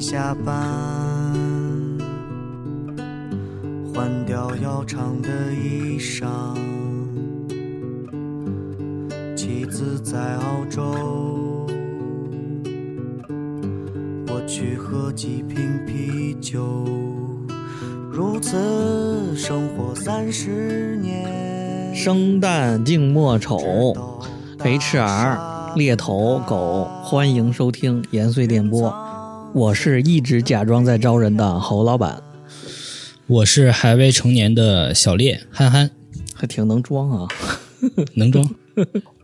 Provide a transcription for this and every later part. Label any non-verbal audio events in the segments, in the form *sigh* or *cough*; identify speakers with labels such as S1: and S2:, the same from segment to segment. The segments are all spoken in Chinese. S1: 下班，换掉要长的衣裳。妻子在澳洲，我去喝几瓶啤酒。如此生活三十年，
S2: 生旦净末
S1: 直
S2: 丑
S1: 到
S2: ，H.R. 猎头狗，欢迎收听延绥电波，我是一直假装在招人的侯老板，
S3: 我是还未成年的小烈，憨憨 *laughs*
S2: 还挺能装啊。
S3: 能装。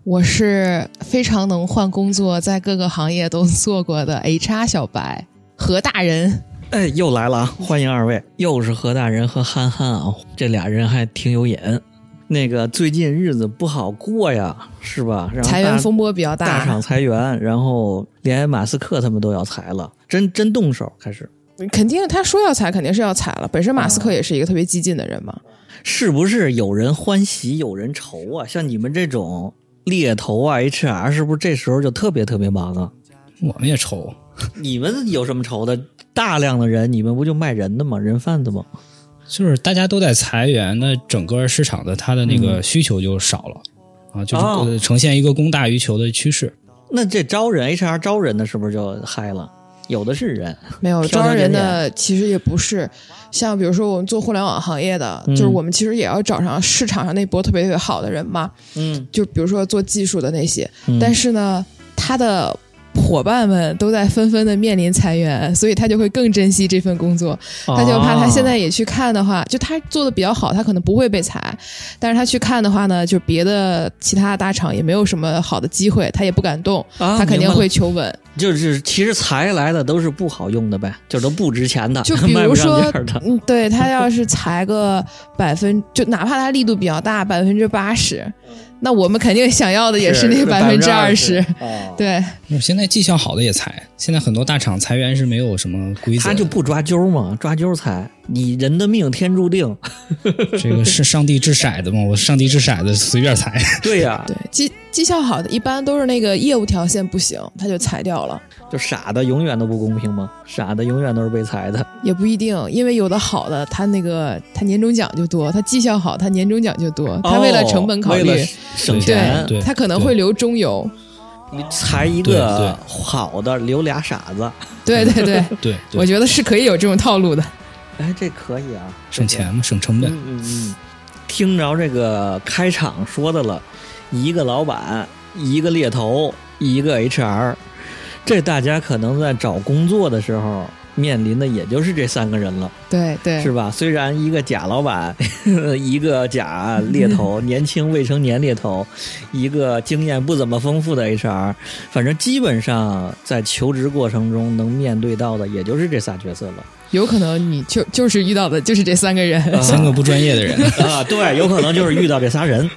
S4: 我是非常能换工作，在各个行业都做过的 HR 小白何大人。
S2: 哎，又来了啊！欢迎二位，又是何大人和憨憨啊，这俩人还挺有瘾。那个最近日子不好过呀，是吧？然后
S4: 裁
S2: 大
S4: 员风波比较
S2: 大
S4: 大，
S2: 厂裁员，然后连马斯克他们都要裁了，真真动手开始。
S4: 肯定他说要裁，肯定是要裁了。本身马斯克也是一个特别激进的人嘛，
S2: 嗯是不是有人欢喜有人愁啊？像你们这种猎头啊、HR，是不是这时候就特别特别忙啊？
S3: 我们也愁，
S2: 你们有什么愁的？大量的人，你们不就卖人的吗？人贩子吗？
S3: 就是大家都在裁员，那整个市场的它的那个需求就少了、啊，就
S2: 嗯
S3: 是
S2: 哦
S3: 呃呈现一个供大于求的趋势。
S2: 那这招人 HR 招人的是不是就嗨了？有的是人，
S4: 没有
S2: 挑
S4: 招
S2: 挑
S4: 人
S2: 拣
S4: 的其实也不是。像比如说我们做互联网行业的，
S2: 嗯
S4: 就是我们其实也要找上市场上那波特别特别好的人嘛，
S2: 嗯，
S4: 就比如说做技术的那些，
S2: 嗯
S4: 但是呢，他的伙伴们都在纷纷的面临裁员，所以他就会更珍惜这份工作。
S2: 啊
S4: 他就怕他现在也去看的话，就他做的比较好，他可能不会被裁，但是他去看的话呢，就别的其他大厂也没有什么好的机会，他也不敢动，
S2: 啊
S4: 他肯定
S2: 明白
S4: 会
S2: 了
S4: 求稳。
S2: 就是其实裁来的都是不好用的呗，就是都不值钱的， *laughs*
S4: 就比
S2: 卖
S4: 如
S2: 不上
S4: 说
S2: 价儿的，
S4: 嗯，对他要是裁个百分，就哪怕他力度比较大，百分之八十，那我们肯定想要 *laughs* 的也是那百分之二十。。
S2: 哦，
S4: 对，
S3: 那现在绩效好的也裁，现在很多大厂裁员是没有什么规则的，
S2: 啊他就不抓阄嘛，抓阄裁，你人的命天注定。
S3: 这个是上帝掷骰子嘛，我上帝掷骰子随
S2: *laughs*
S3: 便裁。
S2: 对呀、
S4: 对绩绩效好的，一般都是那个业务条线不行，他就裁掉了。
S2: 就傻的永远都不公平嘛，傻的永远都是被裁的。
S4: 也不一定，因为有的好的，他那个他年终奖就多，他绩效好，他年终奖就多，他为了成本考
S2: 哦
S4: 虑，
S2: 为了省钱，
S3: 对
S4: 他可能会留中游。
S2: 你裁一
S3: 对
S2: 个
S3: 对
S2: 好的，留俩傻子，
S4: 对对对，
S3: *laughs* 对，对
S4: 我觉得是可以有这种套路的。
S2: 哎，这可以啊，
S3: 省钱嘛，省成
S2: 嗯
S3: 本。
S2: 嗯嗯，听着这个开场说的了，一个老板，一个猎头，一个 HR，这大家可能在找工作的时候面临的也就是这三个人了，
S4: 对对
S2: 是吧？虽然一个假老板， *laughs* 一个假猎头，年轻未成年猎头，一个经验不怎么丰富的 HR，反正基本上在求职过程中能面对到的也就是这仨角色了。
S4: 有可能你就就是遇到的就是这三个人。
S2: 啊
S3: 三个不专业的人，
S2: *laughs* 啊，对，有可能就是遇到这仨人。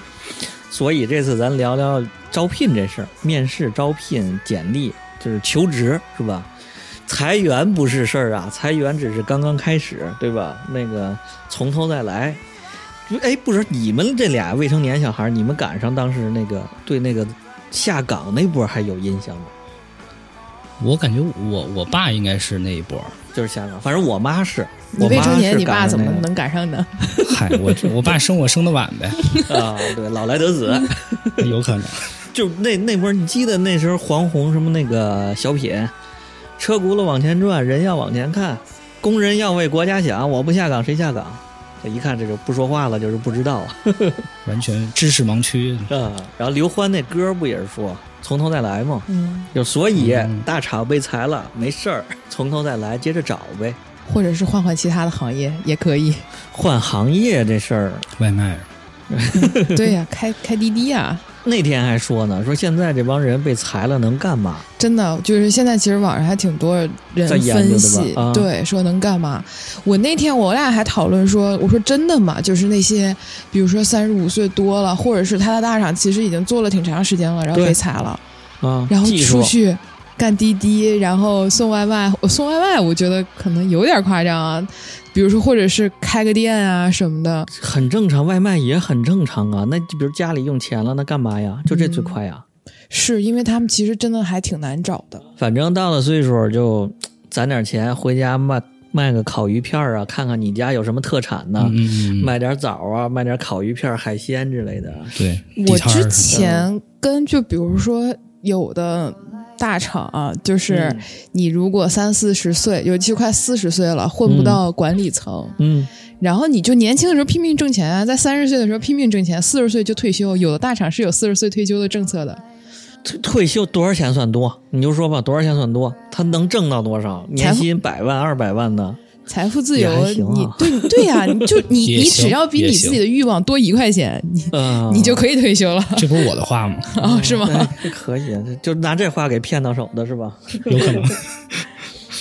S2: 所以这次咱聊聊招聘这事儿，面试、招聘、简历，就是求职是吧？裁员不是事儿啊，裁员只是刚刚开始，对吧？那个从头再来。哎，不是你们这俩未成年小孩儿，你们赶上当时那个对那个下岗那波还有印象吗？
S3: 我感觉我我爸应该是那一波。
S2: 就是下岗，反正我妈是，
S4: *laughs* 你
S2: 我
S4: 未
S2: 妈
S4: 成年，
S2: 是
S4: 你爸
S2: 赶
S4: 怎
S2: 上
S4: 么
S2: 那个
S4: 能赶上呢？
S3: 嗨，我我爸生我生的晚呗，
S2: 啊？对，老来得子。
S3: 有可能。
S2: 就那那波，你记得那时候黄宏什么那个小品，车轱辘往前转，人要往前看，工人要为国家想，我不下岗谁下岗？这一看这就不说话了，就是不知道啊。
S3: 完全知识盲区。
S2: 然后刘欢那歌不也是说从头再来吗？
S4: 嗯，
S2: 就所以
S3: 嗯
S2: 大厂被裁了没事儿，从头再来，接着找呗。
S4: 或者是换换其他的行业也
S2: *laughs*
S4: 可以。
S2: 换行业这事儿，
S3: 外卖
S4: 对呀、开开滴滴呀、
S2: 那天还说呢，说现在这帮人被裁了能干嘛？
S4: 真的就是现在，其实网上还挺多人
S2: 在研究
S4: 分
S2: 的
S4: 析，
S2: 吧啊
S4: 对，说能干嘛。我那天我俩还讨论说，我说真的吗？就是那些，比如说三十五岁多了，或者是他在大厂其实已经做了挺长时间了，然后
S2: 对
S4: 被裁了，
S2: 啊，
S4: 然后
S2: 技术
S4: 出去干滴滴，然后送外卖。我送外卖，我觉得可能有点夸张啊。比如说，或者是开个店啊什么的，
S2: 很正常，外卖也很正常啊。那就比如家里用钱了，那干嘛呀？就这最快呀。
S4: 是因为他们其实真的还挺难找的。
S2: 反正到了岁数就攒点钱回家卖卖个烤鱼片儿啊，看看你家有什么特产呢？
S3: 嗯嗯嗯，
S2: 卖点枣啊，卖点烤鱼片儿、海鲜之类的。啊
S3: 对，地
S4: 我
S3: 摊儿
S4: 之前跟就比如说有的大厂啊，就是
S2: 嗯
S4: 你如果三四十岁，尤其快四十岁了，混不
S2: 嗯
S4: 到管理层，
S2: 嗯，
S4: 然后你就年轻的时候拼命挣钱啊，在三十岁的时候拼命挣钱，四十岁就退休。有的大厂是有四十岁退休的政策的，
S2: 退退休多少钱算多？你就说吧，多少钱算多？他能挣到多少？年
S4: 财富
S2: 薪百万、二百万的？
S4: 财富自
S2: 也
S4: 由，
S2: 还行啊
S4: 你对对呀、你
S3: *laughs*
S4: 就你
S3: 也
S4: 你
S3: 行
S4: 只要比
S3: 也
S4: 你
S3: 行
S4: 自己的欲望多一块钱，你
S2: 嗯、
S4: 你就可以退休了 *laughs*
S3: 这不是我的
S2: *laughs*
S3: 话吗？
S4: 啊、是吗？
S2: 哎这 *laughs* 可以，就拿这话给骗到手的是吧？
S3: 有可能，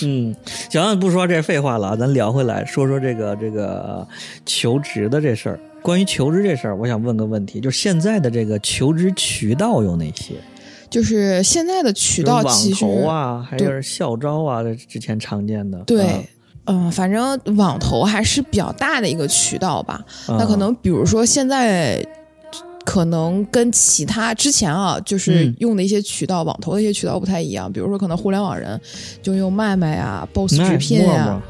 S2: 嗯，行，不说这废话了啊，咱聊回来，说说这个这个呃求职的这事儿。关于求职这事儿，我想问个问题，就是现在的这个求职渠道有哪些？
S4: 就是现在的渠道其
S2: 就是
S4: 实
S2: 网投啊，还
S4: 对
S2: 有校招啊，这之前常见的。
S4: 对
S2: 啊，
S4: 嗯、反正网投还是比较大的一个渠道吧。
S2: 啊
S4: 那可能比如说现在。可能跟其他之前啊，就是
S2: 嗯
S4: 用的一些渠道，网投的一些渠道不太一样。比如说，可能互联网人就用麦麦啊、Boss
S2: 那
S4: 直聘
S2: 陌
S4: 呀、
S2: 陌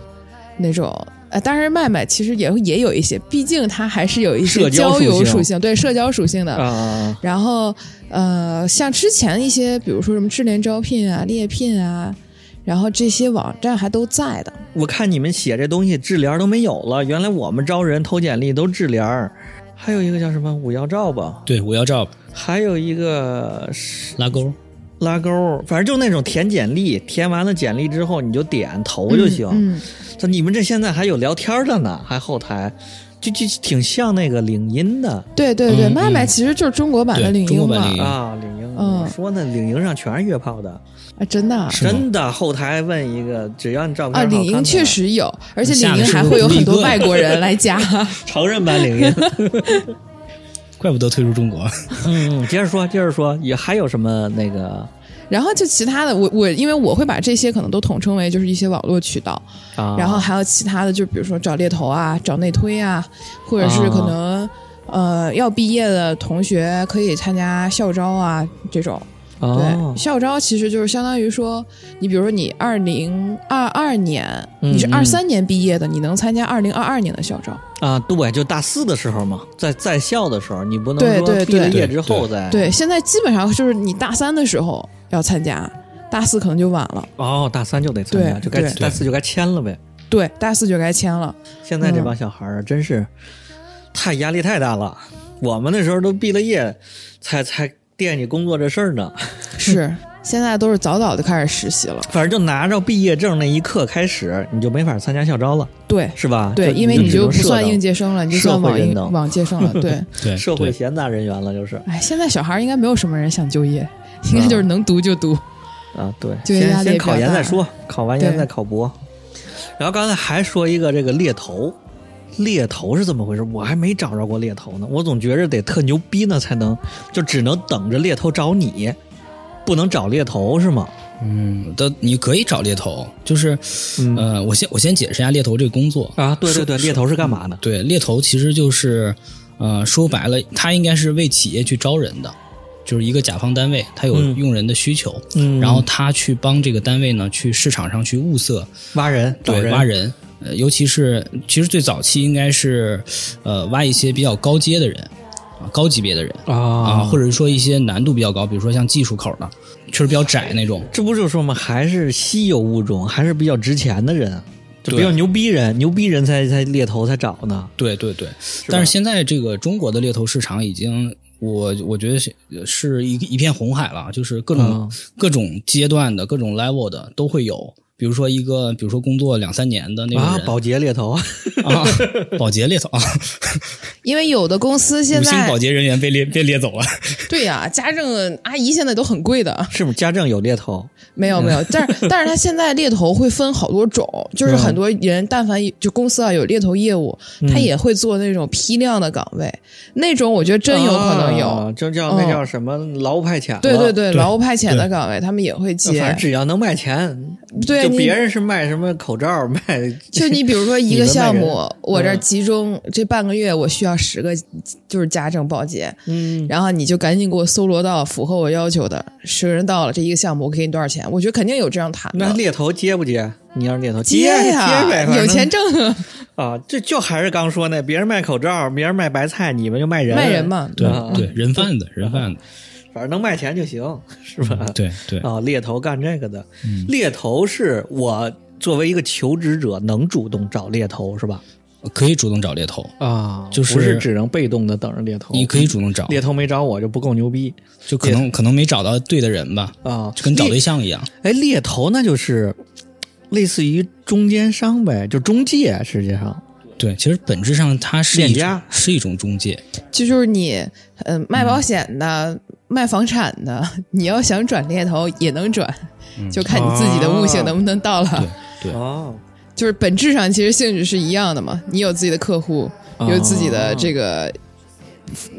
S4: 那种。呃，当然麦麦其实也也有一些，毕竟它还是有一
S2: 社
S4: 些
S2: 交
S4: 交
S2: 属
S4: 友
S2: 性
S4: 属性，对社交属性的。
S2: 啊啊
S4: *laughs* 然后呃，像之前一些，比如说什么智联招聘啊、猎聘啊，然后这些网站还都在的。
S2: 我看你们写这东西智联儿都没有了，原来我们招人投简历都智联儿，还有一个叫什么五幺照吧，
S3: 对，我要照
S2: 还有一个是
S3: 拉钩，
S2: 拉钩儿，反正就那种填简历，填完了简历之后你就点投就行。
S4: 嗯，嗯
S2: 这你们这现在还有聊天儿的呢，还后台，就就挺像那个领英的
S4: 对对对，
S3: 嗯
S4: 麦麦
S3: 嗯
S4: 其实就是中国版
S3: 对
S4: 的领
S3: 中
S4: 英
S3: 国版
S4: 嘛
S3: 领，英
S2: 啊，领英。
S4: 嗯
S2: 我说呢，领英上全是约炮的，
S4: 啊，真的啊
S3: 是吗
S2: 真的。后台问一个，只要你照片
S4: 啊，
S2: 好看
S4: 领英
S2: 的
S4: 确实有，而且
S3: 下
S4: 领
S3: 面
S4: 英
S3: 是
S4: 还
S3: 不是
S4: 会有
S3: 不一
S4: 很多
S3: 个
S4: 外国人来
S3: *laughs*
S4: 加。
S2: 承认版领
S4: *laughs*
S2: 英。
S3: 怪不得退出中国。
S2: 嗯，接着说，接着说，也还有什么那个
S4: 然后就其他的，我我因为我会把这些可能都统称为就是一些网络渠道，
S2: 啊？
S4: 然后还有其他的，就比如说找猎头啊，找内推啊，或者是可能、呃要毕业的同学可以参加校招啊这种。对，
S2: 哦，
S4: 校招其实就是相当于说，你比如说你二零二二年，
S2: 嗯
S4: 你是
S2: 嗯
S4: 二三年毕业的，你能参加二零二二年的校招。
S2: 啊，对，就大四的时候嘛，在在校的时候，你不能
S4: 对
S2: 说
S4: 对
S2: 毕了
S4: 对
S2: 业之后再
S4: 对，现在基本上就是你大三的时候要参加，大四可能就晚了。
S2: 哦，大三就得参加，
S4: 对
S2: 就该
S4: 对
S2: 大四就该签了呗。
S4: 对，大四就该签了。
S2: 现在
S4: 嗯
S2: 这帮小孩儿啊，真是太压力太大了。我们那时候都毕了业，才才惦记工作这事儿呢。 *laughs* 嗯
S4: 是，现在都是早早的开始实习了。
S2: 反正就拿着毕业证那一刻开始，你就没法参加校招了，
S4: 对
S2: 是吧？
S4: 对，
S2: 啊就
S4: 因为你
S2: 只
S4: 就
S2: 能
S4: 不
S2: 社
S4: 算
S2: 招
S4: 应届生了，你就
S2: 社
S4: 算
S2: 会
S4: 网
S2: 人
S4: 应
S2: 等
S4: 网届生了。
S2: *laughs*
S4: 对，
S3: 对，
S2: 社会
S3: 对
S2: 闲杂人员了，就是
S4: 哎，现在小孩儿应该没有什么人想就业，应该就是能读
S2: *laughs*
S4: 就读。
S2: 啊，对，
S4: 就业
S2: 先
S4: 压力
S2: 先
S4: 也比
S2: 考
S4: 较
S2: 研
S4: 大
S2: 再说，考完研
S4: 对
S2: 再考博。然后刚才还说一个这个猎头，猎头是怎么回事？我还没找着过猎头呢，我总觉着得特牛逼呢才能，就只能等着猎头找你，不能找猎头是吗？
S3: 嗯，都你可以找猎头，就是，
S2: 嗯
S3: 呃，我先我先解释一下猎头这个工作。
S2: 啊，对对
S3: 是
S2: 对，
S3: 是
S2: 猎头是嗯干嘛的？
S3: 对，猎头其实就是，呃，说白了，他应该是为企业去招人的，就是一个甲方单位，他有
S2: 嗯
S3: 用人的需求，
S2: 嗯
S3: 然后他去帮这个单位呢去市场上去物色，
S2: 挖人，找
S3: 对，
S2: 人，
S3: 挖人。呃，尤其是其实最早期应该是，呃，挖一些比较高阶的人，啊，高级别的人
S2: 啊
S3: 啊，或者是说一些难度比较高，比如说像技术口的，确实比较窄那种。
S2: 这不就说嘛，还是稀有物种，还是比较值钱的人，就
S3: 对
S2: 比较牛逼人，牛逼人才才猎头才找呢。
S3: 对对对，
S2: 吧
S3: 但是现在这个中国的猎头市场已经，我我觉得是是一一片红海了，就是各种、
S2: 嗯
S3: 各种阶段的各种 level 的都会有。比如说一个，比如说工作两三年的那种
S2: 啊，
S3: 人
S2: 保洁猎头， *laughs*
S3: 啊，保洁猎头啊，
S4: 因为有的公司现
S3: 五星
S4: 在
S3: 保洁人员被猎被猎
S2: *laughs*
S3: 走了。
S4: 对呀、家政阿姨现在都很贵的。
S2: 是不是家政有猎头？
S4: 没有没有，但
S2: *laughs*
S4: 是但是他现在猎头会分好多种，就是
S2: 嗯
S4: 很多人但凡就公司啊有猎头业务，他也会做那种批量的岗位，那种我觉得真有可能有。
S2: 啊就叫那
S4: 嗯
S2: 叫什么劳务派遣了、
S4: 对对对，
S3: 对
S4: 劳务派遣的岗位他们也会
S2: 反正
S4: 接。
S2: 只要能卖钱，
S4: 对
S2: 就
S4: 你
S2: 别人是卖什么口罩，卖
S4: *laughs* 就你比如说一个项
S2: 你们卖
S4: 目，我这儿集中这半个月，我需要十个就是家政保洁，
S2: *laughs* 嗯，
S4: 然后你就赶紧给我搜罗到符合我要求的十个人到了这一个项目，我给你多少钱？我觉得肯定有这样谈的。
S2: 那猎头接不接？你要是猎头
S4: 呀
S2: 接呗，，反正
S4: 有钱挣啊，
S2: 啊！这就还是刚说那，别人卖口罩，别人卖白菜，你们就卖人，
S4: 卖人，嘛。
S3: 对
S2: 啊
S3: 对，人贩子，人贩子，
S2: 反正能卖钱就行， *laughs* 是吧？
S4: 嗯
S3: 对对，
S2: 啊，猎头干这个的，猎头是我作为一个求职者能主动找猎头是吧？
S3: 可以主动找猎头，
S2: 啊
S3: 就是
S2: 不是只能被动的等着猎头，
S3: 你可以主动找，
S2: 猎头没找我就不够牛逼
S3: 就可能可能没找到对的人吧，
S2: 啊，
S3: 就跟找
S2: 猎
S3: 对象一样。
S2: 哎，猎头那就是类似于中间商呗，就中介，实际上
S3: 对，其实本质上它是一
S2: 链
S3: 种
S2: 家
S3: 是一种中介，
S4: 就就是你，呃，卖保险的、卖房产的，
S2: 嗯
S4: 你要想转猎头也能转，就看你自己的悟性
S2: 啊
S4: 能不能到了。
S3: 对对
S2: 哦，
S4: 就是本质上其实性质是一样的嘛，你有自己的客户，
S2: 哦
S4: 有自己的这个，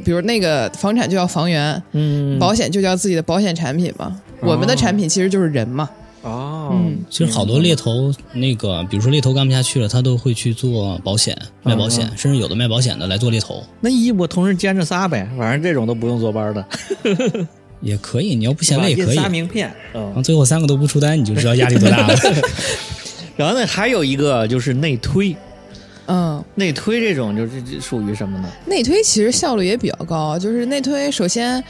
S4: 比如那个房产就叫房源，
S2: 嗯，
S4: 保险就叫自己的保险产品嘛。我们的产品其实就是人嘛，
S2: 哦，
S4: 嗯
S3: 其实好多猎头那个，比如说猎头干不下去了，他都会去做保险，卖保险，甚至有的卖保险的来做猎头
S2: 那一我同时兼着仨呗，反正这种都不用坐班
S3: *laughs*
S2: 的，
S3: 也可以。你要不嫌累也
S2: 印
S3: 可以。
S2: 仨
S3: 然
S2: 名片，嗯
S3: 后，最后三个都不出单，你就知道压力多 *laughs* 大了。
S2: 然后呢还有一个就是内推，
S4: 嗯，
S2: 内推这种就是这属于什么呢？
S4: 内推其实效率也比较高，就是内推首先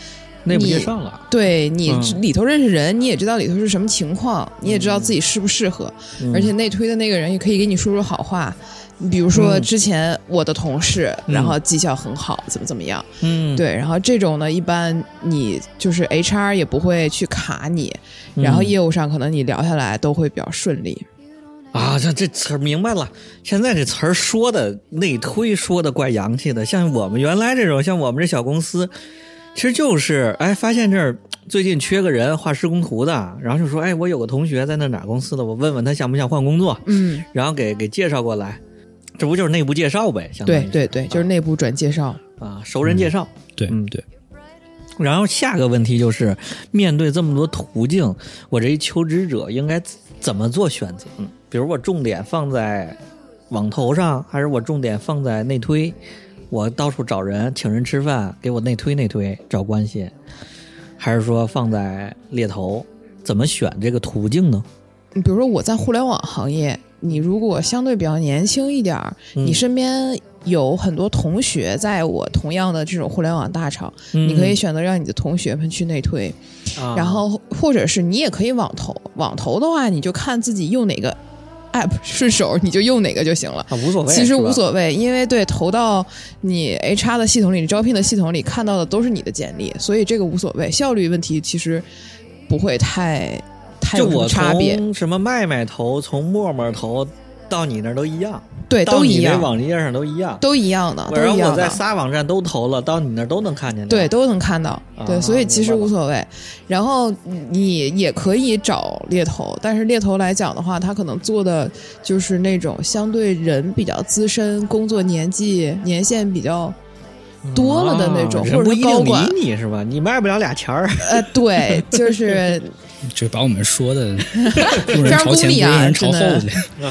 S2: 内部
S4: 你
S2: 介绍了，
S4: 对你
S2: 嗯
S4: 里头认识人，你也知道里头是什么情况，你也知道自己适不适合，
S2: 嗯
S4: 而且内推的那个人也可以给你说说好话。比如说
S2: 嗯
S4: 之前我的同事，
S2: 嗯
S4: 然后绩效很好，怎么怎么样，
S2: 嗯，
S4: 对，然后这种呢，一般你就是 HR 也不会去卡你，
S2: 嗯
S4: 然后业务上可能你聊下来都会比较顺利。
S2: 啊，这这词儿明白了。现在这词儿说的内推说的怪洋气的，像我们原来这种，像我们这小公司，其实就是哎，发现这儿最近缺个人画施工图的，然后就说哎，我有个同学在那哪儿公司的，我问问他想不想换工作，
S4: 嗯，
S2: 然后给给介绍过来，这不就是内部介绍呗？相当
S4: 对
S2: 于
S4: 对对，就是内部转介绍。
S2: 啊，熟人介绍。
S3: 对
S2: 嗯
S3: 对，
S2: 然后下个问题就是，面对这么多途径，我这一求职者应该怎么做选择？嗯，比如我重点放在网投上，还是我重点放在内推？我到处找人，请人吃饭，给我内推内推，找关系，还是说放在猎头？怎么选这个途径呢？
S4: 嗯比如说我在互联网行业，你如果相对比较年轻一点儿，
S2: 嗯
S4: 你身边有很多同学在我同样的这种互联网大厂，你可以选择让你的同学们去内推，
S2: 嗯啊，
S4: 然后或者是你也可以网投。网投的话，你就看自己用哪个 app *laughs* 顺手，你就用哪个就行了。
S2: 啊，无所谓，
S4: 其实
S2: 是吧
S4: 无所谓，因为对投到你 HR 的系统里、你招聘的系统里看到的都是你的简历，所以这个无所谓。效率问题其实不会太太
S2: 就
S4: 有什
S2: 我
S4: 么差别，
S2: 从什么麦麦投，从陌陌投到你那儿都一样，
S4: 对，
S2: 到
S4: 都
S2: 你
S4: 一
S2: 这
S4: 样，
S2: 网页上都一样，
S4: 都一样的，
S2: 然
S4: 啊都
S2: 后
S4: 一
S2: 我
S4: 样
S2: 在
S4: 的。
S2: 仨网站都投了，到你那儿都能看见。
S4: 对，，都能看到，对，
S2: 啊
S4: 所以其实
S2: 明白了
S4: 无所谓。然后你也可以找猎头，但是猎头来讲的话，他可能做的就是那种相对人比较资深、工作年纪年限比较多了的那种，
S2: 啊
S4: 或
S2: 人
S4: 者
S2: 不
S4: 是
S2: 一
S4: 高
S2: 定
S4: 管，
S2: 理你是吧？你卖不了俩
S4: *laughs*
S2: 钱儿，
S4: 呃，
S2: *laughs*
S4: 对，就是
S3: 这把我们说 *laughs* 的路
S4: 非
S3: 人
S4: 常
S3: 朝
S4: 功
S3: 前，
S4: 利
S3: 不
S4: 啊
S3: 人朝
S4: 真的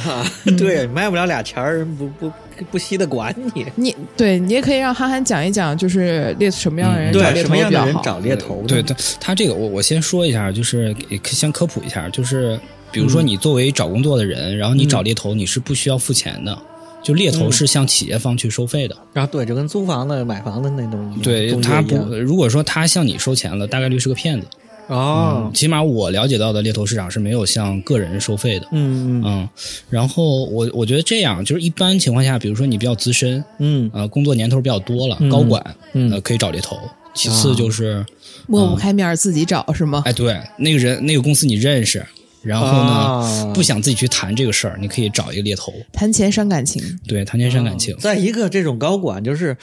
S3: 后去。
S2: 对，卖不了俩钱儿，人不不不稀得管你。
S4: 你对你也可以让憨憨讲一讲，就是猎什么样的人找
S2: 嗯对，
S4: 猎
S2: 什
S4: 头
S2: 么样
S4: 比
S2: 的
S4: 较
S2: 人
S4: 好。
S2: 找猎头呢？
S3: 对对，他这个我我先说一下，就是也可先科普一下，就是比如说
S2: 嗯
S3: 你作为找工作的人，然后你
S2: 嗯
S3: 找猎头，你是不需要付钱的。就猎头
S2: 嗯
S3: 是向企业方去收费的，
S2: 然后对，就跟租房子、买房子那种，
S3: 对
S2: 中介
S3: 他
S2: 一
S3: 不
S2: 样，
S3: 如果说他向你收钱了，大概率是个骗子。
S2: 哦，
S3: 起码我了解到的猎头市场是没有向个人收费的。
S2: 嗯嗯
S3: 嗯，然后我我觉得这样，就是一般情况下，比如说你比较资深，
S2: 嗯
S3: 呃，工作年头比较多了，
S2: 嗯
S3: 高管，
S2: 嗯
S3: 呃，可以找猎头。其次
S2: 啊
S3: 就是，
S4: 抹
S2: 嗯
S4: 不开面儿自己找是吗？
S3: 哎，对，那个人那个公司你认识，然后呢，
S2: 啊
S3: 不想自己去谈这个事儿，你可以找一个猎头，
S4: 谈钱伤感情，
S3: 对，谈钱伤感情。
S2: 再一个，哦这种高管就是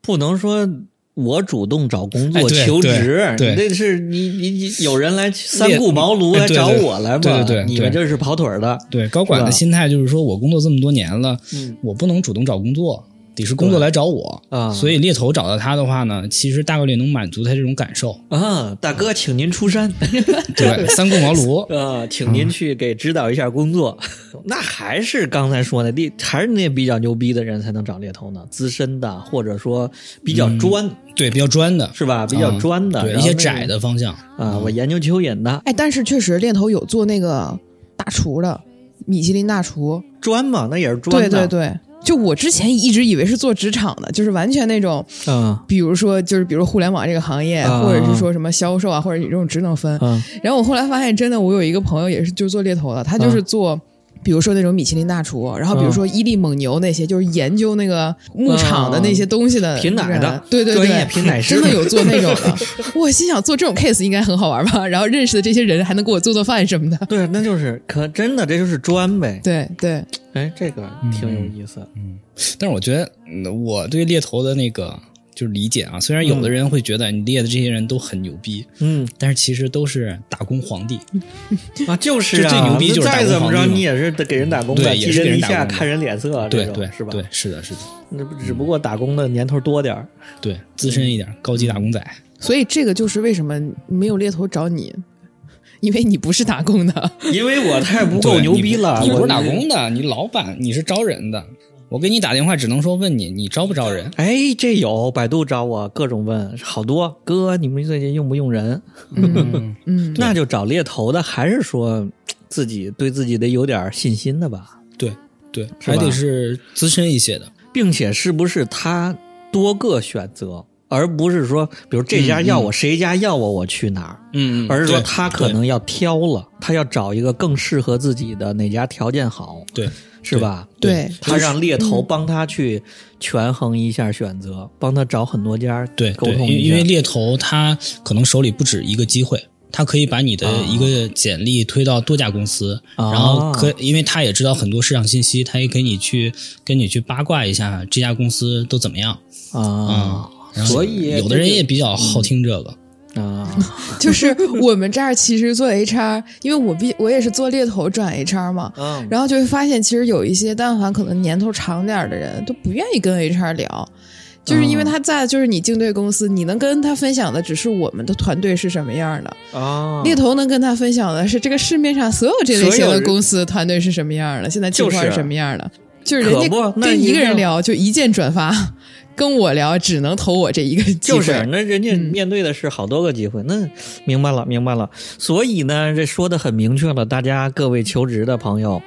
S2: 不能说。我主动找工
S3: 哎
S2: 作
S3: 对
S2: 求
S3: 对
S2: 职，
S3: 对
S2: 你这是你你你有人来三
S3: 猎
S2: 顾茅
S3: 哎
S2: 庐来
S3: 对
S2: 找
S3: 对
S2: 我来吧，
S3: 对对对
S2: 你们这是跑腿儿的，
S3: 对，高管的
S2: 是吧
S3: 心态就是说我工作这么多年了，
S2: 嗯
S3: 我不能主动找工作，得是工作
S2: 对
S3: 来找我。
S2: 啊，
S3: 所以猎头找到他的话呢，其实大概率能满足他这种感受。
S2: 啊，大哥，请您出山，
S4: 嗯
S2: *laughs*
S3: 对，三顾茅庐，
S2: 呃，请您去给指导一下工作。 *laughs* 那还是刚才说的猎，还是那比较牛逼的人才能找猎头呢，资深的或者说比较专、
S3: 对，比较专的，
S2: 是吧？比较专的，
S3: 嗯啊对
S2: 然
S3: 一
S2: 后
S3: 些
S2: 那个
S3: 窄的方向。
S2: 啊，我研究蚯蚓的
S4: 哎，但是确实猎头有做那个大厨的，米其林大厨，
S2: 砖嘛，那也是砖
S4: 对
S2: 呐
S4: 对对。就我之前一直以为是做职场的，就是完全那种，
S2: 嗯
S4: 比如说就是比如互联网这个行业，
S2: 啊
S4: 或者是说什么销售啊，或者有这种职能分。
S2: 嗯
S4: 然后我后来发现，真的，我有一个朋友也是就是做猎头的，他
S2: 啊
S4: 就是做。比如说那种米其林大厨，然后比如说伊利蒙牛那些，就是研究那个牧场的那些东西的
S2: 嗯
S4: 人
S2: 品奶的
S4: 对对对，
S2: 专业品奶师
S4: 真的有做那种的。
S2: *laughs*
S4: 我心想做这种 case 应该很好玩吧？然后认识的这些人还能给我做做饭什么的。
S2: 对，那就是可真的这就是砖呗。
S4: 对对，
S2: 哎，这个
S3: 嗯
S2: 挺有意思。
S3: 但是我觉得嗯我对猎头的那个就是理解啊，虽然有的人会觉得你猎的这些人都很牛逼，
S2: 嗯
S3: 但是其实都是打工皇帝。
S2: 啊，就是啊，
S3: 这最牛逼就是打
S2: 再
S3: 工
S2: 怎么
S3: 皇帝
S2: 着
S3: 嘛
S2: 你也是得给人打工的，
S3: 对
S2: 寄
S3: 也是
S2: 人
S3: 给人
S2: 篱
S3: 打工
S2: 下
S3: 的
S2: 看人脸色，
S3: 对
S2: 啊这种
S3: 对，
S2: 是吧？
S3: 对，是的，是的，
S2: 那不只不过打工的年头多点儿。
S3: 对，资
S2: 嗯
S3: 深一点，高级打工仔。
S4: 所以这个就是为什么没有猎头找你， *laughs* 因为你不是打工的。
S2: 因为我太 *laughs* 不
S3: 对
S2: 够牛
S3: 你
S2: 逼了，
S3: 你不
S2: 我
S3: 是打。工的，你老板，你是招人的。我给你打电话，只能说问你，你招不招人？
S2: 哎，这有百度找我，各种问，好多哥，你们最近用不用人？
S4: 嗯嗯，
S2: 那就找猎头的，还是说自己对自己得有点信心的吧，
S3: 对 *laughs* 对，
S2: 是
S3: 还
S2: 吧
S3: 得是资深一些的。
S2: 并且是不是他多个选择，而不是说，比如这家要我，谁家要我，我去哪儿，
S3: 嗯
S2: 而是说他可能要挑了，他要找一个更适合自己的，哪家条件好，
S3: 对
S2: 是吧？
S4: 对
S2: 他让猎头帮他去权衡一下选择，帮他找很多家，
S3: 对
S2: 沟
S3: 对，
S2: 通
S3: 因为
S2: 一下
S3: 因为猎头他可能手里不止一个机会，他可以把你的
S2: 啊
S3: 一个简历推到多家公司，
S2: 啊
S3: 然后可因为他也知道很多市场信息，他也给你去跟你去八卦一下这家公司都怎么样
S2: 啊
S3: 啊。。然后
S2: 所以
S3: 有的人
S2: 这嗯
S3: 也比较好听这个，
S2: 个啊，
S4: 就是我们这儿其实做 HR，因为我毕我也是做猎头转 HR 嘛，
S2: 嗯，
S4: 然后就会发现，其实有一些但凡可能年头长点儿的人都不愿意跟 HR 聊，就是因为他在就是你竞对公司，你能跟他分享的只是我们的团队是什么样的，
S2: 啊，
S4: 猎头能跟他分享的是这个市面上所有这类型
S2: 所有
S4: 的
S2: 人
S4: 公司团队是什么样的，现在情况
S2: 就是是
S4: 什么样的，就是人
S2: 可
S4: 家
S2: 不那
S4: 跟一
S2: 一
S4: 个
S2: 定
S4: 人聊就一键转发， *laughs* 跟我聊只能投我这一个机会，
S2: 就是那人家
S4: 嗯
S2: 面对的是好多个机会，那明白了，明白了。所以呢，这说的很明确了，大家各位求职的朋友，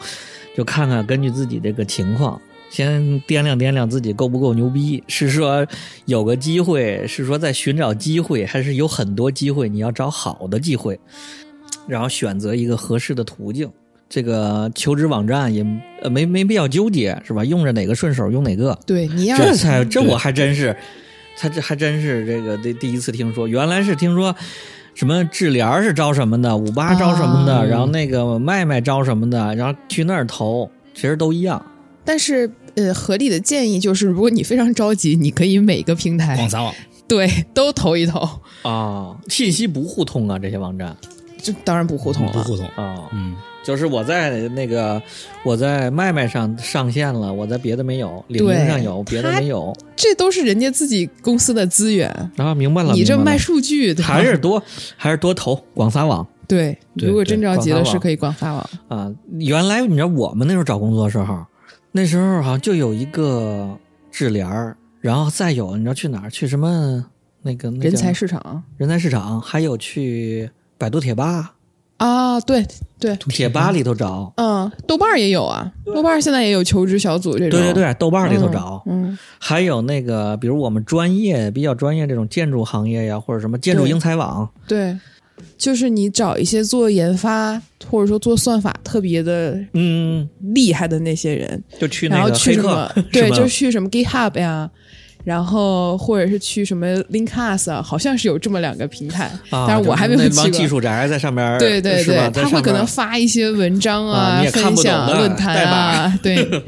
S2: 就看看根据自己这个情况，先掂量掂量自己够不够牛逼，是说有个机会，是说在寻找机会，还是有很多机会，你要找好的机会，然后选择一个合适的途径。这个求职网站也呃没没必要纠结是吧？用着哪个顺手用哪个，
S4: 对你要
S2: 这才这
S3: 对
S2: 我还真是，他这还真是这个第第一次听说，原来是听说什么智联儿是招什么的，五八招什么的，
S4: 啊
S2: 然后那个麦麦招什么的，然后去那儿投，其实都一样。
S4: 但是呃，合理的建议就是，如果你非常着急，你可以每个平
S2: 哎嗯
S3: 广
S4: 台
S3: 撒网。
S4: *laughs* 对都投一投，
S2: 啊、信息不互通啊，这些网站啊、
S4: 这当然不互通
S3: 不
S4: 了。
S3: 互通，嗯，
S2: 就是我在那个我在麦麦上上线了，我在别的没有，领英上有，别的
S4: 它
S2: 没有
S4: 这都是人家自己公司的资源，
S2: 啊，明白了，
S4: 你这
S2: 明白
S4: 卖
S2: 了
S4: 数据对吧
S2: 还是多还是多投广撒网。
S4: 对。
S3: 对
S4: 如果真着急
S2: 对
S4: 了，
S2: 广撒网
S4: 是可以广撒网。
S2: 啊，原来你知道我们那时候找工作的时候，那时候好像就有一个智联儿，然后再有你知道去哪儿？去什么那个那叫
S4: 人才市场
S2: 人才市场，还有去百度贴吧，
S4: 啊，对对，
S2: 贴吧里头找，
S4: 嗯，豆瓣儿也有啊，豆瓣儿现在也有求职小组这
S2: 对
S4: 种。
S2: 对对，豆瓣儿里头
S4: 嗯
S2: 找，
S4: 嗯，
S2: 还有那个比如我们专业比较专业这种建筑行业呀，或者什么建筑
S4: 对
S2: 英才网，
S4: 对，就是你找一些做研发或者说做算法特别的
S2: 嗯，
S4: 厉害的那些人，
S2: 就去
S4: 然
S2: 那
S4: 后
S2: 个
S4: 去
S2: 黑
S4: 什
S2: 客
S4: 么，对，
S2: 吧
S4: 就去什么 GitHub 呀，然后或者是去什么 Linkas 啊，好像是有这么两个平台，
S2: 啊，
S4: 但是
S2: 就
S4: 我还没
S2: 那
S4: 有
S2: 帮
S4: 去
S2: 技
S4: 过。
S2: 术宅在上面儿，
S4: 对对
S2: 是吧在
S4: 对，他会
S2: 上
S4: 可
S2: 面
S4: 能
S2: 儿
S4: 发一些文章
S2: 啊你也看
S4: 分
S2: 不懂
S4: 享
S2: 的
S4: 论坛
S2: 代码
S4: 啊，对，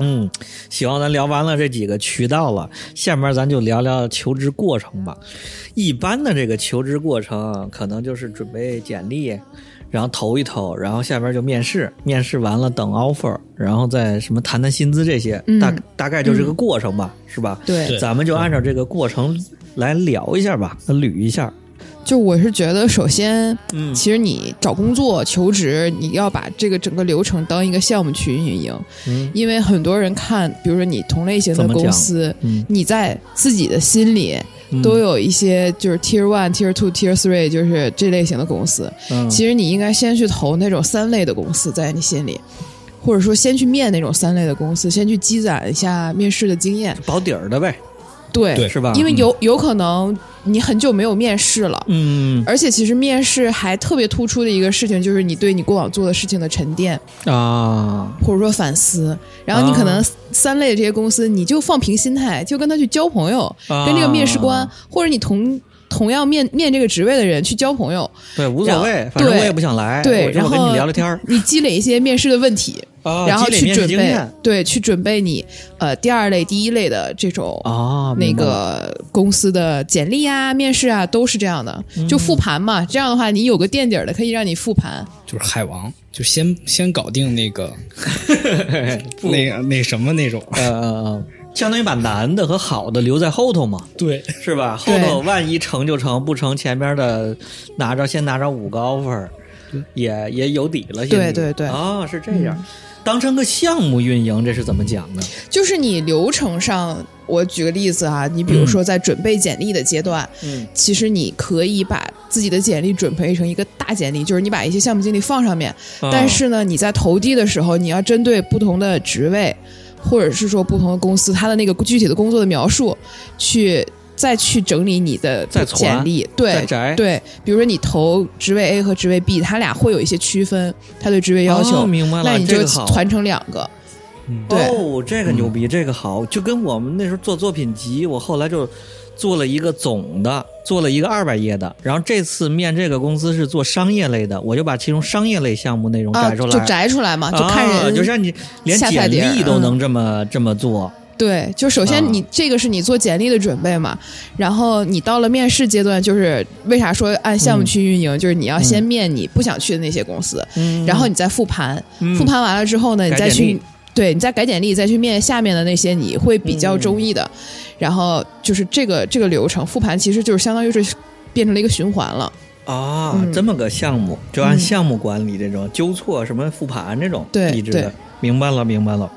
S2: 嗯，行，咱聊完了这几个渠道了，下面咱就聊聊求职过程吧。一般的这个求职过程，可能就是准备简历，然后投一投，然后下边就面试，面试完了等 offer，然后再什么谈谈薪资这些，
S4: 嗯
S2: 大大概就这个过程吧，是吧？ *laughs*
S4: 对，
S2: 咱们就按照这个过程来聊一下吧，捋一下。
S4: 就我是觉得，首先，
S2: 嗯
S4: 其实你找工作、求职，你要把这个整个流程当一个项目去运营，
S2: 嗯
S4: 因为很多人看，比如说你同类型
S2: 怎
S4: 的
S2: 么讲
S4: 公司，
S2: 嗯，
S4: 你在自己的心里都有一些就是 tier one、tier two、tier three，就是这类型的公司。
S2: 嗯，
S4: 其实你应该先去投那种三类的公司，在你心里。或者说先去面那种三类的公司，先去积攒一下面试的经验。
S2: 保底儿的呗，
S4: 对，
S3: 对
S2: 是吧？
S4: 因为有有可能你很久没有面试了。
S2: 嗯
S4: 而且其实面试还特别突出的一个事情，就是你对你过往做的事情的沉淀，
S2: 啊，
S4: 或者说反思。然后你可能三类的这些公司，你就放平心态，就跟他去交朋友，
S2: 啊
S4: 跟这个面试官或者你同同样面面这个职位的人去交朋友，
S2: 对无所谓
S4: 然后，
S2: 反正
S4: 对
S2: 我也不想来，
S4: 对
S2: 我就
S4: 然
S2: 跟你
S4: 后
S2: 聊聊天儿，
S4: 你积累一些面试的问题，
S2: 啊
S4: 然后
S2: 积累
S4: 去
S2: 面试
S4: 准
S2: 经
S4: 备
S2: 验，
S4: 对，去准备你呃第二类、第一类的这种
S2: 啊，
S4: 那
S2: 明白了
S4: 个公司的简历啊、面试啊，都是这样的，
S2: 嗯
S4: 就复盘嘛。这样的话，你有个垫底儿的，可以让你复盘。
S3: 就是海王，就先先搞定那个那个那什么那种。
S2: 呃呃，呃相当于把难的和好的留在后头嘛，
S3: 对，
S2: 是吧？后
S4: 对
S2: 头万一成就成，不成前面的拿着先拿着五个 offer，也也有底了。心里
S4: 对对对嗯
S2: 啊，是这样。当成个项目运营，这是怎么讲呢？
S4: 就是你流程上，我举个例子啊，你比如说在准备简历的阶段，
S2: 嗯，
S4: 其实你可以把自己的简历准备成一个大简历，就是你把一些项目经历放上面，
S2: 啊
S4: 但是呢，你在投递的时候，你要针对不同的职位，或者是说不同的公司，它的那个具体的工作的描述，去再去整理你的
S2: 再攒
S4: 简历，
S2: 再
S4: 对。
S2: 宅
S4: 对，比如说你投职位 A 和职位 B，它俩会有一些区分，它对职位要求，
S2: 哦明白了
S4: 那你
S2: 这
S4: 就
S2: 个好
S4: 团成两个，对嗯
S2: 哦，这个牛逼，这个好，就跟我们那时候做作品集，我后来就做了一个总的，做了一个二百页的，然后这次面这个公司是做商业类的，我就把其中商业类项目内容
S4: 啊，
S2: 摘出来，
S4: 就摘出来嘛，就看
S2: 啊
S4: 人
S2: 就像你连
S4: 下
S2: 简
S4: 菜碟儿嗯
S2: 历都能这么、这么做，
S4: 对，就首先你、
S2: 啊
S4: 这个是你做简历的准备嘛，然后你到了面试阶段，就是为啥说按项目去运营，就是你要先面你不想去的那些公司，
S2: 嗯
S4: 然后你再复盘，
S2: 嗯
S4: 复盘完了之后呢，你
S2: 改
S4: 再
S2: 简
S4: 去
S2: 历。
S4: 对你再改简历，再去面下面的那些，你会比
S2: 嗯
S4: 较中意的。然后就是这个这个流程复盘，其实就是相当于是变成了一个循环了。
S2: 啊，
S4: 嗯
S2: 这么个项目，就按项目管理这种、纠错什么复盘这种
S4: 对
S2: 机制的
S4: 对，
S2: 明白了，明白了。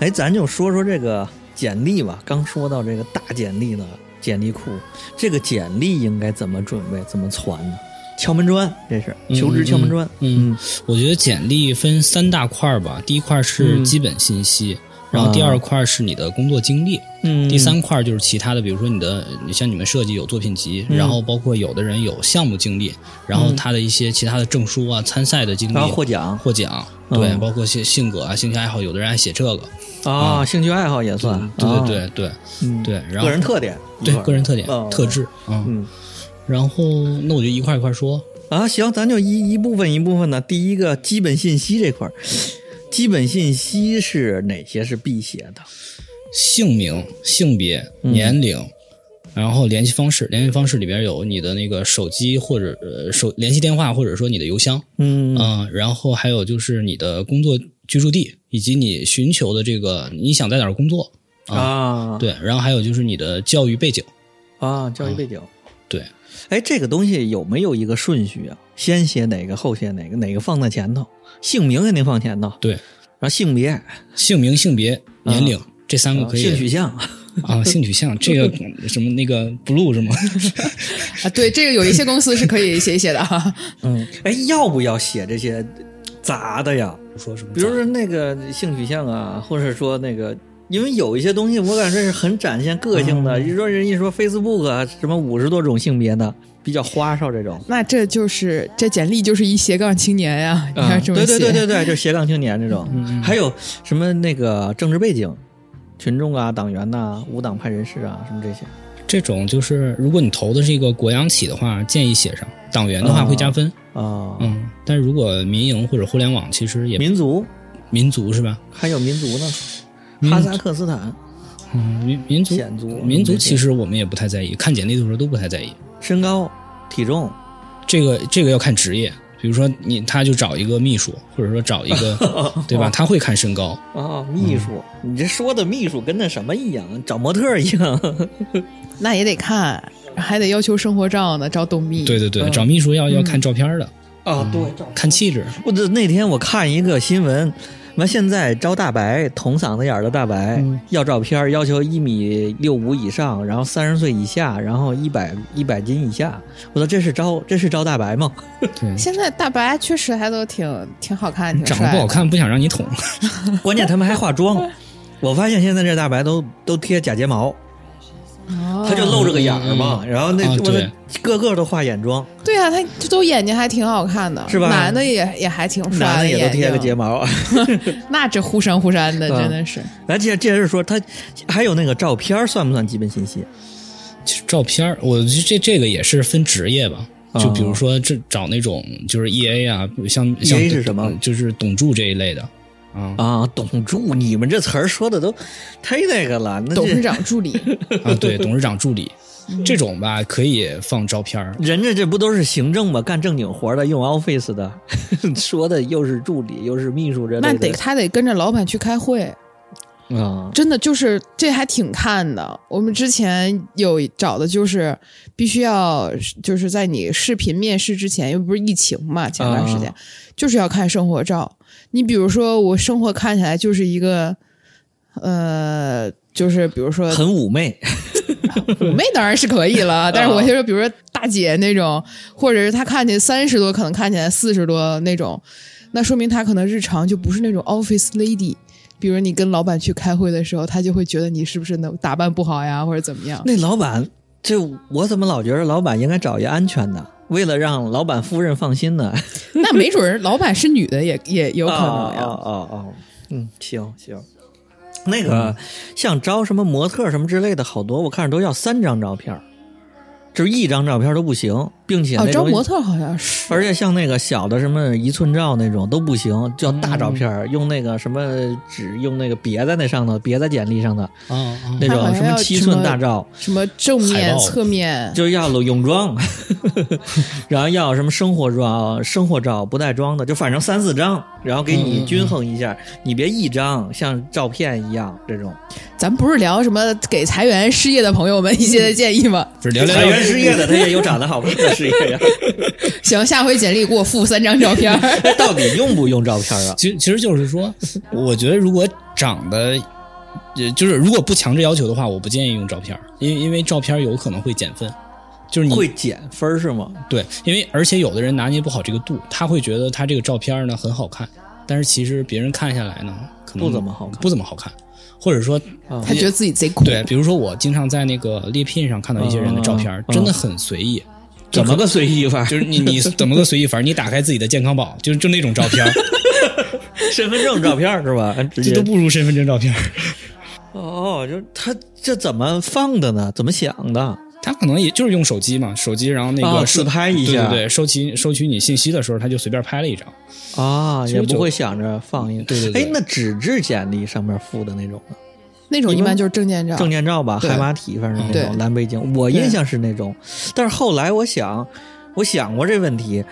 S2: 哎，咱就说说这个简历吧。刚说到这个大简历的简历库，这个简历应该怎么准备，怎么传呢？敲门砖，这是
S3: 嗯
S2: 求职敲门砖。
S3: 嗯，我觉得简历分三大块儿吧，第一块儿是
S2: 嗯啊
S3: 基本信息，然后第二块儿是你的工作经历，
S2: 嗯，
S3: 第三块儿就是其他的，比如说你的，你像你们设计有作品集，
S2: 嗯
S3: 然后包括有的人有项目经历，然后
S2: 嗯
S3: 他的一些其他的证书啊、参赛的经历，
S2: 然后获奖
S3: 获奖，对，
S2: 嗯
S3: 包括性性格啊、兴趣爱好，有的人爱写这个，
S2: 啊，兴趣爱好也算，
S3: 对
S2: 啊
S3: 对对对
S2: 嗯
S3: 对，然后
S2: 个人特点，一
S3: 对
S2: 会儿
S3: 个人特点、
S2: 嗯
S3: 特质，嗯，
S2: 嗯
S3: 然后那我就一块儿一块儿说，
S2: 啊，行，咱就一一部分一部分呢。第一个基本信息这块儿，基本信息是哪些是必写的？
S3: 姓名、性别、
S2: 嗯
S3: 年龄，然后联系方式。联系方式里边有你的那个手机或者呃手联系电话，或者说你的邮箱，
S2: 嗯
S3: 嗯、然后还有就是你的工作居住地，以及你寻求的这个你想在哪儿工作，
S2: 啊，
S3: 对，然后还有就是你的教育背景，
S2: 啊，教育背景。
S3: 对，
S2: 哎，这个东西有没有一个顺序啊？先写哪个，后写哪个，哪个放在前头？姓名肯定放前头，
S3: 对
S2: 然后性别、
S3: 姓名、性别、年龄、这三个
S2: 啊
S3: 嗯可以
S2: 性取向，
S3: 啊，性取向这
S2: *laughs*
S3: 个什么那个 blue 是吗？
S4: 啊，对，这个有一些公司是可以写一写的哈。 *laughs*
S2: 嗯，哎，要不要写这些杂的呀？
S3: 说什么？
S2: 比如说那个性取向啊，或者说那个，因为有一些东西我感觉是很展现个性的。一说人一说 Facebook 啊，什么五十多种性别的，比较花哨这种。
S4: 那这就是这简历就是一斜杠青年呀、你
S2: 啊
S4: 看嗯这么
S2: 对
S4: 写。
S2: 对对对对，就斜杠青年这种，还有什么那个政治背景、群众啊、党员呐、无党派人士啊，什么这些。
S3: 这种就是如果你投的是一个国央企的话，建议写上；党员的话会加分。
S2: 啊、
S3: 嗯，但如果民营或者互联网，其实也
S2: 民族
S3: 民族是吧？
S2: 还有民族呢，
S3: 民
S2: 哈
S3: 族
S2: 萨克斯坦、
S3: 嗯，民民族
S2: 显族
S3: 民族其实我们也不太在意，看简历的时候都不太在意。
S2: 身高、体重
S3: 这个这个要看职业，比如说你他就找一个秘书，或者说找一
S2: *laughs*
S3: 个对吧？
S2: 哦
S3: 他会看身高，
S2: 啊，秘书，你这说的秘书跟那什么一样，找模特儿一样。 *laughs*
S4: 那也得看，还得要求生活照呢，找董秘。
S3: 对对对，
S2: 嗯
S3: 找秘书要要看照片的，
S2: 啊，对，
S3: 看气质。
S2: 我这那天我看一个新闻，完现在招大白，捅嗓子眼儿的大白，
S4: 嗯
S2: 要照片儿要求一米六五以上，然后三十岁以下，然后一百一百斤以下。我说这是招这是招大白吗？ *laughs*
S3: 对，
S4: 现在大白确实还都挺挺好看，挺
S3: 长得
S4: 帅
S3: 不好
S4: 的。
S3: 看不想让你捅，
S2: 关键他们还化妆。我发现现在这大白都都贴假睫毛，
S4: 哦
S2: 他就露着个眼儿嘛，然后那、
S3: 啊
S2: 我
S3: 对
S2: 个个都画眼妆，
S4: 对啊，他这都眼睛还挺好看的，
S2: 是吧
S4: 男的也也还挺帅
S2: 男的也
S4: 眼
S2: 都贴个
S4: 睛
S2: 睫毛。
S4: *laughs*
S2: *laughs*
S4: 那这忽闪忽闪的，
S2: 嗯
S4: 真的是。
S2: 来，接接着说，他还有那个照片儿算不算基本信息？
S3: 其实照片儿，我觉得这这个也是分职业吧。
S2: 啊
S3: 就比如说，这找那种就是 E A 啊，像
S2: EA
S3: 像
S2: E 是什么
S3: 就是董柱这一类的啊
S2: 啊，董柱，你们这词儿说的都忒那个了。那
S4: 董事
S2: 这
S4: 长
S2: *laughs*
S4: 助理，
S3: 啊，对，董事长助理这种吧，可以放照片儿。
S2: 人家这不都是行政吗？干正经活儿的，用 Office 的， *laughs* 说的又是助理又是秘书这
S4: 那
S2: 类
S4: 得
S2: 的。
S4: 他得跟着老板去开会，
S2: 啊，
S4: 真的就是这还挺看的。我们之前有找的就是必须要就是在你视频面试之前，又不是疫情嘛，前段时间、
S2: 啊
S4: 就是要看生活照。你比如说我生活看起来就是一个，呃，就是比如说
S2: 很妩媚。
S4: 妩媚当然是可以了，但是
S2: 嗯
S4: 我就说，比如说大姐那种，或者是她看起来三十多，可能看起来四十多那种，那说明她可能日常就不是那种 office lady。比如你跟老板去开会的时候，他就会觉得你是不是能打扮不好呀，或者怎么样？
S2: 那老板，这我怎么老觉得老板应该找一安全的，为了让老板夫人放心呢？
S4: 那没准儿老板是女的也也有可能呀。
S2: 哦哦哦哦，嗯，行行。那
S4: 嗯
S2: 个像招什么模特儿什么之类的，好多我看着都要三张照片儿，就是一张照片儿都不行，并且
S4: 哦，
S2: 那
S4: 招
S2: 种
S4: 模特好像是，
S2: 而且像那个小的什么一寸照那种都不行，叫大照片儿，用那个什么纸，用那个别在那上头，别在简历上的
S3: 啊啊
S2: 那
S4: 还
S2: 种
S4: 要
S2: 什么七
S4: 什么
S2: 寸大照，
S4: 什么正
S3: 海
S4: 面、
S3: 报
S4: 侧面，
S2: 就是要了泳装， *laughs* 然后要什么生活照、生活照不带妆的，就反正三四张，然后给你均衡一下，你别一张像照片一样这种。
S4: 咱不是聊什么给裁员失业的朋友们一些建议吗？ *laughs*
S3: 不是聊聊
S2: 裁
S3: 聊
S2: 员失业的他也有长得好看的失业呀，
S4: 行，下回简历给我附三张照片儿。
S2: *laughs* 哎到底用不用照片啊？
S3: 其实其实就是说，我觉得如果长得，呃就是如果不强制要求的话，我不建议用照片儿，因为因为照片儿有可能会减分，就是你
S2: *laughs* 会减分是吗？
S3: 对，因为而且有的人拿捏不好这个度，他会觉得他这个照片儿呢很好看，但是其实别人看下来呢，可能
S2: 不怎么好看
S3: 不怎么好看，或者说
S2: 啊
S4: 他觉得自己贼酷，
S3: 对，比如说我经常在那个猎聘上看到一些人的照片儿，
S2: 嗯嗯
S3: 真的很随意。
S2: 怎么个随意法？
S3: 就是你你怎么个随意法儿？你打开自己的健康宝，就就那种照片儿，
S2: 身份证照片是 *laughs* 吧？ *laughs* 直
S3: 这
S2: 接
S3: 都不如身份证照片儿。
S2: 哦，就是他这怎么放的呢？怎么想的？
S3: 他可能也就是用手机嘛，手机然后那
S2: 啊
S3: 个收
S2: 自拍一下
S3: 对对对，收集收取你信息的时候，他就随便拍了一张。
S2: 啊，
S3: 所以
S2: 也不
S3: 就
S2: 会想着放一个。
S3: 对对对
S2: 哎，那纸质简历上面附的那种呢？
S4: 那种一般就是证件照。
S2: 证件照吧，
S4: 对
S2: 海马体，反正那种
S4: 对
S2: 蓝背景，我
S4: 对
S2: 印象是那种。但是后来我想，我想过这问题，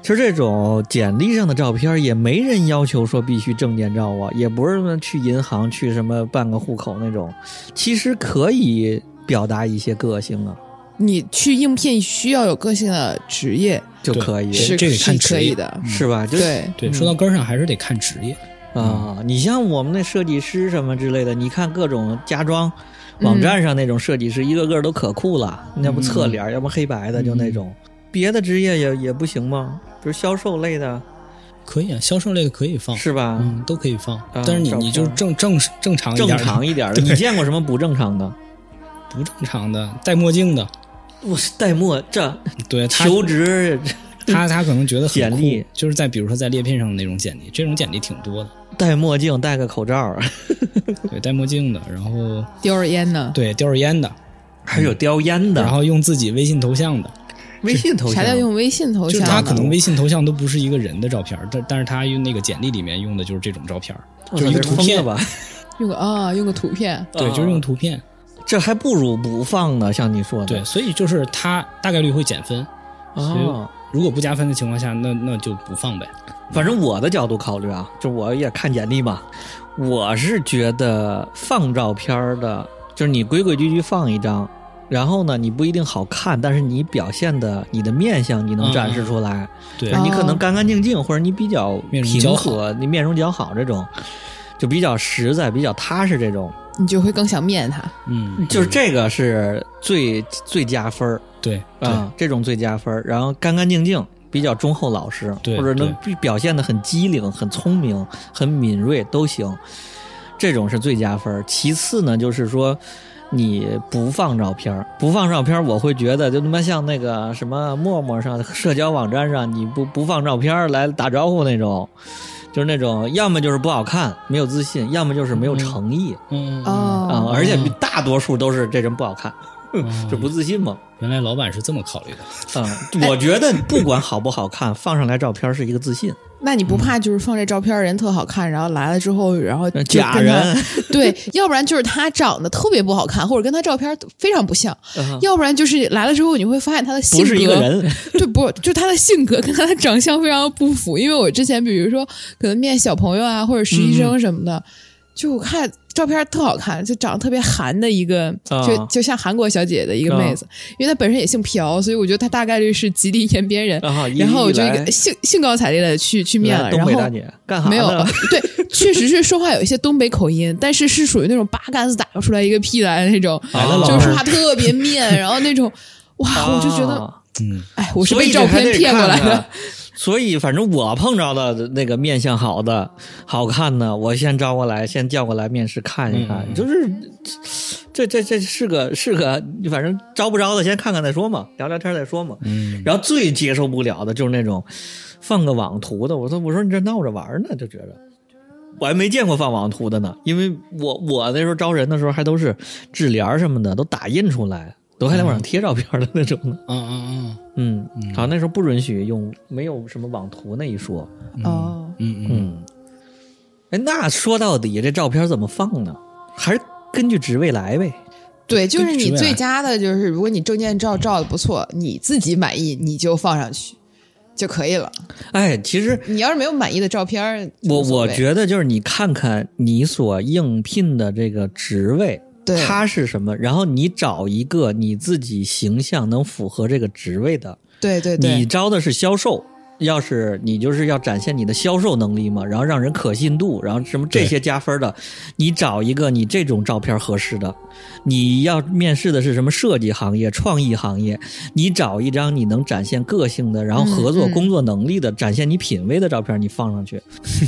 S2: 其实这种简历上的照片也没人要求说必须证件照啊，也不是说去银行去什么办个户口那种，其实可以表达一些个性啊，
S4: 你去应聘需要有个性的职业
S2: 就
S3: 对
S2: 可以
S4: 是
S3: 这个
S4: 是
S3: 看
S4: 可
S3: 职业
S4: 以的，
S2: 是吧？嗯就
S4: 对。
S3: 对，说到根儿上还是得看职业。
S2: 啊，你像我们那设计师什么之类的，你看各种家装
S4: 嗯
S2: 网站上那种设计师，一个个都可酷了，要不侧脸，要不黑白的，就那种。别的职业也也不行吗？比如销售类的，
S3: 可以啊，销售类的可以放，
S2: 是吧？
S3: 嗯，都可以放。但是你
S2: 啊照片
S3: 你就是正正正常一
S2: 正
S3: 点儿的
S2: 哦常一点的，你见过什么不正常的？
S3: 不正常的，戴墨镜的，
S2: 我是戴墨这
S3: 对他
S2: 求职
S3: 他他可能觉得很
S2: 简
S3: 酷
S2: 历，
S3: 就是在比如说在猎聘上的那种简历，这种简历挺多的。
S2: 戴墨镜戴个口罩，啊嗯
S3: 对，戴墨镜的，然后
S4: 叼着烟呢，
S3: 对叼着烟的，嗯
S2: 还有叼烟
S3: 然
S2: 的，
S3: 后用自己微信头像的，
S2: 微信头像
S4: 啥叫用微信头
S3: 就是
S4: 像呢？
S3: 他可能微信头像都不是一个人的照片儿，但但是他用那个简历里面用的就是这种照片儿，
S2: 我
S3: 就
S2: 操
S3: 一个
S2: 这
S3: 图
S2: 疯了
S3: 片，
S2: 吧？
S4: 用个啊，用个图片，
S3: 对，
S2: 啊
S3: 就是用图片，
S2: 这还不如不放呢，像你说的
S3: 对，所以就是他大概率会减分。所以
S2: 啊。
S3: 如果不加分的情况下，那那就不放呗。
S2: 反正我的角度考虑啊，就我也看简历嘛，我是觉得放照片儿的，就是你规规矩矩放一张，然后呢，你不一定好看，但是你表现的你的面相你能展示出来，
S3: 嗯对
S2: 就是你可能干干净净，或者你比较
S3: 面容姣
S2: 平
S3: 好
S2: 和，你面容姣好这种，就比较实在、比较踏实这种，
S4: 你就会更想面他。
S3: 嗯，
S2: 就是这个是最最加分儿
S3: 对对
S2: 啊，这种最加分儿。然后干干净净，比较忠厚老实，
S3: 对
S2: 或者能表现的很机灵、很聪明、很敏锐都行，这种是最加分儿。其次呢，就是说。你不放照片儿，不放照片儿，我会觉得就他妈像那个什么陌陌上、社交网站上，你不不放照片儿来打招呼那种，就是那种要么就是不好看、没有自信，要么就是没有诚意，
S3: 嗯嗯
S2: 啊、
S4: 哦，
S2: 而且大多数都是这人不好看，
S3: 嗯
S2: 这不自信嘛。
S3: 原来老板是这么考虑的，
S2: 啊、
S4: 哎
S2: 我觉得不管好不好看，放上来照片是一个自信，
S4: 那
S2: 嗯
S4: 你不怕就是放这照片人特好看，然后来了之后，然 *laughs* 后就跟
S2: 呃假
S4: 他
S2: 人
S4: *laughs* 对，要不然就是他长得特别不好看，或者跟他照片非常不像，
S2: 啊
S4: 要不然就是来了之后你会发现他的性
S2: 不
S4: 格
S2: 是一个人。嗯
S4: 对，不就他的性格跟他的长相非常不符。因为我之前比如说可能面小朋友啊，或者实习
S2: 嗯
S4: 生什么的，就我看照片特好看，就长得特别韩的一个，
S2: 啊
S4: 就就像韩国小姐的一个妹子，因为她本身也姓朴，所以我觉得她大概率是吉林延边人。
S2: 然后一
S4: *laughs* 然后我就
S2: 一来
S4: 兴兴高采烈的去去面
S2: 来
S4: 了，
S2: 东
S4: 然
S2: 北
S4: 后
S2: 大姐干啥呢
S4: 没有，
S2: *laughs*
S4: 对，确实是说话有一些东北口音，但是是属于那种八竿子打不出来一个屁来的那种，
S2: 来啊了老啊
S4: 就
S2: 师
S4: 是说话特别面，然后那种，哇，我就觉得，
S2: 啊
S3: 嗯，
S4: 哎，我是
S2: 所以
S4: 被
S2: 这
S4: 照
S2: 还
S4: 片
S2: 得
S4: 骗过来
S2: 看
S4: 的
S2: 啊。 *laughs* 所以反正我碰着的那个面相好的、好看的，我先招过来，先叫过来面试看一看，
S3: 嗯嗯嗯
S2: 就是这这这是个是个，反正招不招的先看看再说嘛，聊聊天再说嘛。
S3: 嗯
S2: 然后最接受不了的就是那种放个网图的，我说我说你这闹着玩儿呢，就觉着。我还没见过放网图的呢，因为我我那时候招人的时候还都是纸帘儿什么的都打印出来，都还在往上贴照片的那种呢。
S3: 嗯嗯
S2: 嗯，好像那时候不允许用，没有什么网图那一说。
S4: 哦，
S3: 嗯嗯
S2: 嗯，哎，那说到底这照片怎么放呢？还是根据职位来呗。
S4: 对，就是
S3: 跟职
S4: 你
S2: 啊
S3: 位
S4: 最
S3: 来
S4: 佳的就是，如果你证件照照的不错，你自己满意，你就放上去就可以了。
S2: 哎，其实
S4: 你要是没有满意的照片儿，
S2: 我
S4: 无所
S2: 我
S4: 谓
S2: 觉得就是你看看你所应聘的这个职位，
S4: 对
S2: 它是什么，然后你找一个你自己形象能符合这个职位的。
S4: 对对
S2: 你
S4: 对，
S2: 招的是销售，要是你就是要展现你的销售能力嘛，然后让人可信度，然后什么这些加分的，你找一个你这种照片合适的。你要面试的是什么设计行业、创意行业，你找一张你能展现个性的，然后合作
S4: 嗯嗯
S2: 工作能力的，展现你品味的照片，你放上去。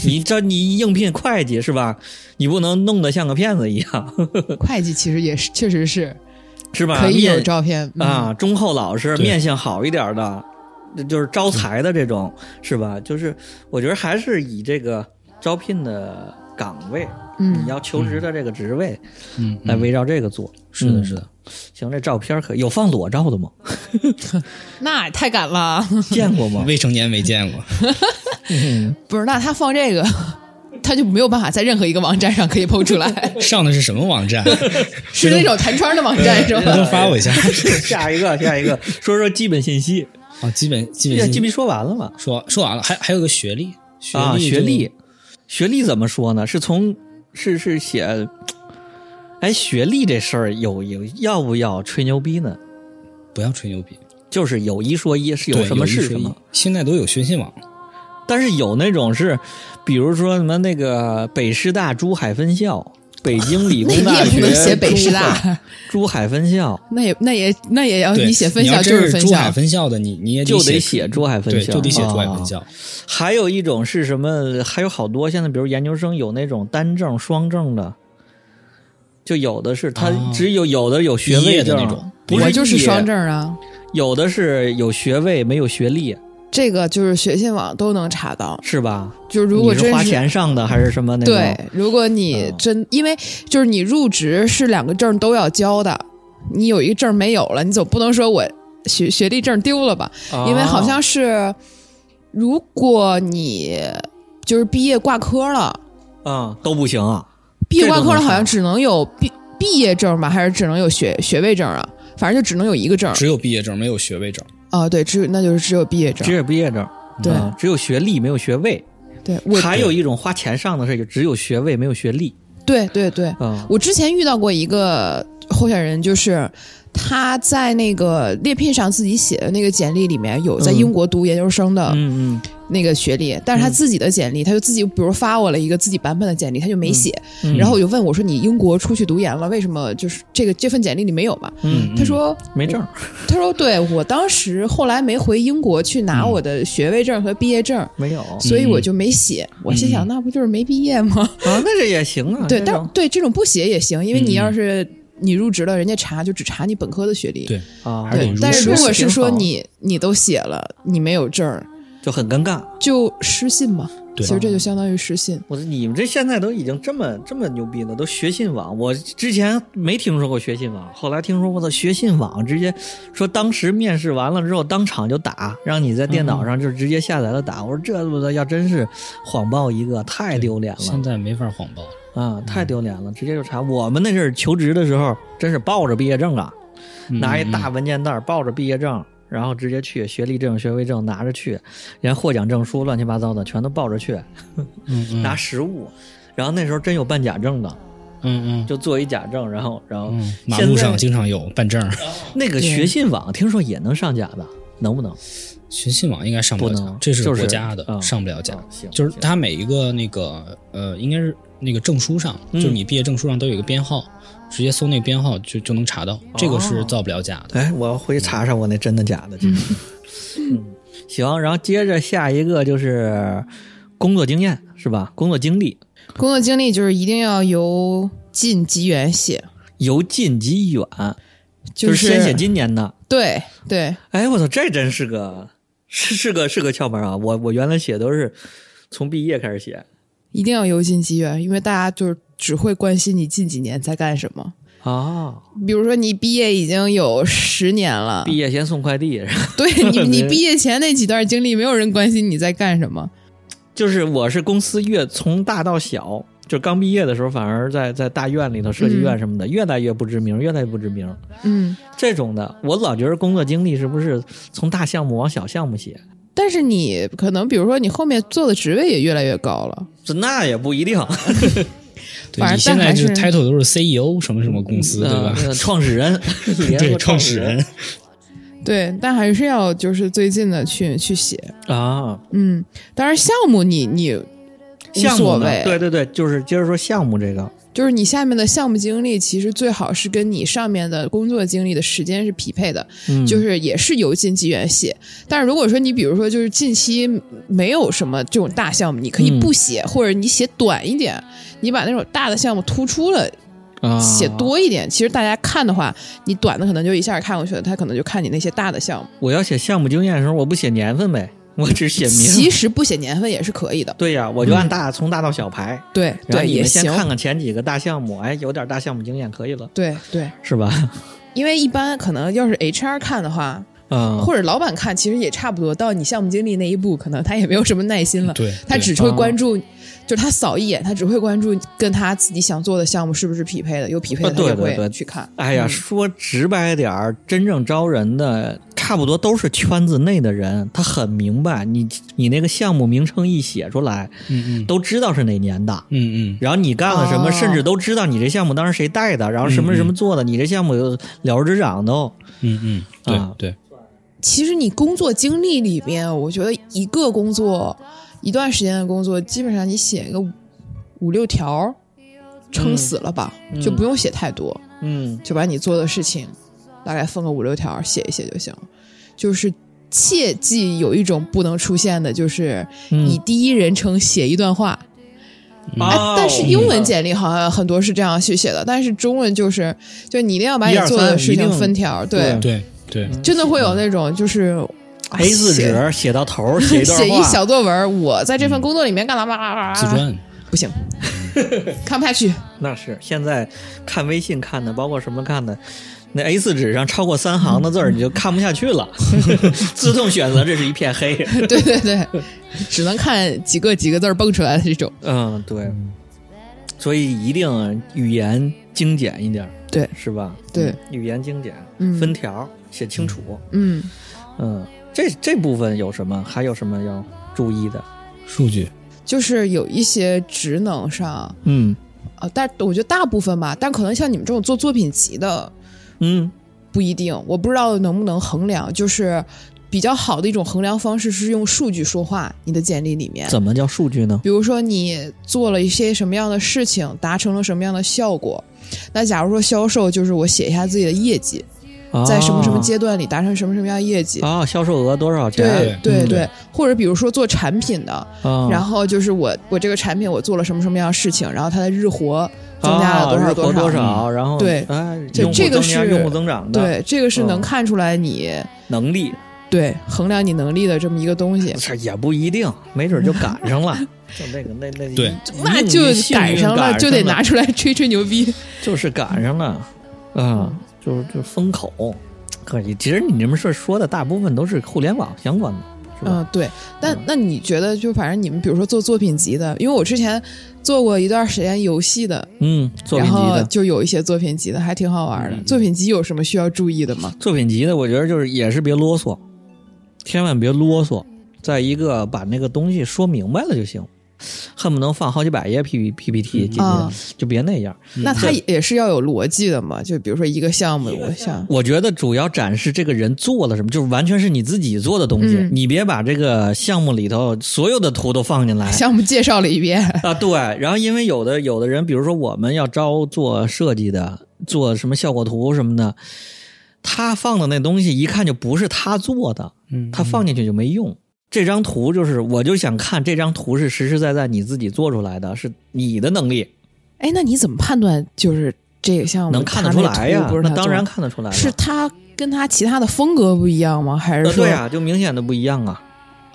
S2: 你这你应聘会计是吧？你不能弄得像个骗子一样，
S4: 会计其实也是，确实是
S2: 是吧？
S4: 可以有
S2: 面
S4: 照片嗯
S2: 啊，忠厚老实、
S3: 对
S2: 面相好一点的，就是招财的这种，是吧？就是我觉得还是以这个招聘的岗位，
S4: 嗯
S2: 啊你要求职的这个职位，
S3: 嗯
S2: 来围绕这个做。
S3: 是的
S2: 嗯
S3: 是的，
S2: 行，这照片可有放裸照的吗？
S4: 那太敢了， *laughs*
S2: 见过吗？
S3: 嗯未成年没见过，
S4: 不是？那他放这个， *laughs* 他就没有办法在任何一个网站上可以剖出
S2: *laughs*
S4: 来，
S3: 上的是什么网站？
S4: 是那种弹窗的网站是
S3: 回头
S4: 吧？
S3: 发
S2: *laughs*
S3: 我一下。
S2: *laughs* 下一个，下一个，说说基本信息。嗯
S3: 啊，基本基
S2: 这
S3: 本
S2: 基
S3: 信
S2: 本说完了吗？
S3: 说说完了，还还有个学历，学历、
S2: 啊，学历，，学历怎么说呢？是从是是写，哎，学历这事儿有有要不要吹牛逼呢？
S3: 不要吹牛逼，
S2: 就是有一说一，是有
S3: 对
S2: 什么
S3: 一
S2: 是
S3: 说
S2: 什
S3: 一
S2: 么。
S3: 现在都有学信网，
S2: 但是有那种是，比如说什么那个北师大珠海分
S3: *laughs*
S2: 校、北京理
S4: 那
S2: 工大
S4: 你也
S2: 学、
S4: 不能写北师大，
S2: 珠海、 *laughs* 珠海分
S3: *laughs*
S2: 校，
S4: 那也那也那也
S2: 啊
S4: 要
S3: 对，
S4: 你写分
S3: 要
S4: 校就
S3: 真是
S4: 分
S3: 珠
S4: 校
S3: 海，分校的，你你也
S2: 就
S3: 得
S2: 得写珠海分
S3: 对，
S2: 校啊
S3: 就得写珠海分校。
S2: 还有一种是什么？还有好多现在，比如研究生有那种单证、双证的，就有的是他
S3: 哦
S2: 只有、有的有学
S3: 毕
S2: 位
S3: 业的
S2: 证
S3: 那种
S2: 不是
S4: 我就是
S2: 毕业
S4: 双，证啊。
S2: 有的是有学位没有学历，
S4: 这个就是学信网都能查到。
S2: 是吧？
S4: 就如果
S2: 你
S4: 真
S2: 是花钱上的还是什么那种？
S4: 对，如果你
S2: 嗯
S4: 真、因为就是你入职是两个证都要交的，你有一个证没有了，你总不能说我学学历证丢了吧？
S2: 啊
S4: 因为好像是如果你就是毕业挂科了，
S2: 啊、嗯、都不行啊。
S4: 毕业挂科
S2: 这
S4: 了
S2: 种
S4: 好
S2: 能查
S4: 像只能有毕毕业证吧，还是只能有学学位证啊？反正就只能有一个证
S3: 只有毕业证，没有学位证。
S4: 啊，对，只有那就是只有毕业证
S2: 只。有毕业证，
S4: 对
S2: 嗯只有学历没有学位。
S4: 对，我
S2: 还有一种花钱上的是只有学位没有学历，
S4: 对对对，
S2: 嗯，
S4: 我之前遇到过一个候选人就是他在那个猎聘上自己写的那个简历里面有在
S2: 嗯
S4: 英国读研究生的
S2: 嗯嗯
S4: 那个学历，但是他
S2: 嗯
S4: 自己的简历，他就自己比如发我了一个自己版本的简历，他就没
S2: 嗯
S4: 写。
S2: 嗯，
S4: 然后我就问我说：“你英国出去读研了，为什么就是这个这份简历里没有嘛？”
S2: 嗯
S4: 他说
S2: 没证儿，：“
S4: 他说对我当时后来没回英国去拿
S2: 嗯
S4: 我的学位证和毕业证，
S2: 没有
S4: 所以我就没写。我心
S2: 嗯
S4: 想，那不就是没毕业吗？
S2: 啊，那这也行啊，
S4: 对，
S2: 这
S4: 但
S2: 种
S4: 对这种不写也行，因为你
S3: 嗯
S4: 要是你入职了，人家查就只查你本科的学历。
S3: 对
S2: 啊，
S3: 还是
S4: 对
S3: 得入
S4: 但
S3: 职
S4: 是如果是说
S2: 挺好
S4: 你你都写了，你没有证儿，
S2: 就很尴尬，
S4: 就失信嘛。其
S3: 对
S4: 实这就相当于失信。
S2: 我说你们这现在都已经这么这么牛逼了，都学信网。我之前没听说过学信网，后来听说过的学信网，直接说当时面试完了之后当场就打，让你在电脑上就直接下载了打。我说这不得要真是谎报一个，太丢脸
S3: 现
S2: 了
S3: 在没法谎报了。
S2: 啊，太丢脸了，直接就查。我们那阵儿求职的时候，真是抱着毕业证啊，
S3: 嗯
S2: 拿一大文件袋儿抱着毕业证，然后直接去学历证、学位证拿着去，连获奖证书乱七八糟的全都抱着去。
S3: 嗯
S2: *laughs*
S3: 嗯
S2: 拿实物，然后那时候真有办假证的，
S3: 嗯嗯
S2: 就做一假证，然后然后
S3: 嗯，马
S2: 现
S3: 路
S2: 在
S3: 上经常有办证儿，
S2: 那个学信网听说也能上假的，能不能？
S3: 寻信网应该上不了
S2: 不
S3: 假
S2: 能，
S3: 这是
S2: 就是
S3: 国家的，
S2: 啊
S3: 上不了假。
S2: 啊行，
S3: 就是
S2: 行
S3: 它每一个那个呃，应该是那个证书上，
S2: 嗯
S3: 就是你毕业证书上都有一个编号，直接搜那个编号就就能查到，这个是
S2: 哦
S3: 造不了假的。
S2: 哎，我要回去查查我那真的假的。 *laughs* 嗯，行，然后接着下一个就是工作经验是吧？工作经历
S4: 工作经历就是一定要由近及远写，
S2: 由近及远，
S4: 就是
S2: 先写今年的。
S4: 对对，
S2: 哎，我操，这真是个是是个是个窍门啊！我我原来写都是从毕业开始写
S4: 一定要由近及远，因为大家就是只会关心你近几年在干什么。
S2: 啊，
S4: 比如说你毕业已经有十年了，
S2: 毕业先送快递，然后
S3: *laughs*
S4: 对你你毕业前那几段经历，没有人关心你在干什么。
S2: 就是我是公司越从大到小，就刚毕业的时候，反而在在大院里头设计院什么的，越来越不知名，越来越不知名。
S4: 嗯，
S2: 这种的，我老觉得工作经历是不是从大项目往小项目写？
S4: 但是你可能比如说你后面做的职位也越来越高了，
S2: 这那也不一定，
S3: 对
S4: 反
S3: 你
S4: 正
S3: 现在
S4: 但
S3: 就
S4: 还是
S3: title 都是 CEO 什么什么公司，对吧？ *laughs*
S2: 呃创始 *laughs* 人，联
S3: 对，
S2: 合
S3: 创
S2: 始
S3: 始人。
S4: 对，但还是要就是最近的去去写。
S2: 啊，
S4: 嗯，当然项目你你无
S2: 项目
S4: 所
S2: 呢
S4: 谓，
S2: 对对对，就是接着说项目这个，
S4: 就是你下面的项目经历，其实最好是跟你上面的工作经历的时间是匹配的，
S2: 嗯，
S4: 就是也是由近及远写。但是如果说你比如说就是近期没有什么这种大项目，你可以
S2: 嗯
S4: 不写，或者你写短一点，你把那种大的项目突出了
S2: 啊
S4: 写。多一点。其实大家看的话，你短的可能就一下看过去了，他可能就看你那些大的项目。
S2: 我要写项目经验的时候，我不写年份呗， *laughs* 我只写名
S4: 其。实不写年份也是可以的，
S2: 对呀、我就按大、从大到小排，
S4: 对
S2: 然后
S4: 嗯对
S2: 你
S4: 也
S2: 们先
S4: 行，
S2: 看看前几个大项目，哎，有点大项目经验可以了，
S4: 对对，
S2: 是吧？
S4: *laughs* 因为一般可能要是 HR 看的话，
S2: 嗯，
S4: 或者老板看，其实也差不多。到你项目经理那一步，可能他也没有什么耐心了，
S3: 对，
S4: 他
S3: 对
S4: 只
S2: 啊
S4: 会关注，就是他扫一眼，他只会关注跟他自己想做的项目是不是匹配的，有匹配的
S2: 啊
S4: 他
S2: 对
S4: 就
S2: 对对
S4: 会去看。
S2: 哎呀，说直白点儿，真正招人的差不多都是圈子内的人，他很明白你你那个项目名称一写出来，
S3: 嗯嗯
S2: 都知道是哪年的。
S3: 嗯嗯，
S2: 然后你干了什么，
S4: 哦
S2: 甚至都知道你这项目当时谁带的，然后什么
S3: 嗯嗯
S2: 什么做的，你这项目有了如指掌都。
S3: 嗯嗯，对
S2: 啊
S3: 对，
S4: 其实你工作经历里边，我觉得一个工作一段时间的工作，基本上你写一个五五六条，撑死了吧，
S2: 嗯
S4: 就不用写太多，
S2: 嗯
S4: 就把你做的事情大概分个五六条写一写就行了。就是切记有一种不能出现的，就是以
S2: 嗯
S4: 第一人称写一段话。
S3: 嗯
S4: 哎
S2: 啊，
S4: 但是英文简历好像很多是这样去写的，但是中文就是，就你一定要把
S2: 一
S4: 你
S2: 二
S4: 做的
S2: 三
S4: 事
S2: 一定
S4: 情分条，
S2: 对
S3: 对对，
S4: 真的会有那种就是。啊
S2: A 四
S4: 写
S2: 纸写到头儿，写一段话，嗯
S4: 写一小作文儿，我在这份工作里面干了嘛嘛嘛嘛，
S3: 自传
S4: 不行，看不下去。 *laughs*
S2: 那是现在看微信看的，包括什么看的，那 A 四纸上超过三行的字儿你就看不下去了， *laughs* 自动选择这是一片黑。
S4: 对对对，只能看几个几个字儿蹦出来的这种。
S2: 嗯，对，所以一定语言精简一点儿，
S4: 对
S2: 是吧？
S4: 对
S2: 嗯，语言精简，
S4: 嗯
S2: 分条儿写清楚。
S4: 嗯，
S2: 嗯，这这部分有什么？还有什么要注意的？
S3: 数据，
S4: 就是有一些职能上，
S2: 嗯
S4: 呃，但我觉得大部分吧，但可能像你们这种做作品集的
S2: 嗯，
S4: 不一定，我不知道能不能衡量，就是。比较好的一种衡量方式是用数据说话，你的简历里面，
S2: 怎么叫数据呢？
S4: 比如说你做了一些什么样的事情，达成了什么样的效果。那假如说销售，就是我写一下自己的业绩，在什么什么阶段里达成什么什么样的业绩。
S2: 啊，哦销售额多少钱？
S4: 对对
S3: 嗯
S4: 对，或者比如说做产品的，
S2: 啊，
S4: 然后就是我我这个产品我做了什么什么样的事情，然后它的日活增加了多
S2: 啊
S4: 少
S2: 日活
S4: 多
S2: 多
S4: 少。
S2: 少？然后
S4: 对
S2: 哎，
S4: 这
S2: 用户
S4: 这个
S2: 增加
S4: 是
S2: 用户增长的
S4: 对，这个是
S2: 嗯
S4: 能看出来你
S2: 能力，
S4: 对衡量你能力的这么一个东西。
S2: 这也不一定，没准就赶上
S4: *laughs*
S2: 了。就那个那那
S3: 对
S4: 那就赶上了，就得拿，
S2: 出，
S4: 出来吹吹牛逼。
S2: 就是赶上了啊，就是就是风口可以。其实你这么说说的大部分都是互联网相关的，是吧？
S4: 嗯，对。但
S2: 嗯
S4: 那你觉得，就反正你们比如说做作品集的，因为我之前做过一段时间游戏的，
S2: 嗯，作
S4: 然
S2: 品集
S4: 后
S2: 的嗯
S4: 就有一些作品集的，还挺好玩的。作品集有什么需要注意的吗？
S2: 作品集的，我觉得就是也是别啰嗦，千万别啰嗦。再一个，把那个东西说明白了就行，恨不能放好几百页 P P P P T 进去，
S4: 啊
S2: 就别那样。
S4: 那它也是要有逻辑的嘛？就比如说一个项目，我想
S2: 我觉得主要展示这个人做了什么，就是完全是你自己做的东西，
S4: 嗯
S2: 你别把这个项目里头所有的图都放进来。
S4: 项目介绍了一遍，
S2: 啊，对，然后因为有的有的人，比如说我们要招做设计的，做什么效果图什么的，他放的那东西一看就不是他做的，
S3: 嗯
S2: 他放进去就没用。这张图就是，我就想看这张图是实实在在你自己做出来的，是你的能力
S4: *laughs* 哎，那你怎么判断就是这个项目
S2: 能看得出来
S4: 它那
S2: 呀
S4: 图不是？
S2: 那
S4: 它
S2: 当
S4: 做
S2: 然
S4: 的
S2: 看得出来了。
S4: 是它跟它其他的风格不一样吗？还是
S2: 呃，
S4: 说
S2: 对啊，就明显的不一样啊。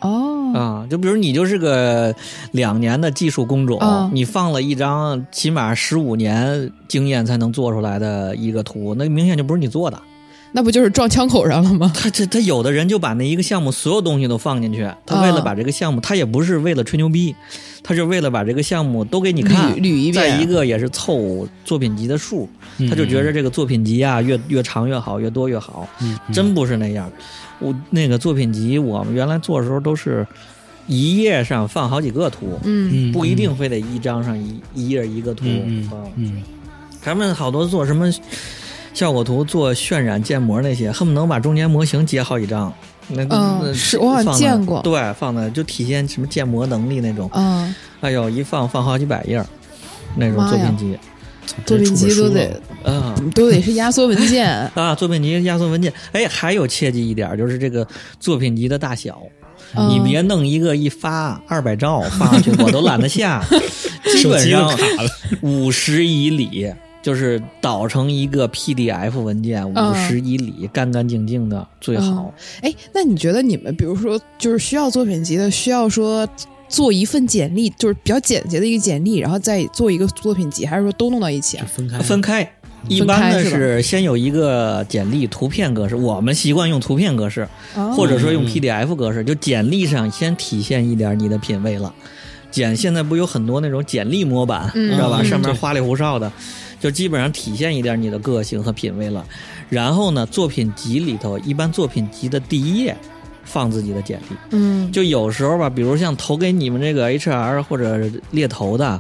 S4: 哦
S2: 啊，就比如你就是个两年的技术工种，
S4: 啊
S2: 你放了一张起码十五年经验才能做出来的一个图，那明显就不是你做的。
S4: 那不就是撞枪口上了吗？
S2: 他这他有的人就把那一个项目所有东西都放进去，他为了
S4: 啊
S2: 把这个项目，他也不是为了吹牛逼，他是为了把这个项目都给 *laughs* 你看
S4: 捋。捋一遍，
S2: 再一个也是凑作品集的数，
S3: 嗯
S2: 他就觉着这个作品集啊越越长越好，越多越好。
S3: 嗯
S2: 真不是那样。我那个作品集，我们原来做的时候都是一页上放好几个图，
S4: 嗯
S2: 不一定非得一张上一一页一个图
S3: 嗯
S2: 啊。
S3: 嗯
S2: 咱们好多做什么效果图、做渲染建模那些，恨不能把中间模型截好几张。那那
S4: 嗯，是我好
S2: 放
S4: 像
S2: 在
S4: 见过，
S2: 对，放的就体现什么建模能力那种。
S4: 嗯，
S2: 哎呦，一放放好几百页儿那种
S4: 妈
S2: 作品
S4: 呀
S2: 集
S4: 作品集都得
S2: 啊。，
S4: 都得是压缩文 *laughs* 件
S2: 啊，作品集压缩文件，哎，还有切记一点儿，就是这个作品集的大小，
S4: 嗯
S2: 你别弄一个一发二百兆发去，我都懒得
S4: *laughs*
S2: 下。基本上
S3: 卡了，
S2: 五十以里，就是导成一个 PDF 文件，
S4: 嗯
S2: 五十以里干干净净的最好。
S4: 哎，那你觉得你们比如说就是需要作品集的，需要说做一份简历，就是比较简洁的一个简历，然后再做一个作品集，还是说都弄到一起啊？
S3: 分开
S2: 分开，一
S4: 分开
S2: 般的
S4: 是吧
S2: 是先有一个简历图片格式，我们习惯用图片格式，
S4: 哦
S2: 或者说用
S3: 嗯
S2: PDF 格式，就简历上先体现一点你的品味了。简现在不有很多那种简历模板，
S4: 嗯
S2: 知道吧？
S4: 嗯
S2: 上面
S3: 对
S2: 花里胡哨的，就基本上体现一点你的个性和品味了。然后呢，作品集里头，一般作品集的第一页放自己的简历。
S4: 嗯，
S2: 就有时候吧，比如像投给你们这个 HR 或者猎头的，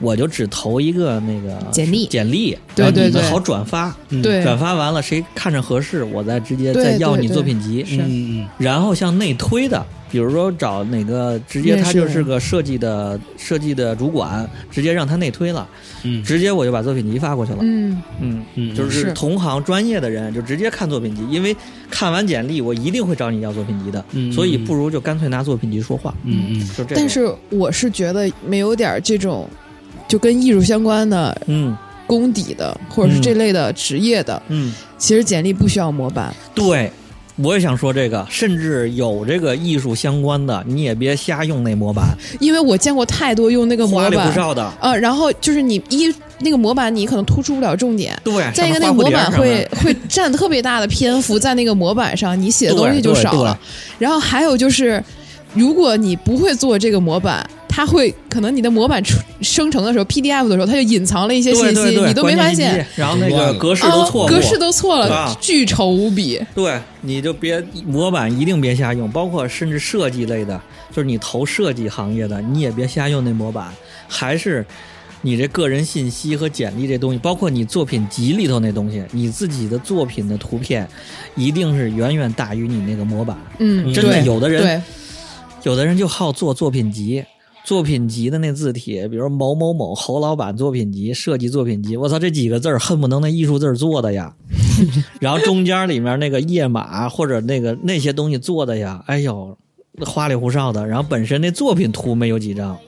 S2: 我就只投一个那个
S4: 简历
S2: 简历，
S4: 对
S2: 然后你
S4: 对
S2: 们
S4: 对
S2: 好转发。
S4: 对
S2: 转发完了，谁看着合适，我再直接再
S4: 对
S2: 要
S4: 对
S2: 你
S4: 对
S2: 作品集。
S4: 是
S3: 嗯嗯
S2: 然后像内推的，比如说找哪个直接
S4: 面试
S2: 他就是个设计的设计的主管，直接让他内推了，
S3: 嗯
S2: 直接我就把作品集发过去了。
S4: 嗯，
S2: 嗯，
S3: 嗯
S2: 就是是同行专业的人就直接看作品集，因为看完简历我一定会找你要作品集的，
S3: 嗯
S2: 所以不如就干脆拿作品集说话。
S3: 嗯嗯
S2: 就这种。
S4: 但是我是觉得没有点儿这种。就跟艺术相关的
S2: 嗯
S4: 功底的，或者是这类的职业的，
S2: 嗯，
S4: 其实简历不需要模板。
S2: 对。我也想说这个，甚至有这个艺术相关的，你也别瞎用那模板，
S4: 因为我见过太多用那个模
S2: 花里胡
S4: 板，
S2: 哨的。
S4: 呃，然后就是你一那个模板，你可能突出不了重点。
S2: 对，
S4: 再一个，
S2: 哎什
S4: 那
S2: 么花蝴
S4: 个模
S2: 蝶什
S4: 板
S2: 么
S4: 会
S2: 的
S4: 会占特别大的篇幅在那个模板上，你写的
S2: 对
S4: 东西就
S2: 对
S4: 少
S2: 对
S4: 了。然后还有就是，如果你不会做这个模板，它会可能你的模板出生成的时候，PDF 的时候，它就隐藏了一些信
S2: 对
S4: 息，
S2: 对对，
S4: 你都没
S2: 关键
S4: 发
S2: 信息
S4: 现。，
S2: 然后那
S3: 乱
S2: 个
S3: 了
S2: 格式都
S4: 啊
S2: 错误，，
S4: 格式都错
S2: 对
S4: 了
S2: 吧，
S4: 巨丑无比。
S2: 对，你就别模板一定别瞎用，包括甚至设计类的，就是你投设计行业的，你也别瞎用那模板，还是你这个人信息和简历这东西，包括你作品集里头那东西，你自己的作品的图片，一定是远远大于你那个模板。
S4: 嗯，
S2: 真哎的
S4: 对
S2: 有的人
S4: 对，
S2: 有的人就好做作品集，作品集的那字体，比如某某某侯老板作品集、设计作品集，我操，这几个字儿恨不能那艺术字儿做的呀。 *laughs* 然后中间里面那个页码或者那个那些东西做的呀，哎呦，花里胡哨的。然后本身那作品图没有几张，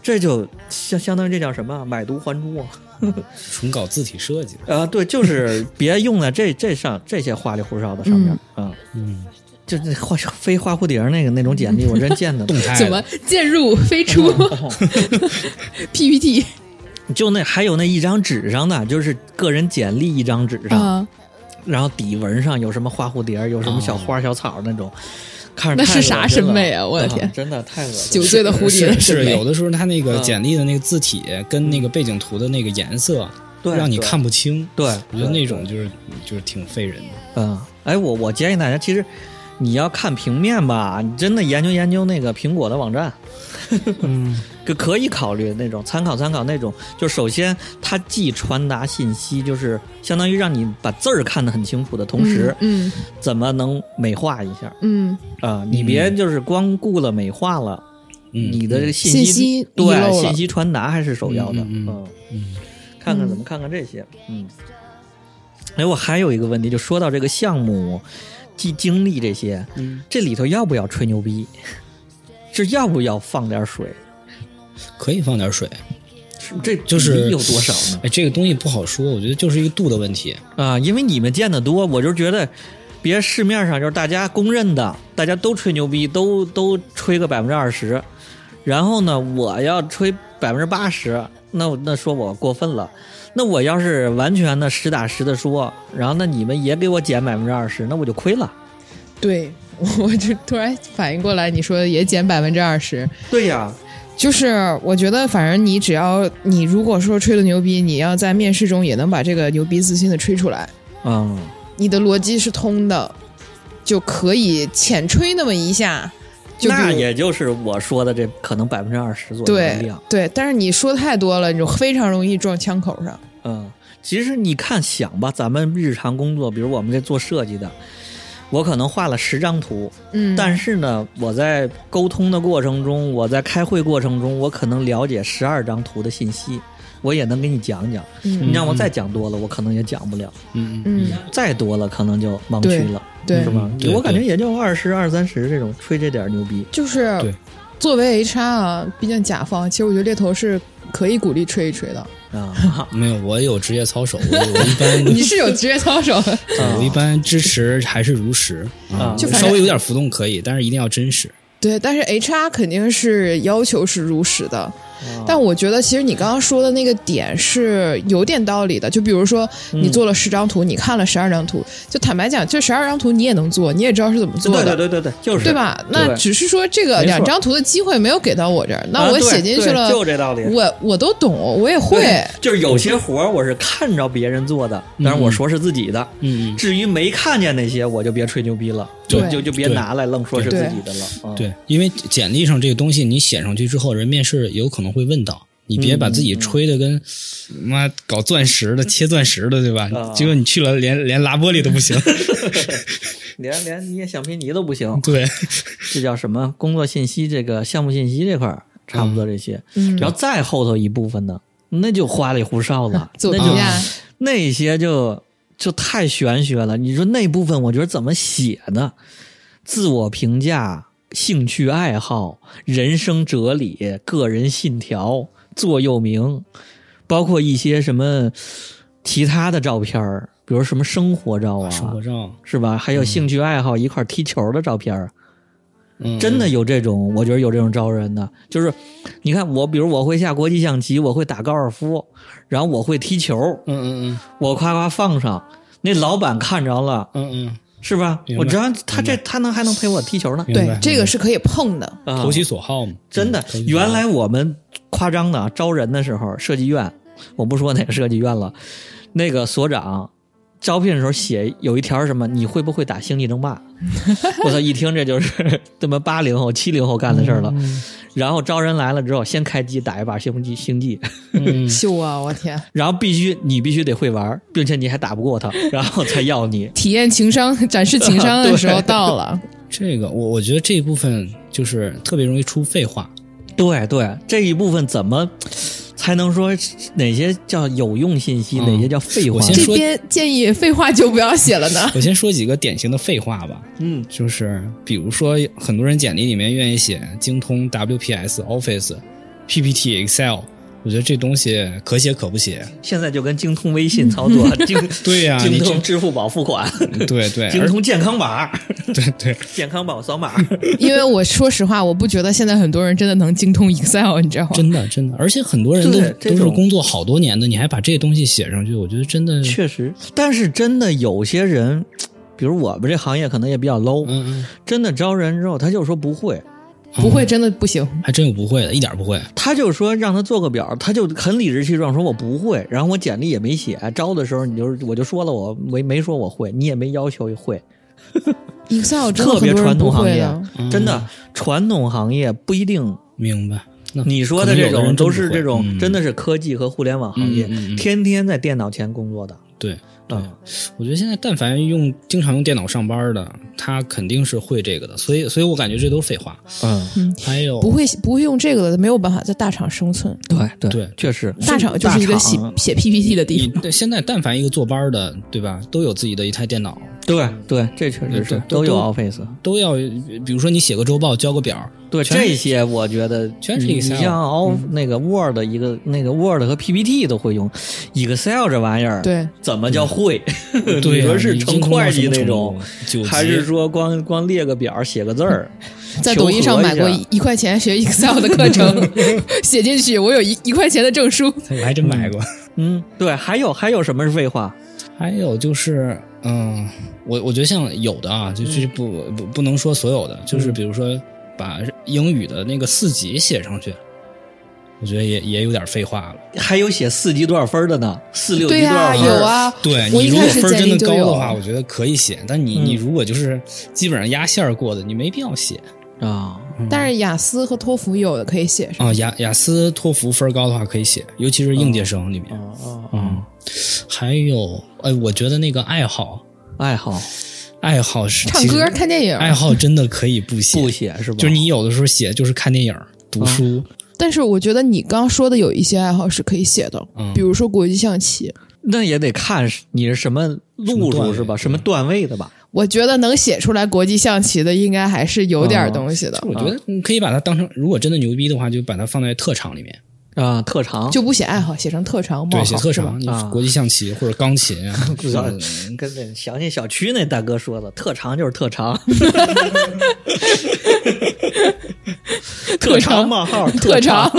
S2: 这就相相当于这叫什么啊买椟还珠啊？
S3: 纯搞字体设计。
S2: 啊，对，就是别用在这这上这些花里胡哨的上面、啊。
S3: 嗯，
S2: 就那画飞花蝴蝶那个那种简历，我真 *laughs* 见得
S3: 动态的
S4: 怎么渐入非出
S2: 嗯
S4: *laughs* PPT
S2: 就那还有那一张纸上的，就是个人简历一张纸上，
S4: 啊？
S2: 然后底纹上有什么花蝴蝶儿，有什么小花小草那种，看着
S4: 嗯那
S2: 太
S4: 是
S2: 恶
S4: 啥
S2: 心
S4: 审
S2: 了嗯
S4: 美啊我的天
S2: 真的太恶心
S4: 酒
S2: 了。
S4: 醉的蝴蝶
S3: 是
S4: 审
S3: 是
S4: 美
S3: 有的时候它那个
S2: 嗯
S3: 简历的那个字体跟那个背景图的那个颜色，
S2: 对，
S3: 让你
S2: 对
S3: 看不清。
S2: 对
S3: 我觉得那种就是就是挺费人的。
S2: 嗯，哎，我我建议大家，其实你要看平面吧，你真的研究研究那个苹果的网站，
S3: 嗯，
S2: 就 *laughs* 可以考虑那种参考参考那种。就首先，它既传达信息，就是相当于让你把字儿看得很清楚的同时，
S4: 嗯
S2: 怎么能美化一下
S4: 嗯，
S2: 啊、你别就是光顾了美化了，
S3: 嗯
S2: 你的这个信
S4: 信
S2: 息
S4: 息遗漏
S2: 对
S4: 了
S2: 信息传达还是首要的。
S3: 嗯嗯嗯
S2: 看看怎么看看这些，嗯。哎，我还有一个问题，就说到这个项目、经经历这些，
S3: 嗯，
S2: 这里头要不要吹牛逼？ *laughs* 这要不要放点水？
S3: 可以放点水。
S2: 是这
S3: 就是
S2: 比有多少呢？
S3: 哎，这个东西不好说，我觉得就是一个度的问题。
S2: 啊，因为你们见得多，我就觉得，别市面上就是大家公认的，大家都吹牛逼，都都吹个百分之二十，然后呢，我要吹百分之八十，那我那说我过分了。那我要是完全的实打实的说，然后那你们也给我减百分之二十，那我就亏了。
S4: 对， *laughs* 我就突然反应过来，你说也减百分之二十，
S2: 对呀，
S4: 就是我觉得，反正你只要你如果说吹的牛逼，你要在面试中也能把这个牛逼自信的吹出来，
S2: 嗯，
S4: 你的逻辑是通的，就可以浅吹那么一下。就比如
S2: 那也就是我说的这可能百分之二十左右的
S4: 对
S2: 量。
S4: 对，但是你说太多了，你就非常容易撞枪口上。
S2: 嗯，其实你看想吧，咱们日常工作，比如我们这做设计的，我可能画了十张图，
S4: 嗯，
S2: 但是呢，我在沟通的过程中，我在开会过程中，我可能了解十二张图的信息，我也能给你讲讲。
S4: 嗯
S2: 你让我再讲多了，我可能也讲不了；
S3: 嗯
S4: 嗯，
S2: 再多了，可能就盲区了，
S4: 对
S2: 是吧
S3: 嗯？对
S2: 我感觉也就二十二三十这种，吹这点牛逼。
S4: 就是
S3: 对
S4: 作为 HR 啊，毕竟甲方，其实我觉得猎头是可以鼓励吹一吹的。 *laughs*
S2: 啊，
S3: 没有，我有职业操守，我 *laughs* 我一般
S2: 嗯
S4: 你是有职业操守的，
S3: 对我一般支持还是如实
S2: 啊就
S4: 反
S3: 嗯
S4: 正
S3: 稍微有点浮动可以，但是一定要真实。
S4: 对，但是 HR 肯定是要求是如实的。
S2: 啊
S4: 但我觉得其实你刚刚说的那个点是有点道理的，就比如说
S2: 嗯
S4: 你做了十张图，你看了十二张图，就坦白讲，这十二张图你也能做，你也知道是怎么做
S2: 对
S4: 的。
S2: 对对对对，就是
S4: 对？吧？那只是说这个
S2: 没错
S4: 两张图的机会没有给到我这儿，那
S2: 啊
S4: 我
S2: 对
S4: 写进去
S2: 对
S4: 了，
S2: 就这道理。
S4: 我我都懂，我也会。
S2: 对，就是有些活儿我是看着别人做的，但是我说是自己的。
S3: 嗯嗯，
S2: 至于没看见那些，我就别吹牛逼了，就
S4: 对
S2: 就就别
S3: 对
S2: 拿来愣说是自己的了。啊，
S3: 对，因为简历上这个东西你写上去之后，人面试有可能会问到。你别把自
S2: 嗯
S3: 己吹的跟妈搞钻石的、切钻石的，对吧
S2: 啊？
S3: 结果你去了连连拉玻璃都不
S2: *laughs*
S3: 行。
S2: 连连捏橡皮泥都不行，
S3: 对，
S2: 这叫什么？工作信息这个项目信息这块儿，差不多这些。
S4: 嗯，
S2: 然后再后头一部分呢，那就花里胡哨了，
S4: 自我
S2: 那
S4: 评
S2: 就
S4: 价，
S2: 那些就就太玄学了。你说那部分，我觉得怎么写呢？自我评价、兴趣爱好、人生哲理、个人信条、座右铭，包括一些什么其他的照片儿，比如什么生活照啊，
S3: 生活嗯照，
S2: 是吧？还有兴趣爱好一块儿踢球的照片儿，
S3: 嗯
S2: 真的有这种，我觉得有这种招人的，就是你看我，比如我会下国际象棋，我会打高尔夫，然后我会踢球，
S3: 嗯嗯
S2: 我夸夸放上，那老板看着了，
S3: 嗯嗯
S2: 是吧
S3: 明？白
S2: 我知道他这他能还能陪我踢球呢
S3: 嗯，，明
S4: 对
S3: 白
S4: 这个是可以碰的。
S2: 啊
S3: 投其所好嘛，
S2: 真的
S3: 嗯投其。所好
S2: 原来我们夸张的啊招人的时候，设计院，我不说哪个设计院了，那个所长。招聘的时候写有一条是什么，你会不会打星际争霸？ *laughs* 我操，一听这就是 *laughs* 他妈八零后、七零后干的事儿了。
S3: 嗯
S2: 然后招人来了之后，先开机打一把星际星际，
S3: 嗯，
S4: 秀啊！我天，
S2: 然后必须你必须得会玩，并且你还打不过他， *laughs* 然后才要你。
S4: 体验情商、展示情商
S2: *laughs*
S4: 的时候到了。
S3: 这个我我觉得这一部分就是特别容易出废话，
S2: 对对，这一部分怎么才能说哪些叫有用信息，哪些叫废话
S3: 嗯我？先
S4: 这
S3: 说
S4: 边建议废话就不要写了
S2: *laughs*
S4: 呢。
S3: 我先说几个典型的废话吧，
S2: 嗯，
S3: 就是比如说很多人简历里面愿意写精通 WPS、Office、PPT、Excel，我觉得这东西可写可不写。
S2: *laughs* 现在就跟精通微
S4: 嗯
S2: 信操
S4: *laughs*
S2: 作，精
S3: 对呀、
S2: *laughs* 精
S3: 你
S2: 通
S3: 这
S2: 支付宝付款，
S3: 对对，
S2: 精
S3: 而
S2: 通健康码，
S3: *laughs* 对对，
S2: *laughs* 健康宝
S3: *laughs*
S2: 扫码。
S4: 因为我说实话，我不觉得现在很多人真的能精通 Excel，你知道吗？
S3: 真的真的，而且很多人都
S2: 啊对这
S3: 都是
S2: 种
S3: 工作好多年的，你还把这东西写上去，我觉得真的，
S2: 确实，但是真的有些人，比如我们这行业可能也比较 low，、
S3: 嗯嗯，
S2: 真的招人之后，他就说不会，
S4: 不会真的不行。
S3: 还真有不会的，一点不会。
S2: 他就说让他做个表，他就很理直气壮说我不会，然后我简历也没写，招的时候你就是我就说了我没没说我会，你也没要求会，
S4: Excel 真的
S2: 特
S4: 很
S2: 别
S4: 多人
S2: 传
S4: 不
S2: 统行
S4: 会
S2: 业
S4: 的。，
S3: 嗯
S2: 真的传统行业不一定。
S3: 明白？那
S2: 你说
S3: 可能
S2: 这
S3: 有的
S2: 种
S3: 人真
S2: 都
S3: 不
S2: 是
S3: 会
S2: 这种
S3: 嗯
S2: 真的是科技和互联网行业，
S3: 嗯嗯嗯
S2: 天天在电脑前工作的，
S3: 对。对
S2: 嗯，
S3: 我觉得现在但凡用经常用电脑上班的，他肯定是会这个的，所以，所以我感觉这都是废话。
S2: 嗯，
S3: 还有
S4: 不会不会用这个的，没有办法在大厂生存。
S2: 对对
S3: 对
S2: 确实，
S4: 大厂就是一个写
S2: 厂
S4: 写 PPT 的地
S3: 你
S4: 方。
S3: 对现在但凡一个坐班的，对吧，都有自己的一台电脑，
S2: 对对，这确实是
S3: 对
S2: 都有
S3: 都
S2: Office，
S3: 都要，比如说你写个周报，交个表，
S2: 对
S3: 全是
S2: 这些我觉得
S3: 全是
S2: 你
S3: Excel 嗯
S2: 你像 O 那个 Word 一个那个 Word 和 PPT 都会用，Excel 这玩意儿
S4: 对，
S2: 怎么叫会？
S3: 对啊
S2: *laughs* 你
S3: 呀、
S2: 说是
S3: 已经
S2: 成会计
S3: 工作
S2: 那
S3: 成
S2: 种，
S3: 九
S2: *laughs*
S3: 级，
S2: 还是说光光列个表写个字
S3: *laughs*
S2: 儿？
S4: 在抖音上买过
S2: 求和一
S4: 一
S2: 下
S4: 一块钱学 Excel 的课程，写进去，我有一一块钱的证书。
S3: 我还真买过。
S2: 嗯，对，还有还有什么是废话？
S3: 还有就是，嗯，我我觉得像有的啊，就是不不不能说所有的，
S2: 嗯
S3: 就是比如说把英语的那个四级写上去，我觉得也也有点废话了。
S2: 还有写四级多少分儿的呢？四六级
S4: 对
S2: 多
S4: 呀、
S2: 少分儿？
S4: 有啊。
S3: 对
S4: 我
S3: 你
S4: 一
S3: 如
S4: 开
S3: 果
S4: 始
S3: 分儿
S4: 简
S3: 真的
S4: 历就
S3: 高
S4: 有
S3: 的话，我觉得可以写，但你你
S2: 嗯
S3: 如果就是基本上压线儿过的，你没必要写。
S2: 啊，
S4: 但是雅思和托福有的可以写上。
S3: 啊、雅雅思、托福分儿高的话可以写，尤其是应届生里面。
S2: 啊啊啊！
S3: 嗯，还有，哎，我觉得那个爱好，
S2: 爱好
S3: 爱好是
S4: 唱
S3: 其实哎
S4: 歌、看电影，
S3: 爱好真的可以不写，
S2: 不嗯写是吧？
S3: 就是你有的时候写就是看电影儿、读书，
S4: 但是我觉得你刚说的有一些爱好是可以写的，
S3: 嗯
S4: 比如说国际象棋，
S2: 那也得看是你是什么路
S3: 什么段
S2: 数
S3: 位
S2: 是吧？什么段位的吧？
S4: 我觉得能写出来国际象棋的，应该还是有点东西的，
S3: 我觉得
S2: 嗯
S3: 你可以把它当成，如果真的牛逼的话，就把它放在特长里面，
S2: 啊，特长
S4: 就不写爱好，写成特长冒
S3: 对，
S4: 号
S3: 写特
S4: 是吧
S3: 长，你
S2: 啊
S3: 国际象棋或者钢琴啊，
S2: 不知道，嗯跟那想起小区那大哥说的，特长就是特
S4: *laughs*
S2: 长，特长冒号
S4: 特长。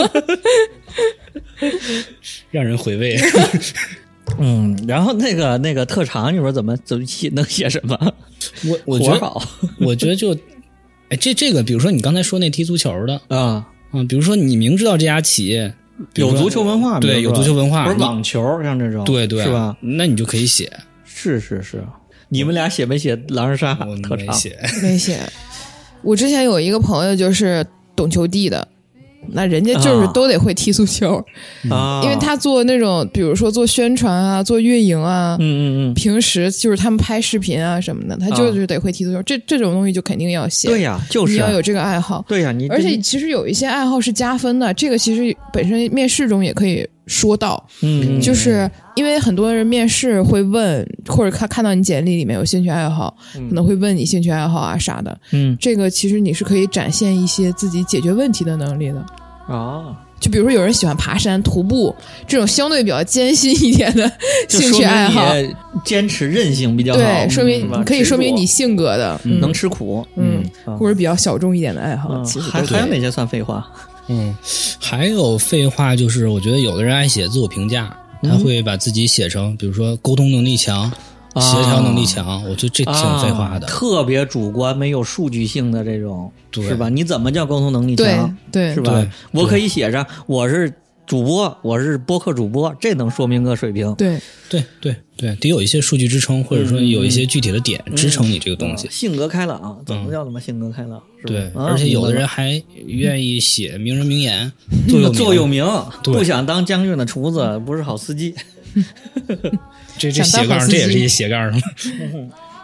S3: 让人回
S2: *laughs*
S3: 味。
S2: 嗯，然后那个那个特长，你说怎么怎么写能写什么？
S3: 我我觉
S2: 活
S3: 得，
S2: 好
S3: 我觉得就，哎，这这个，比如说你刚才说那踢足球的，
S2: 啊，
S3: 嗯，比如说你明知道这家企业比如
S2: 有
S3: 说
S2: 足球文化，
S3: 对
S2: 比如说
S3: 有足球文化
S2: 不是
S3: 你
S2: 网球像这种，
S3: 对对，
S2: 是吧？？
S3: 那你就可以写，
S2: 是是是，你们俩写没写狼人杀
S3: *laughs* 我
S2: 啊特
S3: 没
S2: 长？ *laughs*
S3: 写。
S4: 没写。我之前有一个朋友就是懂球帝的，那人家就是
S2: 啊
S4: 都得会踢足球，
S2: 啊，
S4: 因为他做那种，比如说做宣传啊，做运营啊。
S2: 嗯嗯嗯，
S4: 平时就是他们拍视频啊什么的，他就是得会踢足球，这这种东西就肯定要写。
S2: 对呀，就是
S4: 你
S2: 啊
S4: 要有这个爱好。
S2: 对呀，你
S4: 而且其实有一些爱好是加分的，这个其实本身面试中也可以说到，
S2: 嗯，嗯
S4: 就是因为很多人面试会问，或者看看到你简历里面有兴趣爱好，可能会问你兴趣爱好啊啥的。
S2: 嗯
S4: 这个其实你是可以展现一些自己解决问题的能力的。
S2: 啊，
S4: *laughs* 就比如说有人喜欢爬山、徒步这种相对比较艰辛一点的
S2: *laughs* 就
S4: 兴
S2: 说
S4: 趣
S2: 明
S4: 爱好，
S2: 你坚持韧性比较好，
S4: 对，说
S2: 嗯
S4: 明
S2: 吧
S4: 可以
S2: 执
S4: 说明
S2: 着
S4: 你性格的，嗯
S2: 能吃苦，
S4: 嗯，
S2: 啊
S4: 或者比较小众一点的爱好，
S2: 嗯
S4: 其实
S2: 还
S4: 都可
S2: 还有
S4: 以
S2: 哪些算废话？
S3: 嗯，还有废话就是，我觉得有的人爱写自我评价，他
S2: 嗯
S3: 会把自己写成，比如说沟通能力强、协调能力强，我觉得这挺废话
S2: 啊
S3: 的。
S2: 特别主观、没有数据性的这种，
S3: 对
S2: 是吧？你怎么叫沟通能力
S4: 对
S2: 强？
S4: 对
S2: 是吧
S3: 对？
S2: 我可以写上我是主播，我是播客主播，这能说明个水平。
S4: 对，
S3: 对对对，得有一些数据支撑，或者
S2: 嗯
S3: 说有一些具体的点支撑你这个东西嗯
S2: 啊。性格开朗，怎么叫什么性格开朗？是吧
S3: 对，
S2: 啊
S3: 而且有的
S2: 明白
S3: 人
S2: 了
S3: 还愿意写名人
S2: *laughs*
S3: 名言，座
S2: 嗯
S3: 右铭
S2: 座右铭，
S3: 对
S2: 不想当将军的厨子不是好司机。
S3: 这这
S4: 想
S3: 斜
S4: 当好
S3: 杠，
S4: 司
S3: 这
S4: 机
S3: 也是一斜杠的。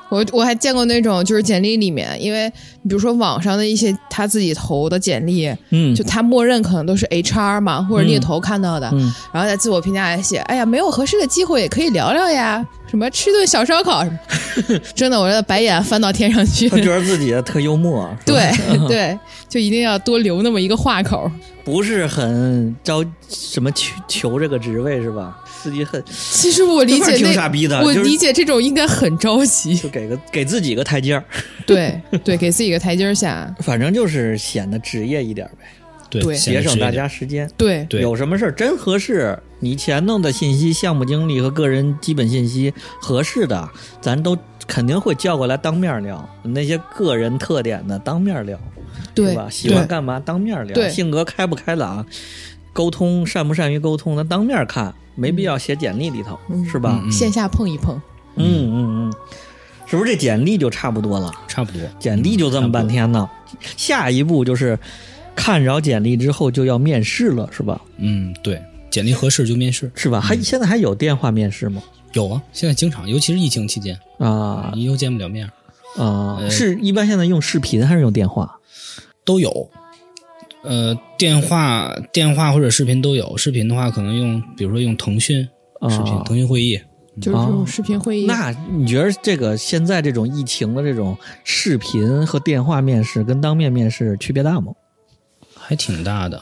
S4: 我我还见过那种就是简历里面，因为比如说网上的一些他自己投的简历，
S2: *laughs* 嗯
S4: 就他默认可能都是 HR 嘛或者猎头看到的，
S2: 嗯
S4: 然后在自我评价里写，哎呀，没有合适的机会也可以聊聊呀，什么吃顿小烧烤什 *laughs* 么，真的，我这白眼翻到天
S2: *laughs*
S4: 上去
S2: 他。觉得自己特幽默，是吧
S4: *laughs* 对 *laughs* 对，就一定要多留那么一个
S2: *laughs*
S4: 话口。
S2: 不是很招什么求求这个职位是吧？自己很
S4: 其实我理
S2: 这份儿
S4: 解
S2: 挺
S4: 那，
S2: 傻逼的
S4: 我
S2: 就是
S4: 理解这种应该很着
S2: *laughs*
S4: 急，
S2: 就给个给自己个台阶儿，
S4: 对对，给自己一个台阶儿下，
S2: 反正就是显得职业一点儿呗，
S4: 对
S3: 显
S2: 节
S3: 得
S2: 省
S3: 是
S2: 大
S3: 一点
S2: 家时间。
S4: 对
S3: 对
S2: 有什么事儿真合适，你前头的信息、项目经历和个人基本信息合适的，咱都肯定会叫过来当面聊。那些个人特点的当面聊，
S4: 对
S2: 是吧？喜欢
S4: 对
S2: 干嘛当面聊，
S4: 对
S2: 性格开不开朗，沟通善不善于沟通，咱当面看，没必要写简历里头，
S4: 嗯
S2: 是吧？
S3: 嗯
S4: 线下碰一碰，
S2: 嗯嗯嗯，是不是这简历就差不多了？
S3: 差不多。
S2: 简历就这么半天呢，下一步就是看着简历之后就要面试了，是吧？
S3: 嗯，对，简历合适就面试。
S2: 是吧？还现在还有电话面试吗？
S3: 有啊，现在经常，尤其是疫情期间，
S2: 啊
S3: 你又见不了面儿，
S2: 啊，
S3: 呃
S2: 是一般现在用视频还是用电话？
S3: 都有。呃，电话、电话或者视频都有。视频的话，可能用，比如说用腾讯
S2: 啊
S3: 视频、腾讯会议，
S4: 就是这
S2: 哦
S4: 种视频会议。
S2: 那你觉得这个现在这种疫情的这种视频和电话面试跟当面面试区别大吗？
S3: 还挺大的。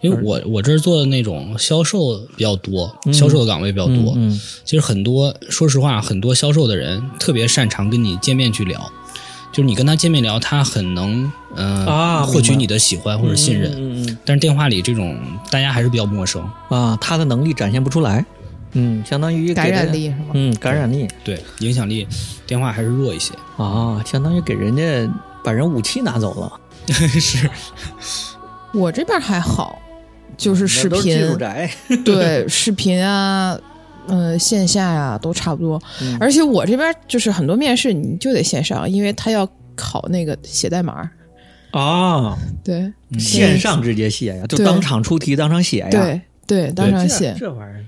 S3: 因
S2: 嗯
S3: 为我我这儿做的那种销售比较多，销售的岗位比较多。
S2: 嗯嗯
S3: 其实很多，说实话，很多销售的人特别擅长跟你见面去聊，就是你跟他见面聊，他很能呃
S2: 啊
S3: 获取
S2: 明白
S3: 你的喜欢或者信任。
S2: 嗯嗯
S3: 但是电话里这种大家还是比较陌生，
S2: 嗯啊，他的能力展现不出来，嗯，相当于给
S4: 感染
S2: 人
S4: 力是吗？
S2: 嗯，感染力
S3: 对影响力，电话还是弱一些。 *laughs*
S2: 啊，相当于给人家把人武器拿走了。
S3: 是，
S4: 我这边还好，就是视
S2: 那都技术
S4: 频，
S2: 宅， *laughs*
S4: 对视频啊，呃，线下呀、都差不多。
S2: 嗯
S4: 而且我这边就是很多面试你就得线上，因为他要考那个写代码，
S2: 啊，
S4: 对，
S2: 线上直接写呀，就
S4: 对
S2: 当场出题，当场写哎呀，
S4: 对对，当
S2: 这
S4: 场写，
S2: 这玩意儿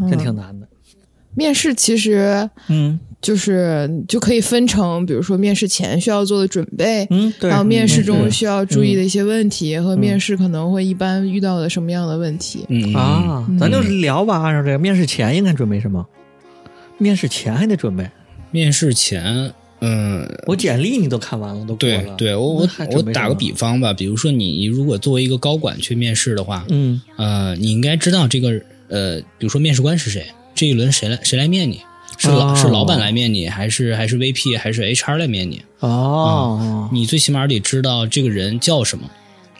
S4: 嗯
S2: 真挺难的。
S4: 面试其实
S2: 嗯
S4: 就是就可以分成，比如说面试前需要做的准备。
S2: 嗯，对，
S4: 还有面试
S2: 嗯
S4: 中
S2: 嗯
S4: 需要注意的一些问题，和面试可能会一般遇到的什么样的问题？
S3: 嗯，
S2: 啊，咱就是聊吧，按照这个面试前应该准备什么？面试前还得准备，
S3: 面试前，嗯，
S2: 我简历你都看完了，都过
S3: 对
S2: 了，
S3: 对，我我
S2: 那还准备
S3: 我
S2: 什么
S3: 打个比，方吧，比如说你如果作为一个高管去面试的话，
S2: 嗯
S3: 呃，你应该知道这个呃，比如说面试官是谁，这一轮谁来谁来面你，是老、
S2: 哦
S3: 是老板来面你，还是还是 VP 还是 HR 来面你？
S2: 哦，
S3: 你最起码得知道这个人叫什么。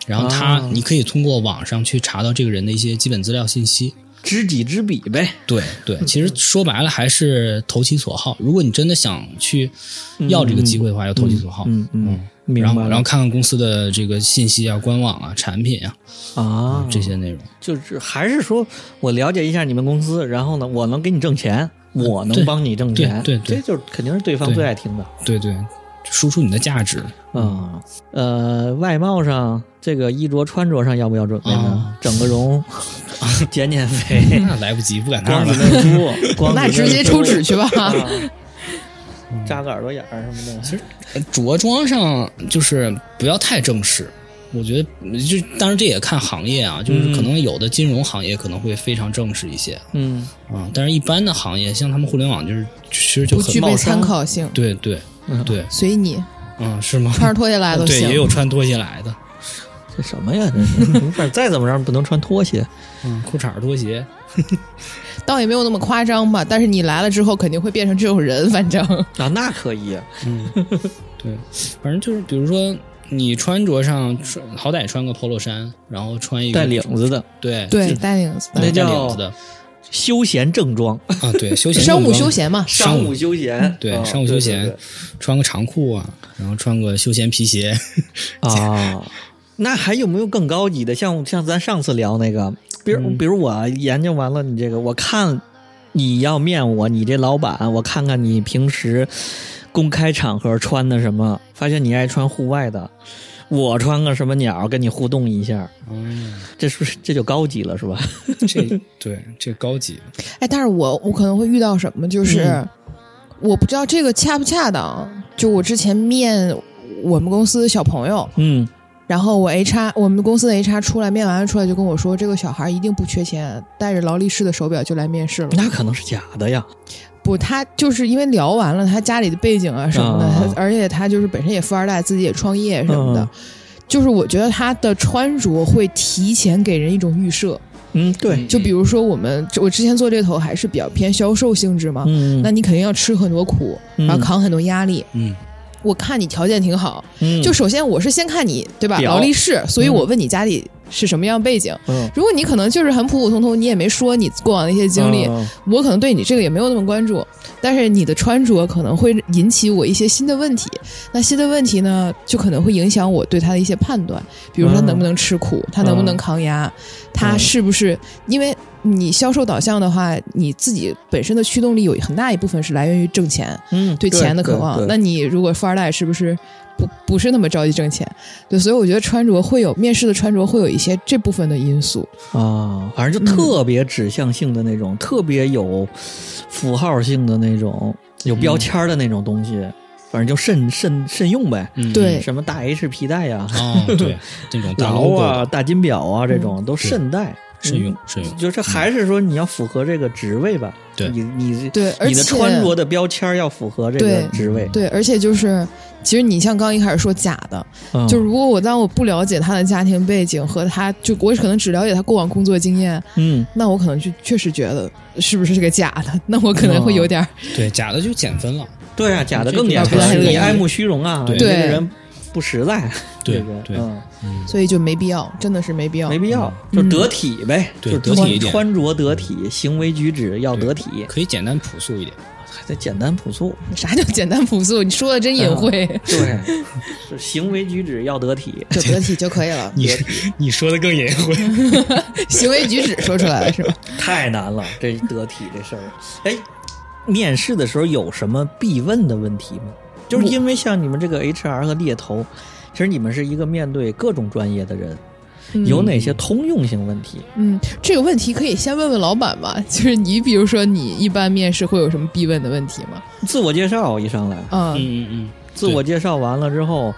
S3: 然后他，
S2: 哦
S3: 你可以通过网上去查到这个人的一些基本资料信息。
S2: 知己知彼呗，
S3: 对对，
S2: 嗯
S3: 其实说白了还是投其所好。如果你真的想去要这个机会的话，要投其所好。
S2: 嗯嗯
S3: 嗯，
S2: 明
S3: 然
S2: 白了。
S3: 后然后看看公司的这个信息啊、官网啊、产品啊
S2: 啊，
S3: 这些内容。
S2: 就是还是说我了解一下你们公司，然后呢，我能给你挣钱，我能
S3: 对
S2: 帮你挣钱，
S3: 对对对
S2: 这就是肯定是对方
S3: 对
S2: 最爱听的。
S3: 对对，输出你的价值。
S2: 啊、呃，外貌上这个衣着穿着上要不要准备呢？整个 *laughs* 容，啊减减肥，
S3: 那来不及，不赶趟
S2: *laughs* 光子
S3: 了。
S2: 嫩肤， *laughs* 光子
S4: 那
S2: 嫩
S4: 直接
S2: 肤
S4: 抽脂
S2: *laughs*
S4: 去吧。
S2: 啊，扎个耳朵眼儿什么的。其实
S3: 着装上就是不要太正式，我觉得就当然这也看行业啊，就是可能有的金融行业可能会非常正式一些
S2: 嗯
S3: 啊、但是一般的行业，像他们互联网就是其实就
S4: 不
S3: 很
S4: 具
S3: 冒
S4: 备
S3: 山
S4: 参。考性，
S3: 对对
S2: 嗯，
S3: 对，
S4: 随你
S3: 嗯，是吗？
S4: 穿着拖鞋来都
S3: 对，
S4: 行。
S3: 也有穿拖鞋来的，
S2: 这什么 *laughs* 呀？这是，反正再怎么着不能穿拖鞋。
S3: 嗯，裤衩儿拖鞋，
S4: 倒也没有那么夸张吧，但是你来了之后肯定会变成这种人，反正
S2: 啊，那可以，
S3: 对，反正就是比如说你穿着上穿，好歹穿个 polo 衫，然后穿一个
S2: 带领子的，
S3: 对
S4: *laughs* 对，带领子
S3: 带
S2: 那
S4: 的
S2: 叫
S3: 带领子的
S2: 休闲正装，
S3: 啊，对，休闲
S4: 商
S3: 正
S4: 务
S3: 装
S4: 休闲嘛，
S2: *laughs* 商
S3: 商务
S2: 务休闲，
S3: 对
S2: 啊
S3: 商务休
S2: 对对
S3: 闲
S2: 对 *laughs*
S4: 哦
S3: 穿个长裤啊，然后穿个休闲皮鞋，
S2: 啊，那还有没有更高级的？像像咱上次聊那个，比如、
S3: 嗯
S2: 比如我研究完了你这个，我看你要面我，你这老板，我看看你平时公开场合穿的什么，发现你爱穿户外的，我穿个什么鸟跟你互动一下，
S3: 嗯，
S2: 这是不是这就高级了是
S4: *laughs*
S2: 吧？
S3: 这对这高级，
S4: 哎，但是我我可能会遇到什么，就是、
S2: 嗯
S4: 我不知道这个恰不恰当。就我之前面我们公司的小朋友，
S2: 嗯
S4: 然后我 HR 我们公司的 HR 出来面完了出来就跟我说，这个小孩一定不缺钱，带着劳力士的手表就来面试了。
S2: 那可能是假的呀。
S4: 不，他就是因为聊完了他家里的背景啊什么的，
S2: 啊
S4: 他而且他就是本身也富二代，自己也创业什么的。
S2: 嗯
S4: 就是我觉得他的穿着会提前给人一种预设，
S2: 嗯，对，
S4: 就比如说我们我之前做猎头还是比较偏销售性质嘛，
S2: 嗯，
S4: 那你肯定要吃很多苦，
S2: 嗯
S4: 然后扛很多压力。
S3: 嗯
S4: 我看你条件挺好，
S2: 嗯
S4: 就首先我是先看你对吧，
S2: 表
S4: 劳力士，所以
S2: 嗯
S4: 我问你家里是什么样背景。
S2: 嗯
S4: 如果你可能就是很普普通通，你也没说你过往的一些经历，
S2: 嗯
S4: 我可能对你这个也没有那么关注，但是你的穿着可能会引起我一些新的问题。那新的问题呢，就可能会影响我对他的一些判断，比如说他
S2: 嗯
S4: 能不能吃苦，他能不能抗压，他是不是因为你销售导向的话，你自己本身的驱动力有很大一部分是来源于挣钱，
S2: 嗯
S4: 对钱的渴望
S2: 对。
S4: 那你如果富二代，是不是不不是那么着急挣钱？对，所以我觉得穿着会有面试的穿着会有一些这部分的因素。
S2: 啊，反正就特别指向性的那种，特别有符号性的那种，有标签儿的那种东西，反正就慎慎慎用呗。
S3: 嗯
S4: 对
S2: 什么大 H 皮带呀、
S3: 哦对，这种大
S2: 大
S3: logo
S2: 啊、
S3: 的
S2: 大金表
S4: 嗯
S2: 啊，这种、都慎戴
S3: 慎用。慎用，
S2: 就是还是说你要符合这个职位吧，
S3: 对
S2: 你你
S4: 对，而
S2: 你
S4: 且
S2: 的穿着的标签儿要符合这个
S4: 对
S2: 职位，
S4: 对，而且就是，其实你像刚一开始说假的，
S2: 嗯
S4: 就如果我当我不了解他的家庭背景和他就我可能只了解他过往工作经验，
S2: 嗯
S4: 那我可能就确实觉得是不是这个假的，那我可能
S2: 嗯
S4: 会有点儿、
S3: 对假的就减分了，
S2: 对啊，假的更
S3: 这
S2: 严
S3: 个
S2: 重，
S4: 不太乐
S2: 你
S4: 意
S2: 爱慕虚荣啊，
S3: 对
S2: 你这个
S4: 对
S2: 人不实在，
S3: 对
S2: 不
S3: 对
S2: 嗯
S3: 嗯
S4: 所以就没必要，真的是没必要
S2: 没。必要，就
S4: 嗯
S2: 得体呗，
S3: 对
S2: 就
S3: 得
S2: 穿
S3: 体一点
S2: 穿着得体，行为举止要得体，
S3: 可以简单朴素一点，。
S2: 还得简单朴素。
S4: 啥叫简单朴素？你说的真隐晦，
S2: 对， *laughs* 是行为举止要得体。
S4: *laughs* 就得体就可以
S2: *laughs*
S4: 了
S3: 你你说的 *laughs* 更隐晦，
S4: 行为举止说出来了是吧？
S2: 太难了，这得体这事儿。哎，面试的时候有什么必问的问题吗？就是因为像你们这个 HR 和猎头，其实你们是一个面对各种专业的人，
S3: 嗯
S2: 有哪些通用性问题？
S4: 嗯，这个问题可以先问问老板吧。就是你，比如说你一般面试会有什么必问的问题吗？
S2: 自我介绍一上来，
S4: 啊、
S3: 嗯嗯
S2: 自我介绍完了之后，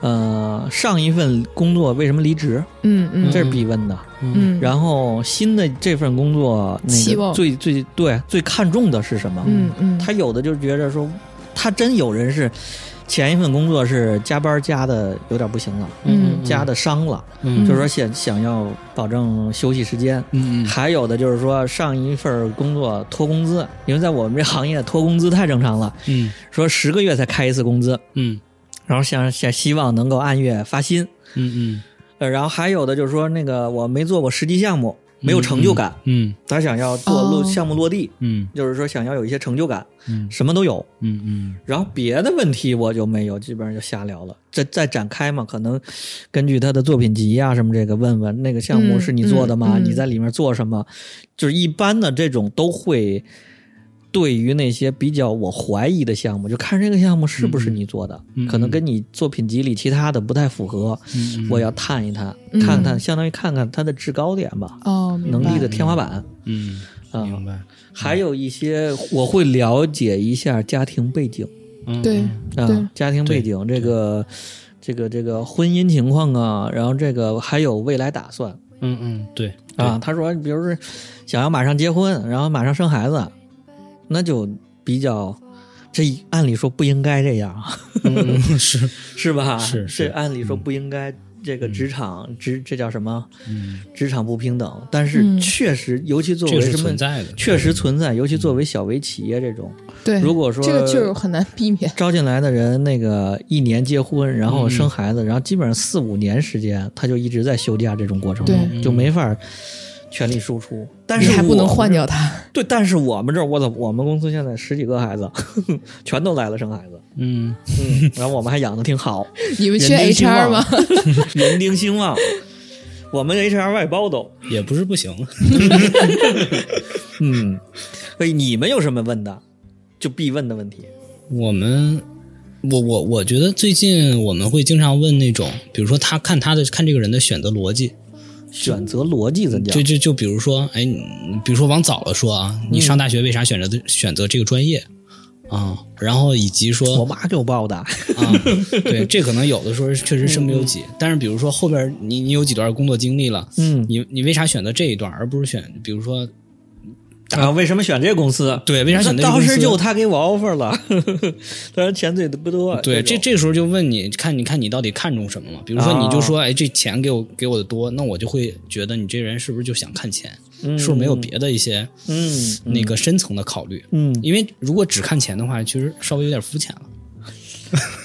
S2: 呃，上一份工作为什么离职？
S4: 嗯嗯
S2: 这是必问的。
S3: 嗯嗯
S4: 嗯，
S2: 然后新的这份工作，那
S4: 期
S2: 个
S4: 望
S2: 最最对最看重的是什么？
S4: 嗯嗯，
S2: 他有的就觉着说，他真有人是前一份工作是加班加的有点不行了，
S4: 嗯
S2: 加的伤了，
S3: 嗯
S2: 就是说想想要保证休息时间。
S3: 嗯嗯
S2: 还有的就是说，上一份工作拖工资，因为在我们这行业拖工资太正常了，
S3: 嗯
S2: 说十个月才开一次工资，
S3: 嗯
S2: 然后想想希望能够按月发薪。
S3: 嗯
S2: 呃，然后还有的就是说，那个我没做过实际项目，没有成就感，
S3: 嗯
S2: 他想要做落
S4: 哦
S2: 项目落地，
S3: 嗯
S2: 就是说想要有一些成就感，
S3: 嗯
S2: 什么都有。
S3: 嗯嗯
S2: 然后别的问题我就没有，基本上就瞎聊了。这再展开嘛，可能根据他的作品集啊什么这个问问那个项目
S4: 嗯
S2: 是你做的吗？
S4: 嗯嗯
S2: 你在里面做什么？就是一般的这种都会。对于那些比较我怀疑的项目，就看这个项目是不是你做的，
S3: 嗯嗯
S2: 可能跟你作品集里其他的不太符合，
S3: 嗯，
S2: 我要探一探，
S4: 嗯
S2: 看看相当于看看它的制高点吧，
S4: 哦，明
S2: 能
S4: 白
S2: 力的天花板。
S3: 嗯明白，
S2: 还有一些我会了解一下家庭背景
S4: 对，
S2: 啊
S4: 对，
S2: 家庭背景这个这个这个婚姻情况啊，然后这个还有未来打算
S3: 嗯嗯对
S2: 啊。，他说，比如说想要马上结婚，然后马上生孩子，那就比较。这按理说不应该这样 *laughs* 啊，
S3: 是
S2: 是吧？
S3: 是是
S2: 这按理说不应该。这个职场职这叫什么？
S3: 嗯，
S2: 职场不平等。但是
S4: 嗯
S2: 确实，尤其作
S3: 这
S2: 为
S3: 是
S2: 什么
S3: 存，在的，
S2: 确实存在。尤其作为小微企业这种，
S4: 对，
S2: 如果说
S4: 哎这个就是很难避免。
S2: 招进来的人，那个一年结婚，然后生
S4: 嗯
S2: 孩子，然后基本上四五年时间，他就一直在休假这种过程中，
S4: 对
S2: 就没法权力输出，但
S4: 你
S2: 是
S4: 还不
S2: 我
S4: 能
S2: 们
S4: 换
S2: 这
S4: 掉他。
S2: 对，但是我们这儿，我操，我们公司现在十几个孩子， *laughs* 全都来了生孩子，
S3: 嗯，
S2: 嗯，然后我们还养的挺
S4: *laughs*
S2: 好，
S4: 你们
S2: 人
S4: 缺
S2: 丁兴
S4: HR
S2: 旺
S4: 吗？
S2: *laughs* 人丁兴旺，我们 HR 外包都，
S3: 也不是不行。
S2: 嗯，所以你们有什么问的，就必问的问题，
S3: 我们，我我我觉得最近我们会经常问那种，比如说他看他的看这个人的选择逻辑，
S2: 选择逻辑怎
S3: 就
S2: 讲？
S3: 就就比如说，哎，你比如说往早了说啊，你上大学为啥选择的、选择这个专业啊？然后以及
S2: 我
S3: 说
S2: 妈给我报的，
S3: 啊，对，这可能有的时候确实身不由己，但是比如说后边你你有几段工作经历了，
S2: 嗯，
S3: 你你为啥选择这一段，而不是选比如说
S2: 啊，为什么选这公司？
S3: 对为啥选
S2: 那
S3: 择这个
S2: 当
S3: 公司
S2: 时就他给我 offer 了， *laughs* 当然钱最不多。
S3: 对，
S2: 这
S3: 这
S2: 种
S3: 这时候就问你看，你看你到底看重什么了？比如说，
S2: 啊
S3: 你就说，哎，这钱给我给我的多，那我就会觉得你这人是不是就想看钱？
S2: 嗯
S3: 是不是没有别的一些
S2: 嗯
S3: 那个深层的考虑？
S2: 嗯，
S3: 因为如果只看钱的话，其实稍微有点肤浅了。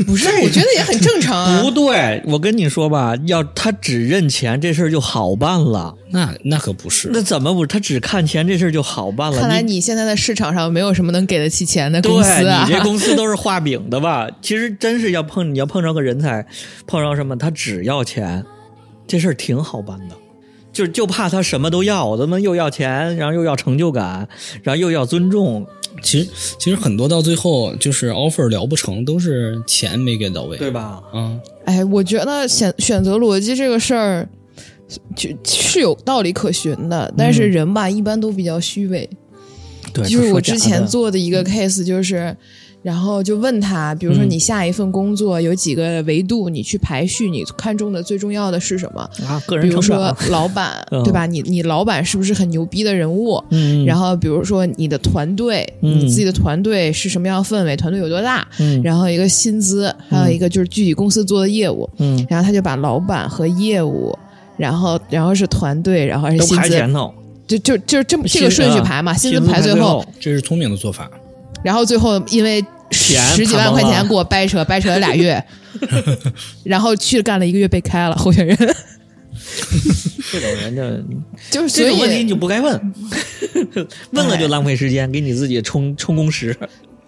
S4: 不是， *laughs* 我觉得也很正常
S2: *laughs*
S4: 啊
S2: 不。对，我跟你说吧，要他只认钱这事儿就好办了。
S3: 那那可不是，
S2: 那怎么不？他只看钱这事儿就好办了。
S4: 看来
S2: 你
S4: 你现在的市场上没有什么能给得起钱的
S2: 对
S4: 公司啊
S2: 你。这公司都是画饼的吧？其实真是要碰你要碰着个人才，碰着什么他只要钱，这事儿挺好办的。就就怕他什么都要，我他妈又要钱，然后又要成就感，然后又要尊重，
S3: 其实其实很多到最后就是 offer 聊不成，都是钱没给到位，
S2: 对？吧？
S3: 啊，
S4: *laughs* 哎，我觉得选选择逻辑这个事儿，就是有道理可循的，但是人吧，一般都比较虚伪。
S2: 嗯对
S4: 就是我之前，做的一个 case，就是，然后就问他，比如说
S2: 嗯
S4: 你下一份工作有几个维度，你去排序，你看中的最重要的是什么？
S2: 啊，个
S4: 比
S2: 人成
S4: 如说
S2: 长，
S4: 老板，
S2: *laughs* 嗯
S4: 对吧？你你老板是不是很牛逼的人物？
S2: 嗯，
S4: 然
S2: 后
S4: 后比如说你的团队，
S2: 嗯
S4: 你自己的团队是什么样的氛围？团队有多大？
S2: 嗯
S4: 然后一个薪资，还有一个就是具体公司做的业务。
S2: 嗯，
S4: 然后他就把老板和业务，然后然后是团队，然后是
S2: 都
S4: 薪
S2: 排
S4: 资，
S2: 前头，
S4: 就就就这么这
S2: 薪
S4: 个顺序
S2: 啊
S4: 排嘛，薪资
S2: 薪资
S4: 排
S2: 排
S4: 最
S2: 最
S4: 后
S2: 后，
S3: 这是聪明的做法。
S4: 然后最后因为
S2: 钱
S4: 十几万块
S2: 看不
S4: 钱
S2: 到
S4: 给我掰扯，掰扯了
S2: *laughs*
S4: 俩月，然后去干了一个月被开了，候选人 *laughs*
S2: 这种人就
S4: 就是
S2: 这
S4: 所
S2: 种问题你
S4: 以
S2: 就不该
S4: *laughs*
S2: 问，问了就浪费时间，给你自己充充工时，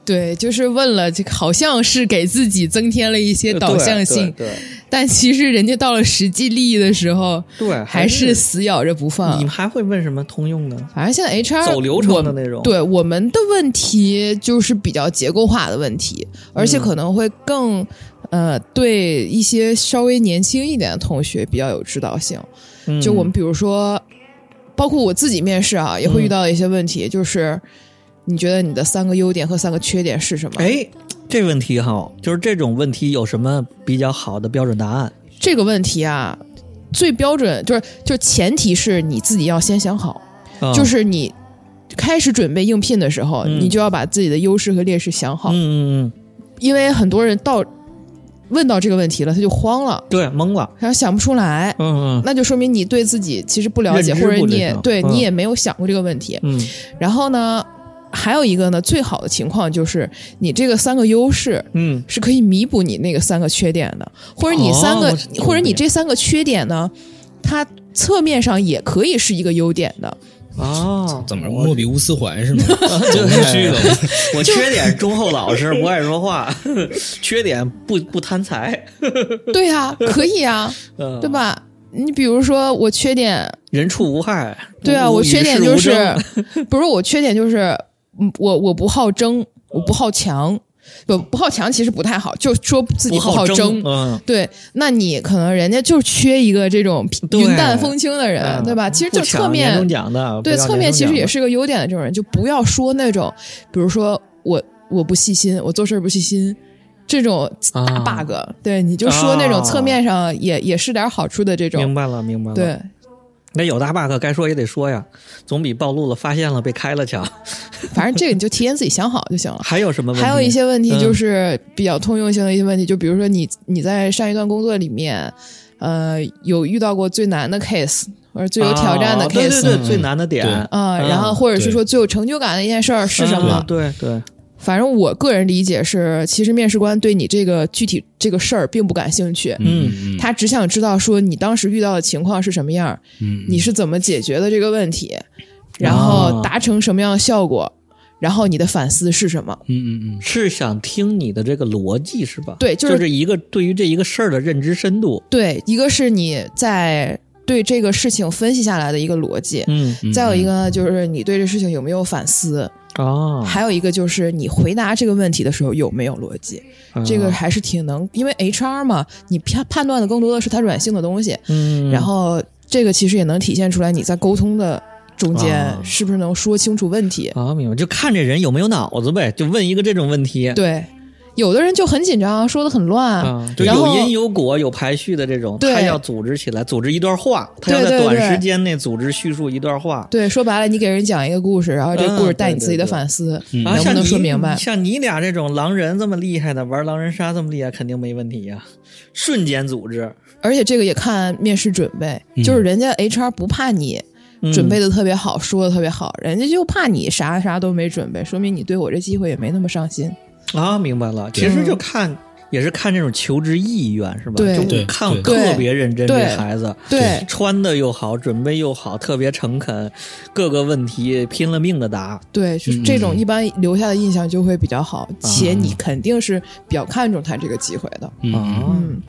S4: 对，就是问了，这个好像是给自己增添了一
S2: *laughs*
S4: 些导向性，
S2: 呃对
S4: 但其实人家到了实际利益的时候，
S2: 对对
S4: 还是死咬着不
S2: 你
S4: 放
S2: 们。还会问什么通用的？
S4: 反正现在 HR
S2: 走流程
S4: 我
S2: 的那种
S4: 对我们的问题就是比较结构化的问题，而
S2: 嗯
S4: 且可能会更呃对一些稍微年轻一点的同学比较有指导性。
S2: 嗯
S4: 就我们比如说，包括我自己面试啊，也
S2: 嗯
S4: 会遇到一些问题，就是你觉得你的三个优点和三个缺点是什么？
S2: 哎，这问题哈，就是这种问题有什么比较好的标准答案？
S4: 这个问题啊，最标准就是就是前提是你自己要先想好，
S2: 嗯
S4: 就是你。开始准备应聘的时候，
S2: 嗯
S4: 你就要把自己的优势和劣势想好，
S2: 嗯嗯嗯，
S4: 因为很多人到问到这个问题了，他就慌了，
S2: 对，懵了，
S4: 然后想不出来，
S2: 嗯嗯
S4: 那就说明你对自己其实不了解，
S2: 认
S4: 或
S2: 知
S4: 者
S2: 不
S4: 你
S2: 知
S4: 也
S2: 道
S4: 对、
S2: 嗯
S4: 你也没有想过这个问题。
S2: 嗯
S4: 然后呢，还有一个呢，最好的情况就是你这个三个优势
S2: 嗯
S4: 是可以弥补你那个三个缺点的，或者你三个，
S2: 哦我
S4: 或者你这三个缺点呢，它侧面上也可以是一个优点
S2: *laughs*
S4: 的。
S2: 哦，
S3: 怎么
S2: 我
S3: 莫比乌斯环是吗？
S2: 就
S3: 走进去了，
S2: *laughs* 我缺点忠厚老实，不爱说话，缺点不不贪财，
S4: 对啊，可
S2: *laughs*
S4: 以啊，
S2: 嗯
S4: 对？吧？你比如说我缺点，
S2: 人畜无害。
S4: 对啊，
S2: 无
S4: 我缺点就
S2: 与世
S4: 是
S2: 无争
S4: *laughs* 不是我缺点就是，嗯我我不好争，我不好强，不不好强其实不太好，就说自己
S2: 不
S4: 好
S2: 好
S4: 争，
S2: 嗯，
S4: 对，那你可能人家就缺一个这种
S2: 对嗯
S4: 云淡风轻的人，呃对吧？其实就
S2: 不抢
S4: 侧
S2: 年终
S4: 面
S2: 奖的，
S4: 对
S2: 啊不要
S4: 侧
S2: 年
S4: 面
S2: 终
S4: 其实
S2: 奖
S4: 也
S2: 的
S4: 是个优点的这种人，就不要说那种，比如说我我不细心，我做事儿不细心。这种大
S2: 啊哦
S4: bug，、对，你就说那种侧面上也、也是点好处的这
S2: 明
S4: 种，
S2: 白了，明白了。，
S4: 对，
S2: 那有大 bug 该说也得说呀，总比暴露了、发现了、被开了强。
S4: 反正这个你就提前自己想好就行了。
S2: 还有什么问题？
S4: 还有一些问题
S2: 嗯
S4: 就是比较通用性的一些问题，就比如说你你在上一段工作里面，呃，有遇到过最难的 case 或者最有挑战的
S2: 啊
S4: case，、
S2: 对对对，
S3: 嗯
S2: 最难的点
S3: 对
S4: 啊、
S2: 嗯
S4: 然后或者是说最有成就感的一件事儿是什么？
S2: 嗯对对，
S4: 反正我个人理解是，其实面试官对你这个具体这个事儿并不感兴趣，
S3: 嗯，
S4: 他只想知道说你当时遇到的情况是什么样儿，
S3: 嗯哦
S4: 你是怎么解决的这个问题，然后达成什么样的效果，然后你的反思是什么。
S3: 嗯嗯
S2: 是想听你的这个逻辑是吧？
S4: 对就
S2: 就是一个对于这一个事儿的认知深度。
S4: 对，一个是你在对这个事情分析下来的一个逻辑，
S2: 嗯
S3: 嗯，
S4: 再有一个呢，就是你对这事情有没有反思，
S3: 嗯
S2: 啊，
S4: 还有一个就是你回答这个问题的时候有没有逻辑。
S2: 嗯
S3: 嗯
S4: 这个还是挺能，因为 HR 嘛，你判判断的更多的是它软性的东西，
S2: 嗯，
S4: 然后这个其实也能体现出来你在沟通的中间
S2: 啊
S4: 是不是能说清楚问题。
S2: 啊，明白，就看这人有没有脑子呗，就问一个这种问题。
S4: 对，有的人就很紧张，说的很乱，
S2: 啊，就
S4: 然
S2: 有
S4: 后
S2: 因有果、有排序的这种，
S4: 对
S2: 他要组织起来，组织一段话，他要在
S4: 对对
S2: 短
S4: 对
S2: 时间内组织叙述一段话。
S4: 对，说白了，你给人讲一个故事，然后这
S2: 嗯
S4: 个故事
S2: 对
S4: 带你
S2: 对
S4: 自己的
S2: 对
S4: 反思，
S3: 嗯
S2: 啊，
S4: 能不
S2: 像
S4: 能
S2: 你
S4: 说明白？
S2: 像你俩这种狼人这么厉害的，玩狼人杀这么厉害，肯定没问题呀、瞬间组织，
S4: 而且这个也看面试准备，就是人家 HR 不怕你
S2: 嗯
S4: 准备的特别好，说的特别好，人家就怕你啥啥都没准备，说明你对我这机会也没那么上心。
S2: 啊，明白了。其实就看，也是看这种求职意愿是吧？
S4: 对
S2: 就
S3: 对
S2: 看
S3: 对
S2: 特别认真
S4: 对
S2: 这孩子，
S4: 对
S2: 穿的又好，准备又好，特别诚恳，各个问题拼了命的答。
S4: 对，就是
S3: 嗯
S4: 这种一般留下的印象就会比较好，且
S2: 啊
S4: 你肯定是比较看重他这个机会的。
S2: 啊
S3: 嗯
S4: 嗯，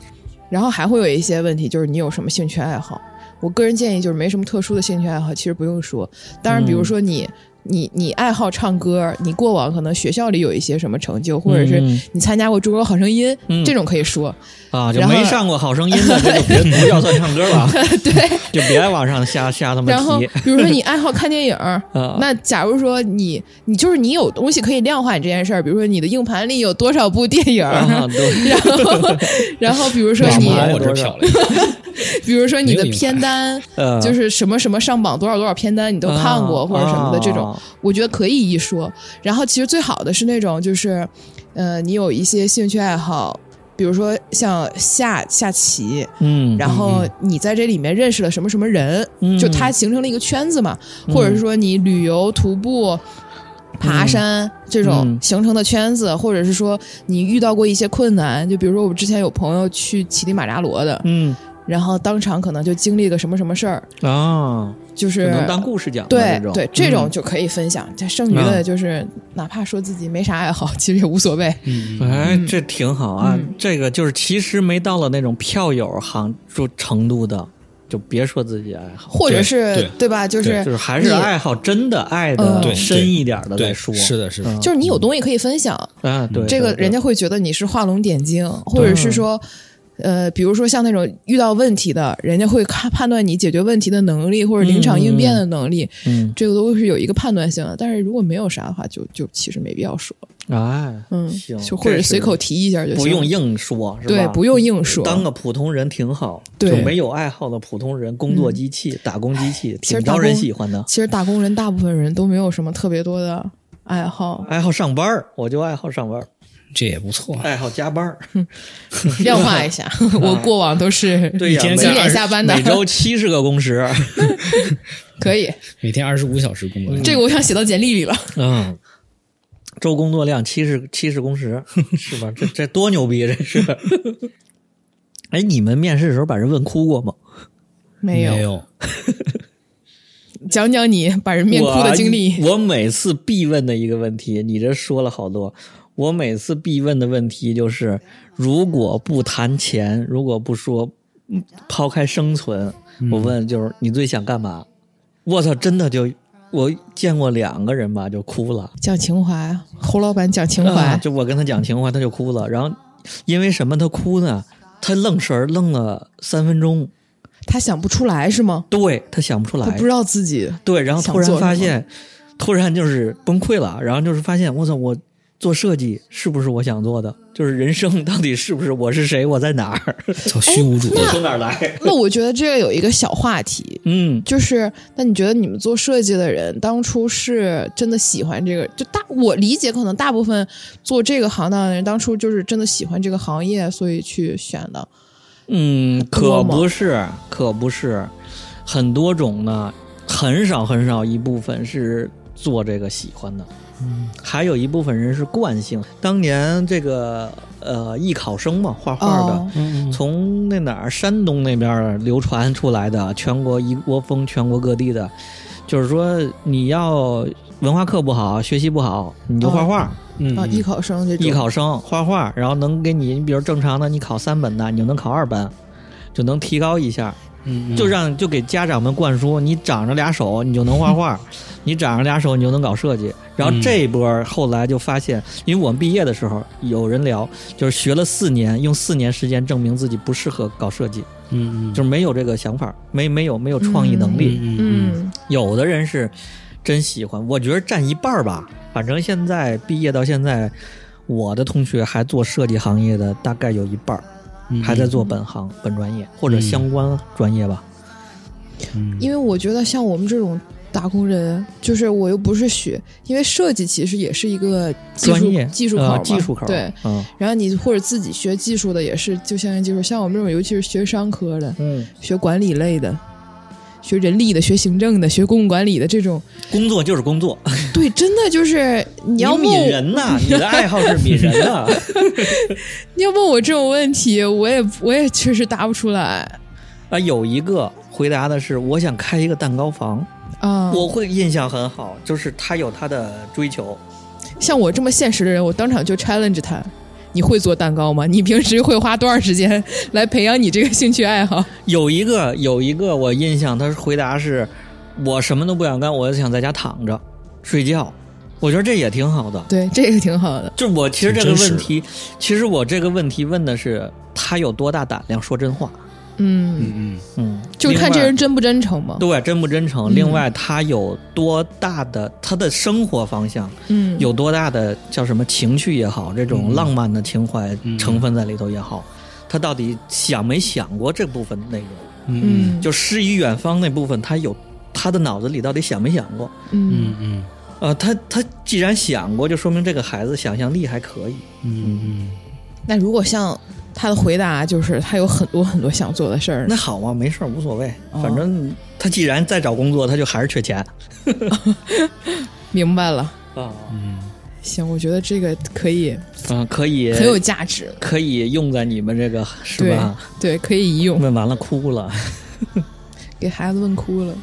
S4: 然后还会有一些问题，就是你有什么兴趣爱好？我个人建议就是没什么特殊的兴趣爱好，其实不用说。当然，
S2: 嗯
S4: 比如说你、你你爱好唱歌，你过往可能学校里有一些什么成就，或者是
S2: 嗯
S4: 你参加过中国好声音、
S2: 嗯
S4: 这种可以说。
S2: 啊，就
S4: 然后
S2: 没上过好声音的，这就别不叫算唱歌了， *laughs* 对，就别往上瞎瞎他
S4: 然后
S2: 妈提。。
S4: 比如说你爱好看电影儿
S2: *laughs* 啊，
S4: 那假如说你你就是你有东西可以量化你这件事儿，比如说你的硬盘里有多少部电影儿，
S2: 啊 *laughs* 对，
S4: 然后，然后比如说
S3: 为什
S4: 你
S3: 么，往我这瞟了一眼？
S4: 比如说你的
S3: 没有硬
S4: 片单，
S2: 呃
S4: 就是什么什么上榜多少多少片单，你都看过
S2: 啊
S4: 或者什么的这种
S2: 啊，
S4: 我觉得可以一说。然后其实最好的是那种就是，呃，你有一些兴趣爱好，比如说像下下棋，
S2: 嗯，
S4: 然后你在这里面认识了什么什么人，
S2: 嗯
S4: 就它形成了一个圈子嘛，或者是说你旅游、徒步、爬山这种
S2: 嗯
S4: 形成的圈子，或者是说你遇到过一些困难，就比如说我之前有朋友去乞力马扎罗的，
S2: 嗯
S4: 然后当场可能就经历个什么什么事儿，
S2: 啊，
S4: 就
S2: 就是能当故事讲的
S4: 对
S2: 这种，
S4: 对，这种就可以分享。这剩余的
S2: 嗯
S4: 就是哪怕说自己没啥爱好，其实也无所谓。
S2: 嗯。 *laughs* 哎
S4: 嗯，
S2: 这挺好啊！
S4: 嗯
S2: 这个就是其实没到了那种票友行就程度的，就别说自己啊爱好，
S4: 或者
S3: 对
S4: 是
S3: 对
S4: 吧？就
S3: 对
S4: 是
S2: 就是还是
S4: 你
S2: 爱好，真的爱
S4: 嗯
S2: 的
S4: 对
S2: 深一点的
S3: 对
S2: 再说。
S3: 是的是的
S2: 嗯
S4: 就是你有东西可以分享，
S2: 啊，对，
S4: 这个
S2: 对对
S4: 人家会觉得你是画龙点睛，或者是说，呃，比如说像那种遇到问题的，人家会看判断你解决问题的能力或者临场应变的能力，
S2: 嗯，
S4: 这个都是有一个判断性的。但是如果没有啥的话，就就其实没必要说，
S2: 哎，
S4: 嗯
S2: 行，
S4: 就或者
S2: 这是
S4: 随口提一下就行，
S2: 不用硬说，是吧？
S4: 对，不用硬说。
S2: 当个普通人挺好，
S4: 对嗯哎
S2: 就没有爱好的普通人，工作机器、打工机器，
S4: 其实
S2: 挺招人喜欢的。
S4: 其实打工人大部分人都没有什么特别多的
S2: *laughs*
S4: 爱好，
S2: 爱好上班儿，我就爱好上班儿，
S3: 这也不错。啊
S2: 爱好加班
S4: *laughs*
S2: 儿。
S4: 量化一
S2: *laughs*
S4: 下， *laughs* 我过往都是
S2: 对呀，
S3: 一天
S2: 每
S4: 几点下班的
S2: 每，周七十个工
S4: *laughs*
S2: 时。
S4: 可以，
S3: 每天二十五小时工作，
S4: 这个我想写到简历里了。
S2: 嗯，周工作量七十七十工时，是吧？这这多牛逼，这
S4: *laughs*
S2: 是。哎，你们面试的时候把人问哭过吗？
S4: 没
S3: 没
S4: 有，
S3: 有
S4: 讲讲你把人面哭的经历。
S2: *laughs* 我。我每次必问的一个问题，你这说了好多。我每次必问的问题就是：如果不谈钱，如果不说嗯抛开生存，我问就是你最想干嘛？我操，真的就我见过两个人吧，就哭了。
S4: 讲情怀，侯老板讲情怀，
S2: 啊就我跟他讲情怀，他就哭了。然后因为什么他哭呢？他愣神儿愣了三分钟，
S4: 他想不出来是吗？
S2: 对他想不出来，
S4: 他不知道
S2: *laughs*
S4: 自己
S2: 对，然后突
S4: 想
S2: 然
S4: 做
S2: 发
S4: 什么
S2: 现，突然就是崩溃了，然后就是发现，我操，我做设计是不是我想做的？就是人生到底是不是我是谁，我在哪儿，
S3: 从嗯虚无主义，
S2: 从哪儿来？
S4: 那我觉得这个有一个小话题，
S2: 嗯，
S4: 就是那你觉得你们做设计的人当初是真的喜欢这个？就大我理解，可能大部分做这个行当的人当初就是真的喜欢这个行业，所以去选的。
S2: 嗯，
S4: 多
S2: 可
S4: 吗
S2: 不是，可不是，很多种呢，很少很少一部分是做这个喜欢的，
S4: 嗯
S2: 还有一部分人是惯性。当年这个呃艺考生嘛，画画的，
S4: 哦
S3: 嗯
S2: 从那哪儿山东那边儿流传出来的，全国一窝蜂，全国各地的，就是说你要文化课不好，学习不好，你就画画。
S3: 嗯
S4: 啊，艺考生这种
S2: 艺考生画画，然后能给你，你比如正常的你考三本的，你就能考二本，就能提高一下，
S3: 嗯
S2: 就让就给家长们灌输，你长着俩手你就能画画，你长着俩手你就能搞设计。然后这一波儿后来就发现，因为我们毕业的时候有人聊，就是学了四年，用四年时间证明自己不适合搞设计，
S3: 嗯嗯
S2: 就是没有这个想法，没没有没有创意能力。
S3: 嗯嗯
S4: 嗯，
S2: 有的人是真喜欢，我觉得占一半儿吧。反正现在毕业到现在，我的同学还做设计行业的，大概有一半儿
S3: 嗯
S2: 还在做本行、本专业或者相关专业吧。
S3: 嗯
S4: 因为我觉得像我们这种打工人，就是我又不是学，因为设计其实也是一个技术
S2: 专业
S4: 技术考
S2: 呃
S4: 嘛、
S2: 技术口儿
S4: 对。
S2: 嗯
S4: 然后你或者自己学技术的也是，就相应技术，像我们这种尤其是学商科的、
S2: 嗯，
S4: 学管理类的、学人力的、学行政的、学公共管理的这种，
S2: 工作就是工作，
S4: 对，真的就是你要问
S2: 你抿
S4: 我
S2: 人呐、你的爱好是抿人呐、
S4: 你要问我这种问题，我也我也确实答不出来
S2: 啊，有一个回答的是，我想开一个蛋糕房，
S4: 啊。
S2: 我会印象很好，就是他有他的追求。
S4: 像我这么现实的人，我当场就 challenge 他：你会做蛋糕吗？你平时会花多少时间来培养你这个兴趣爱好？
S2: 有一个有一个我印象，他回答是：我什么都不想干，我就想在家躺着睡觉。我觉得这也挺好的。
S4: *laughs* 对，这个挺好的。
S2: 就是我其实这个
S3: 挺真实
S2: 问题，其实我这个问题问的是他有多大胆量说真话。
S4: 嗯，
S3: 嗯
S2: 嗯，
S4: 就看这
S2: 另外
S4: 人真不真诚嘛。
S2: 对真不真诚。
S4: 嗯
S2: 另外，他有多大的他的生活方向，
S4: 嗯，
S2: 有多大的叫什么情绪也好，这种
S3: 嗯
S2: 浪漫的情怀
S3: 嗯
S2: 成分在里头也好，他到底想没想过这部分内容？
S3: 嗯
S4: 嗯，
S2: 就诗与远方那部分，他有他的脑子里到底想没想过？
S4: 嗯
S3: 嗯嗯
S2: 呃，他他既然想过，就说明这个孩子想象力还可以。
S3: 嗯
S4: 那如果像他的回答就是他有很多很多想做的事儿，
S2: 那好嘛，没事儿，无所谓，
S4: 哦
S2: 反正他既然在找工作，他就还是缺钱
S4: 明白了。
S2: 啊。
S3: 嗯
S4: 行，我觉得这个可以
S2: 嗯，可以，
S4: 很有价值，
S2: 可以用在你们这个是吧？
S4: 对，可以一用，
S2: 问完了哭了，
S4: 给孩子问哭了，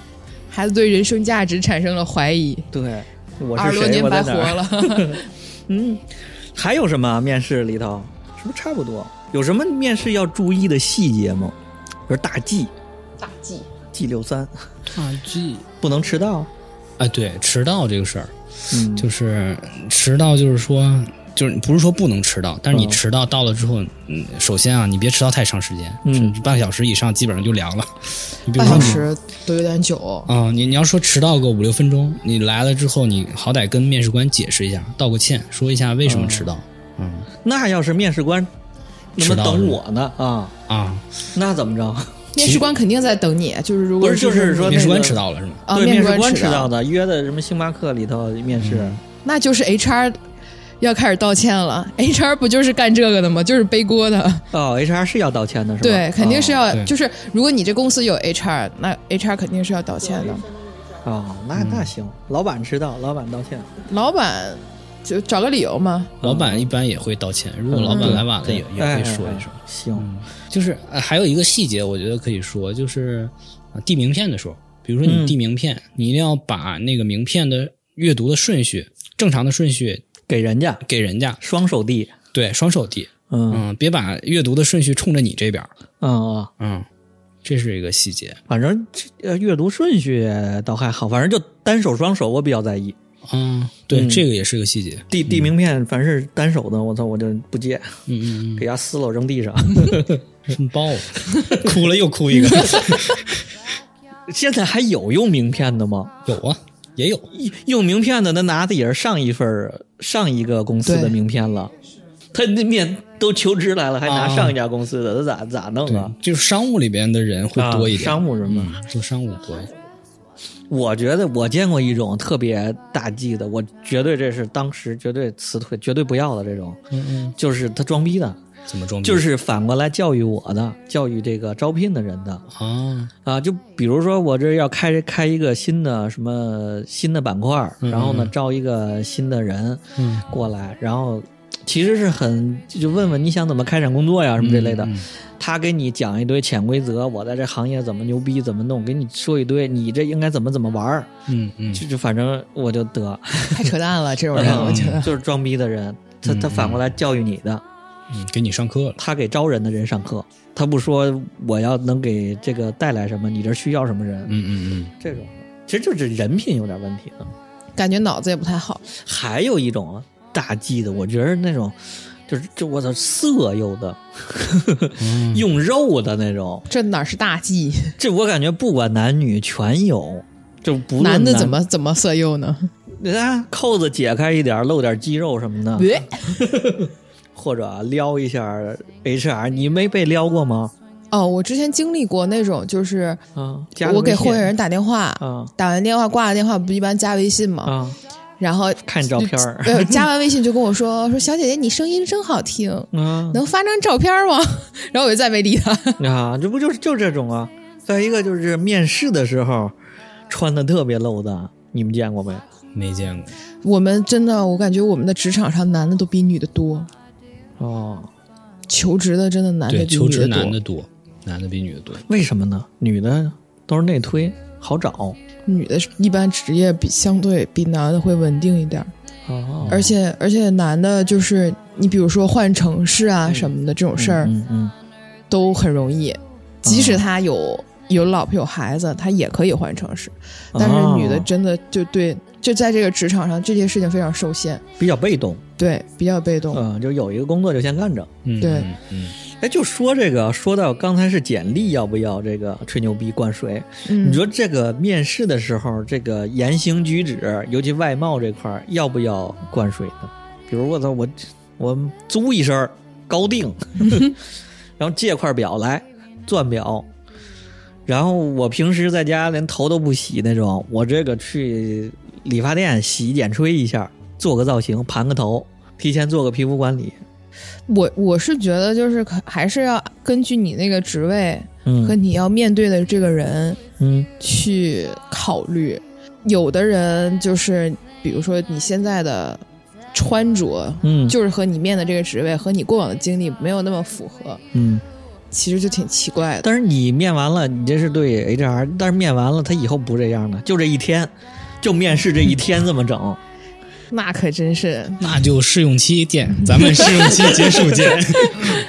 S4: 孩子对人生价值产生了怀疑，
S2: 对，我
S4: 二
S2: 是
S4: 十多
S2: 谁？
S4: 年
S2: 我
S4: 白
S2: 在
S4: 活
S2: 哪儿？ *laughs*
S4: 了。
S2: 嗯，还有什么面试里头？是不是差不多？有什么面试要注意的细节吗？比如大 G
S4: 大忌，
S2: G 六三
S3: 差距
S2: 不能迟到，
S3: 啊，对，迟到这个事儿，
S2: 嗯，
S3: 就是迟到，就是说，就是不是说不能迟到，但是你
S2: 嗯
S3: 迟到到了之后，嗯，首先啊，你别迟到太长时间，
S2: 嗯
S3: 甚至半个小时以上基本上就凉了。你比如
S4: 半
S3: 说
S4: 小
S3: 你
S4: 时都有点久。
S3: 啊、你你要说迟到个五六分钟，你来了之后，你好歹跟面试官解释一下，道个歉，说一下为什么迟到。嗯
S2: 那要是面试官那么
S3: 迟到
S2: 等
S3: 是吧
S2: 我呢啊，
S3: 啊，
S2: 那怎么着？
S4: 面试官肯定在等你，就是如果
S2: 不是就是说那个嗯
S3: 面试官迟到了是吗？
S4: 啊，
S2: 对，
S4: 面
S2: 面试官
S4: 迟
S2: 迟到，的，约的什么星巴克里头面试，
S3: 嗯
S4: 那就是 HR 要开始道歉了。HR 不就是干这个的吗？就是背锅的，
S2: 哦，HR 是要道歉的是吧？哦
S4: 对，肯定是要，
S3: 对
S4: 就是如果你这公司有 HR，那 HR 肯定是要道歉的。
S2: 哦，哦
S3: 嗯
S2: 那那行，老板迟到，老板道歉，
S4: 老板就找个理由嘛，
S3: 老板一般也会道歉，如果老板来晚了也也
S2: 嗯哎
S3: 会说一说。
S2: 哎哎行，
S3: 就是、呃、还有一个细节，我觉得可以说，就是、呃递名片的时候，比如说你
S2: 嗯
S3: 递名片，你一定要把那个名片的阅读的顺序，正常的顺序
S2: 给人家
S3: 给人家，
S2: 双手递，
S3: 对，双手递，
S2: 嗯
S3: 嗯，别把阅读的顺序冲着你这边儿，
S2: 嗯啊，
S3: 嗯，这是一个细节，
S2: 反正这呃阅读顺序倒还好，反正就单手双手我比较在意，
S3: 嗯，对，
S2: 嗯
S3: 这个也是个细节，
S2: 递递名片凡是单手的，我操我就不接，
S3: 嗯嗯
S2: *laughs* 给它撕了扔
S3: *laughs*
S2: 地上。
S3: 嗯，真爆了，哭了又哭一个，
S2: 现在还有用名片的吗？
S3: *laughs* 有啊，
S2: *laughs*
S3: 也有，
S2: 用名片的，他拿的也是上一份儿上一个公司的
S4: 对
S2: 名片了。他那面都求职来了，还拿
S3: 啊
S2: 上一家公司的，他咋咋弄
S3: 对
S2: 啊？，
S3: 就是商务里边的人会多一点，
S2: 啊商务人嘛。
S3: 嗯，做商务多一点，
S2: 我觉得我见过一种特别大忌的，我绝对这是当时绝对辞退、绝对不要的这种，
S3: 嗯嗯
S2: 就是他装逼的。
S3: 怎么装逼？
S2: 就是反过来教育我的，教育这个招聘的人的
S3: 啊，
S2: 啊。就比如说我这要开开一个新的什么新的板块儿，然后呢
S3: 嗯
S2: 招一个新的人
S3: 嗯，
S2: 过来，然后其实是很就问问你想怎么开展工作呀什么这类的，
S3: 嗯
S2: 他给你讲一堆潜规则，我在这行业怎么牛逼怎么弄，给你说一堆，你这应该怎么怎么玩儿，
S3: 嗯嗯，
S2: 就就反正我就得，
S4: 太扯淡了，这种人
S2: 嗯
S4: 我觉得。
S2: 就是装逼的人，他他
S3: 嗯
S2: 反过来教育你的，
S3: 嗯给你上课了，
S2: 他给招人的人上课，他不说我要能给这个带来什么，你这需要什么人，
S3: 嗯嗯
S2: 这种其实就是人品有点问题了。
S4: 感觉脑子也不太好。
S2: 还有一种啊大忌的，我觉得那种就是就我操色诱的，
S3: 嗯，
S2: *laughs* 用肉的那种，
S4: 这哪是大忌？
S2: 这我感觉不管男女全有。就不论
S4: 男的怎么怎么色诱呢？
S2: 你看扣子解开一点，露点肌肉什么的，
S4: 别、
S2: 或者啊撩一下 HR，你没被撩过吗？
S4: 哦，我之前经历过那种，就是
S2: 啊，加个
S4: 嗯我给
S2: 微信
S4: 候选人打电话，
S2: 啊
S4: 打完电话挂了电话，不一般加微信嘛？
S2: 啊，
S4: 然后
S2: 看照片
S4: *laughs*
S2: 儿
S4: 呃，加完微信就跟我说 *laughs* 说，小姐姐你声音真好听，
S2: 啊
S4: 能发张照片吗？ *laughs* 然后我就再没理他。
S2: 啊，这不就是就这种啊？再一个就是面试的时候穿的特别露的，你们见过没？
S3: 没见过，
S4: 我们真的，我感觉我们的职场上男的都比女的多，
S2: 哦，
S4: 求职的真的男的
S3: 对，
S4: 比
S3: 求
S4: 女
S3: 职
S4: 的
S3: 男
S4: 多
S3: 的，多，男的比女的多，
S2: 为什么呢？女的都是内推，好
S4: 哦
S2: 找。
S4: 女的一般职业比相对比男的会稳定一点儿。
S3: 嗯
S2: 哦
S4: 而且而且男的就是你比如说换城市
S3: 嗯
S4: 啊什么的这种事儿
S2: 嗯嗯
S4: 都很容易，
S3: 啊
S4: 即使他有有老婆有孩子，他也可以换城市。
S3: 啊
S4: 但是女的
S2: 哦
S4: 真的就对就在这个职场上这些事情非常受限，
S2: 比较被动，
S4: 对，比较被动。
S2: 嗯，就有一个工作就先干着。
S3: 嗯，
S4: 对
S3: 嗯，嗯，
S2: 哎，就说这个，说到刚才是简历要不要这个吹牛逼灌水，
S4: 嗯，
S2: 你说这个面试的时候，这个言行举止，尤其外貌这块儿，要不要灌水呢？比如我操，我我租一身儿高定， *laughs* 然后借块表来，钻表，然后我平时在家连头都不洗那种，我这个去理发店洗剪吹一下，做个造型，盘个头，提前做个皮肤管理，
S4: 我我是觉得就是可还是要根据你那个职位和
S2: 嗯
S4: 你要面对的这个人
S2: 嗯
S4: 去考虑。有的人就是比如说你现在的穿着
S2: 嗯，
S4: 就是和你面的这个职位和你过往的经历没有那么符合，
S2: 嗯。
S4: 其实就挺奇怪的。
S2: 但是你面完了，你这是对 HR，但是面完了他以后不这样了，就这一天，就面试这一天这么整，
S4: 那可真是，
S3: 那就试用期见，
S4: *laughs*
S3: 咱们试用期结束见，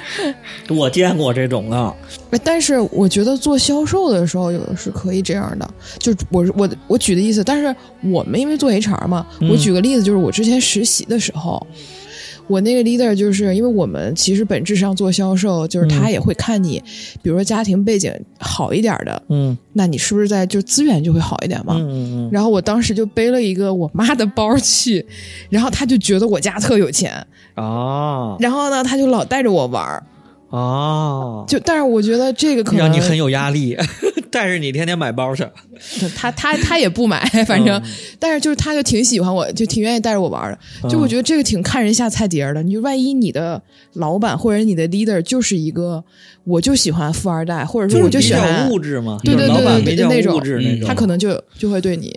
S3: *laughs*
S2: 我见过这种啊的，
S4: 哎但是我觉得做销售的时候有的是可以这样的。就我我我举的意思，但是我们因为做 HR 嘛，
S2: 嗯
S4: 我举个例子，就是我之前实习的时候。我那个 leader 就是因为我们其实本质上做销售，就是他
S2: 嗯
S4: 也会看你，比如说家庭背景好一点的，
S2: 嗯
S4: 那你是不是在就资源就会好一点嘛？
S2: 嗯嗯嗯，
S4: 然后我当时就背了一个我妈的包去，然后他就觉得我家特有钱，
S2: 哦
S4: 然后呢，他就老带着我玩儿，
S2: 哦，
S4: 就但是我觉得这个可能
S2: 让你很有压 *laughs* 力，带着你天天买包去，
S4: 他他他也不买，反正、
S2: 嗯
S4: 但是就是他就挺喜欢我，就挺愿意带着我玩儿的。就我觉得这个挺看人下菜碟儿的。你就万一你的老板或者你的 leader 就是一个我就喜欢富二代，或者
S2: 就
S4: 说
S2: 是
S4: 我就
S2: 比
S4: 喜
S2: 较
S4: 欢
S2: 物，质嘛，
S4: 对对
S2: 就是老板
S4: 对
S2: 比
S4: 对
S2: 较
S4: 那种
S2: 物质那
S3: 嗯
S2: 种，
S4: 他可能就就会对你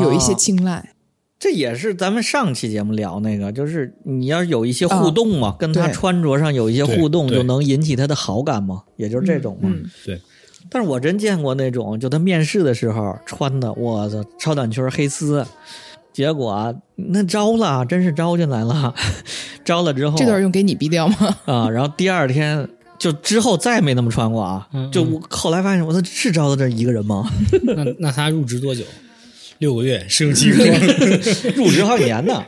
S4: 有一些
S2: 啊
S4: 青睐。
S2: 这也是咱们上期节目聊那个，就是你要有一些互
S4: 嗯
S2: 动嘛，跟他
S4: 对
S2: 穿着上有一些互动，
S3: 对对
S2: 就能引起他的好感嘛，也就是这种嘛。
S4: 嗯，嗯
S2: 但是我真见过那种，就他面试的时候穿的，我操，超短裙儿黑丝，结果啊那招了，真是招进来了， *laughs* 招了之后
S4: 这段用给你毙掉吗？ *laughs*
S2: 啊，然后第二天就之后再没那么穿过啊，
S3: 嗯嗯
S2: 就我后来发现，我说是招的这一个人吗？
S3: 那那他入职多久？六个月，试用期过了，
S4: *laughs*
S2: 入职好几年呢，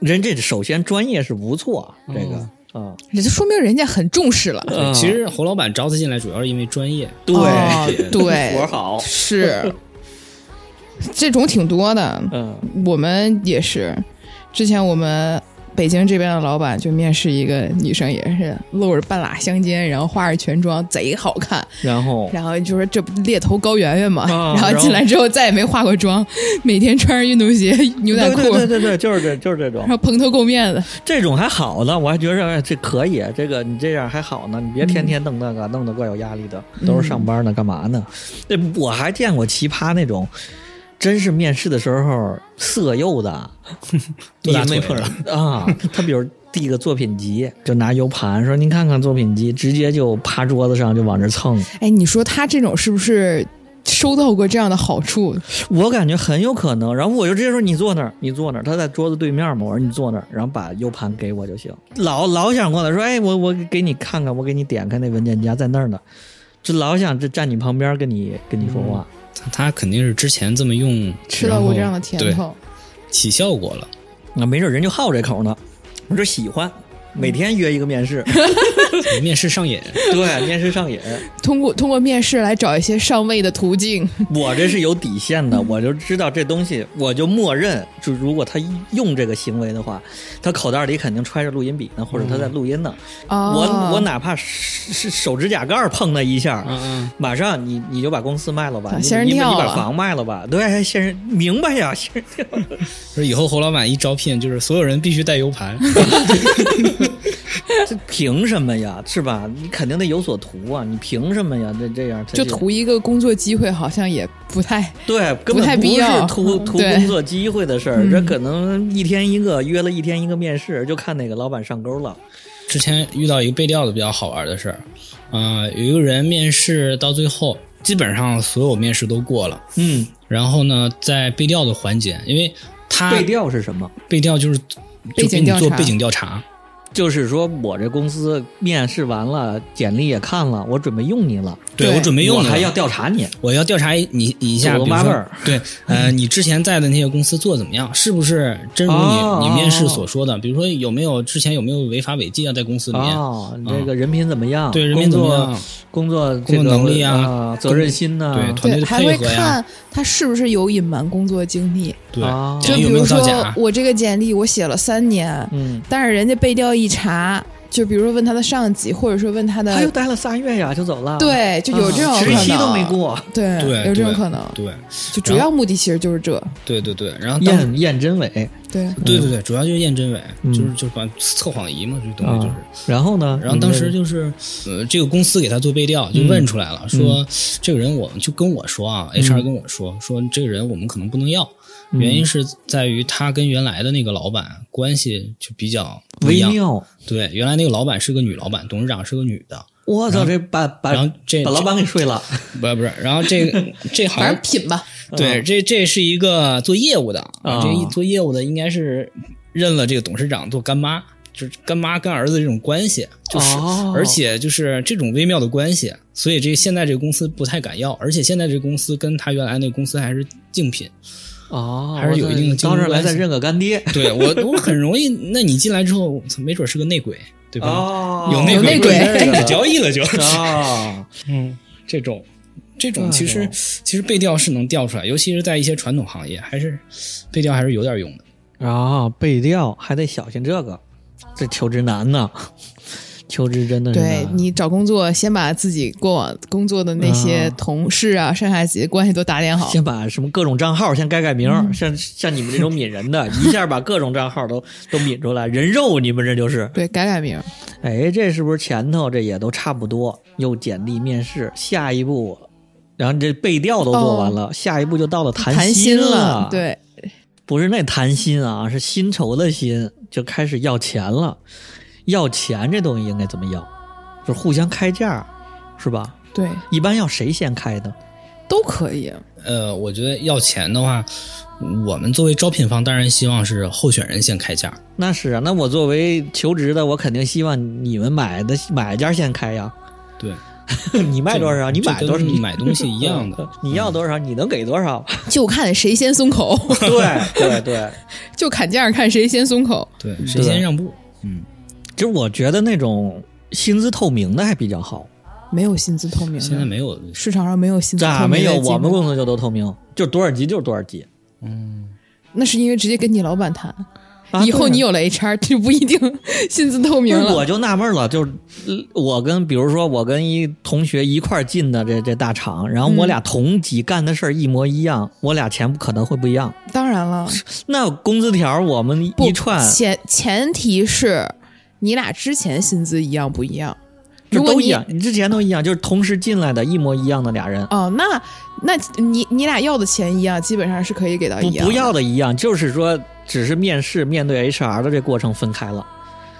S2: 人这首先专业是不错，这个啊，
S4: 这就说明人家很重视了。
S2: 嗯
S3: 其实侯老板招他进来主要是因为专业，
S2: 对、
S4: *laughs*
S2: *laughs*
S4: 哦
S2: 活儿
S4: 对，
S2: 好， *laughs*
S4: 是这种挺多的。
S2: 嗯
S4: 我们也是，之前我们北京这边的老板就面试一个女生，也是露着半拉香肩，然后化着全妆，贼好看。
S2: 然后
S4: 然后就说这不猎头高圆圆嘛，
S2: 哦啊
S4: 然后进来之后再也没化过妆，每天穿着运动鞋、牛仔
S2: 对
S4: 裤，
S2: 对对对对，就是这就是这种
S4: 然，后蓬头垢面的。
S2: 这种还好呢，我还觉着哎这可以，这个你这样还好呢，你别天天弄那个，
S3: 嗯
S2: 弄得怪有压力的，都是上班呢，干嘛呢？对，我还见过奇葩那种，真是面试的时候色诱
S3: *laughs*
S2: 的，
S3: 多
S2: 你
S3: 大
S2: 没
S3: 腿
S2: 碰着 *laughs* 啊？他比如递个作品集，就拿 U 盘说您看看作品集，直接就趴桌子上就往这蹭，
S4: 哎，你说他这种是不是收到过这样的好处？
S2: 我感觉很有可能。然后我就直接说你坐那儿，你坐那儿。他在桌子对面嘛，我说你坐那儿，然后把 U 盘给我就行。老老想过来说，哎，我我给你看看，我给你点开那文件夹在那儿呢，就老想这站你旁边跟你跟你说话。
S3: 他他肯定是之前这么用，
S4: 吃到过这样的
S3: 然
S4: 甜
S3: 后，
S4: 头，
S3: 对，起效果了。
S2: 那、啊没准人就好这口呢，我就喜欢。每天约一个面试，
S3: 面试上
S4: *laughs*
S3: 瘾，
S2: 对，面试上瘾。
S4: 通过通过面试来找一些上位的途径。
S2: 我这是有底线的，我就知道这东西，我就默认，就如果他用这个行为的话，他口袋里肯定揣着录音笔呢，或者他在录音呢。
S4: 啊！
S2: 我我哪怕是是手指甲盖儿碰他一下，
S3: 嗯
S2: 马上你你就把公司卖了吧，
S4: 啊
S2: 你
S4: 仙人
S2: 你把
S4: 跳
S2: 你把
S4: 了
S2: 房卖了吧，对，仙人明白呀，仙人跳。
S3: 嗯，说以后侯老板一招聘，就是所有人必须带 U 盘，
S2: 这凭什么呀？是吧？你肯定得有所图啊，你凭什么呀？这这样他
S4: 就图一个工作机会，好像也不太
S2: 对，根
S4: 不太
S2: 本不
S4: 必
S2: 是
S4: 要
S2: 图
S4: 嗯
S2: 图
S4: 对
S2: 工作机会的事儿，
S4: 嗯
S2: 这可能一天一个，约了一天一个面试，就看哪个老板上钩了。
S3: 之前遇到一个背调的比较好玩的事儿，啊、有一个人面试到最后，基本上所有面试都过了，
S2: 嗯，
S3: 然后呢，在背调的环节，因为
S4: 啊
S3: 他
S2: 背调是什么？
S3: 背调就是就
S4: 背
S3: 给
S4: 景
S3: 你
S4: 调
S3: 做
S4: 查
S3: 背景调查，
S2: 就是说我这公司面试完了，简历也看了，我准备用你了，
S3: 对
S4: 对
S3: 我准备用
S2: 我
S3: 了，
S2: 还要调查你。
S3: 我要调查你你一下，
S2: 祖
S3: 比
S2: 宗八
S3: 如
S2: 辈
S3: 说
S2: 儿
S3: 对， *laughs* 呃，你之前在的那些公司做得怎么样？是不是真如
S2: 哦
S3: 你你面试
S2: 哦
S3: 所说的？比如说有没有之前有没有违法违纪啊，在公司里面？啊
S2: 哦，你这个人品怎么样？
S3: 对人民怎么样？
S2: 工作？工作
S3: 工
S2: 这
S3: 作
S2: 个
S3: 能力啊
S2: 啊，责任心呐，
S3: 对团队
S4: 对，
S3: 的
S4: 还
S3: 配
S4: 会
S3: 合呀，
S4: 看他是不是有隐瞒工作经历。
S3: 对
S2: 啊，
S4: 就
S3: 简历哦
S4: 比
S3: 有没
S4: 如
S3: 有造
S4: 说
S3: 假？
S4: 我这个简历我写了三年，
S2: 嗯，
S4: 但是人家背调一查，就比如说问他的上级，或者说问他
S2: 他又
S4: 的，
S2: 待了仨月呀，就走了。
S4: 对，就有这种
S2: 啊
S4: 可
S2: 实
S4: 能。
S2: 习都没过，
S4: 对，
S3: 对
S4: 有这
S3: 对
S4: 种可能。
S3: 对
S4: 就主
S3: 然
S4: 要目的其实就是这，
S3: 对对对，然后当
S2: 验验真伪
S4: 对，
S3: 对对对，主要就是验真伪，
S2: 嗯
S3: 就是就是把测谎仪嘛，这东西就是
S2: 啊。。然后呢？嗯
S3: 然后当时就是，呃，这个公司给他做背调，就问出来了，
S2: 嗯
S3: 说这个人我就跟我说啊，HR 跟我说，说这个人我们可能不能要，
S2: 嗯
S3: 原因是在于他跟原来的那个老板关系就比较不一
S2: 微
S3: 样。
S2: 妙，
S3: 对，原来那个老板是个女老板，董事长是个女的，
S2: 我操，这把把
S3: 然后这
S2: 哎把老板给睡了，
S3: 不是不是，然后这个这行
S4: 反正品吧，
S3: 对，
S2: 嗯
S3: 这这是一个做业务的
S2: 啊
S3: 这一做业务的应该是认了这个董事长做干妈，就是干妈跟儿子这种关系，就是、
S2: 哦
S3: 而且就是这种微妙的关系，所以这现在这个公司不太敢要，而且现在这个公司跟他原来那个公司还是竞品，
S2: 哦，
S3: 还是有一定的竞
S2: 当
S3: 争
S2: 时来
S3: 关系
S2: 再认个干爹，
S3: *laughs* 对我我很容易，那你进来之后，没准是个内鬼，对吧？
S2: 哦，
S3: 有
S4: 内
S3: 鬼
S4: 鬼
S3: 政 *laughs*
S4: *laughs*
S3: 治交易了就， *laughs*
S2: 啊，
S3: 嗯，这种。这种其
S2: 哎
S3: 实
S2: 呦
S3: 其实背调是能调出来，尤其是在一些传统行业，还是背调还是有点用的。
S2: 然后啊背调还得小心这个，这求职难呐，求职真的是
S4: 对
S2: 难啊
S3: 嗯
S4: 你找工作，先把自己过往工作的那些
S3: 嗯
S2: 啊
S4: 同事啊、上下级关系都打点好。
S2: 先把什么各种账号先改改名儿，像像你们这种抿人 *laughs* 的，一下把各种账号都都抿出来，人肉你们这就是。
S4: 对，改改名，
S2: 哎，这是不是前头这也都差不多？又简历面试，下一步，然后这背调都做完了，下一步就到了谈
S4: 谈心
S2: 了。，
S4: 对，
S2: 不是那谈心啊，是薪酬的薪，就开始要钱了。要钱这东西应该怎么要？就是互相开价，是吧？
S4: 对，
S2: 一般要谁先开的？
S4: 都可以。
S3: 呃，我觉得要钱的话，我们作为招聘方，当然希望是候选人先开价。
S2: 那是啊，那我作为求职的，我肯定希望你们买的买家先开呀。 *laughs*
S3: 对，
S2: 你卖多啊少？你买多少？
S3: 这跟
S2: 你
S3: 买东西一样
S2: *laughs*。
S3: 的
S2: 你要多少？你能给多 *laughs* 少？
S4: 就看谁先松口， *laughs*
S2: 对对对，
S4: 就砍价看谁先松口。
S3: 对，谁先让步？
S2: 就是我觉得那种薪资透明的还比较好。
S4: 没有薪资透
S2: 嗯
S4: 明的，
S3: 现在没有，
S4: 市场上没有薪资透
S2: 咋
S4: 明的
S2: 没有？
S4: 机会
S2: 我们公司就都透明，就多少级就是多少级。
S3: 嗯，
S4: 那是因为直接跟你老板谈，
S2: 啊
S4: 以后
S2: 对啊
S4: 你有了 HR 就不一定信字透明
S2: 不是
S4: 了
S2: 我。就纳闷了，就是呃我跟比如说我跟一同学一块儿进的这这大厂，然后
S4: 嗯
S2: 我俩同级干的事儿一模一样，我俩钱可能会不一样。
S4: 当然了，
S2: 那工资条我们
S4: 不
S2: 一串，
S4: 前前提是你俩之前薪资一样不一样。
S2: 就
S4: 如果
S2: 都
S4: 你
S2: 一样，你之前都一样，就是同时进来的一模一样的俩人，
S4: 哦，那那你你俩要的钱一样，基本上是可以给到
S2: 不
S4: 一样的。
S2: 不要的一样，就是说只是面试面对 HR 的这过程分开了。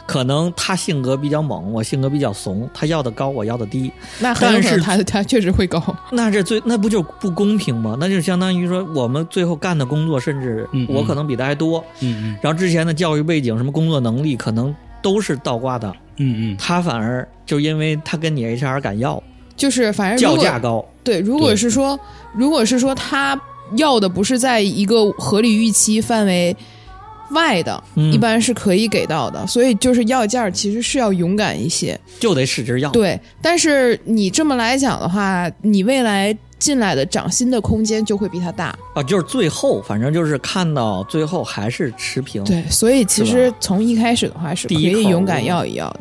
S2: 可能他性格比较猛，我性格比较怂，他要的高，我要的低，
S4: 那很有
S2: 但
S4: 可能
S2: 是
S4: 他他确实会高。
S2: 那这最那不就不公平吗？那就相当于说我们最后干的工作，甚至
S3: 嗯嗯
S2: 我可能比他还多，
S3: 嗯
S2: 然后之前的教育背景、什么工作能力，可能都是倒挂的，
S3: 嗯嗯嗯，
S2: 他反而就因为他跟你 HR 敢要，
S4: 就是反正
S2: 叫
S4: 哎如果
S2: 价高，
S4: 对，如果
S3: 对
S4: 是说如果是说他要的不是在一个合理预期范围外的，
S2: 嗯
S4: 一般是可以给到的。所以就是要价儿其实是要勇敢一些。
S2: 就得使劲要。
S4: 对，但是你这么来讲的话，你未来进来的涨薪的空间就会比他大。
S2: 啊，就是最后，反正就是看到最后还是持平。
S4: 对，所以其
S2: 嗯是
S4: 实从一开始的话是可
S2: 第一
S4: 以
S2: 口
S4: 勇敢要一要的，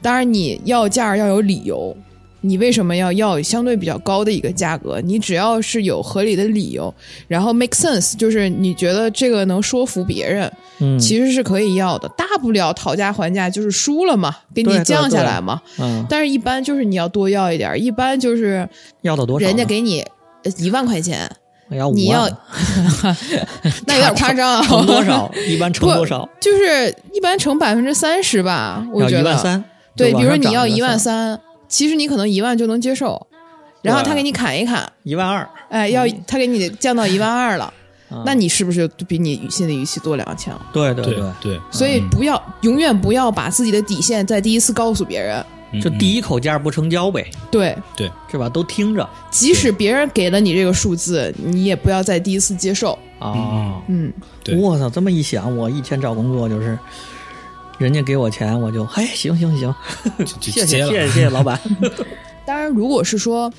S4: 当然你要价要有理由，你为什么要要相对比较高的一个价格？你只要是有合理的理由，然后 make sense，就是你觉得这个能说服别人，
S2: 嗯，
S4: 其实是可以要的。大不了讨价还价，就是输了嘛，给
S2: 对
S4: 你
S2: 对
S4: 降下
S2: 对
S4: 来嘛。
S2: 嗯，
S4: 但是，一般就是你要多要一点儿，一般就是
S2: 要到多少呢？
S4: 人家给你呃一万块钱，
S2: 我要五万
S4: 你要， *laughs* 那有点夸张啊。
S2: 乘多
S4: *laughs*
S2: 少？一般乘
S4: 不
S2: 多少？
S4: 就是一般乘百分之三十吧，我
S2: 要
S4: 觉得
S2: 一万三。
S4: 对，
S2: 就
S4: 比
S2: 往上
S4: 如你
S2: 涨
S4: 要一
S2: 一
S4: 万
S2: 三，
S4: 三，其实你可能一万就能接受，然后
S2: 对嗯
S4: 他给你砍一砍，
S2: 一万二，
S4: 哎，要他给你降到一万二了，
S2: 啊
S4: 那你是不是就比你心理预期多两千？
S2: 对对
S3: 对
S2: 对，
S3: 对，
S4: 所以不要永远不要把自己的底线在第一次告诉别人，
S3: 嗯
S2: 就第一口价不成交呗，
S4: 对，
S2: 是吧？都听着
S4: 即使别人给了你这个数字，你也不要在第一次接受，
S2: 啊
S3: 嗯。
S4: 嗯，
S3: 对
S2: 我操，这么一想，我以前找工作就是，人家给我钱，我就哎，行行行，
S3: 嗯就就
S2: 谢谢
S3: 接
S2: 谢
S3: 了
S2: 谢谢谢老板，
S4: 当然如果是说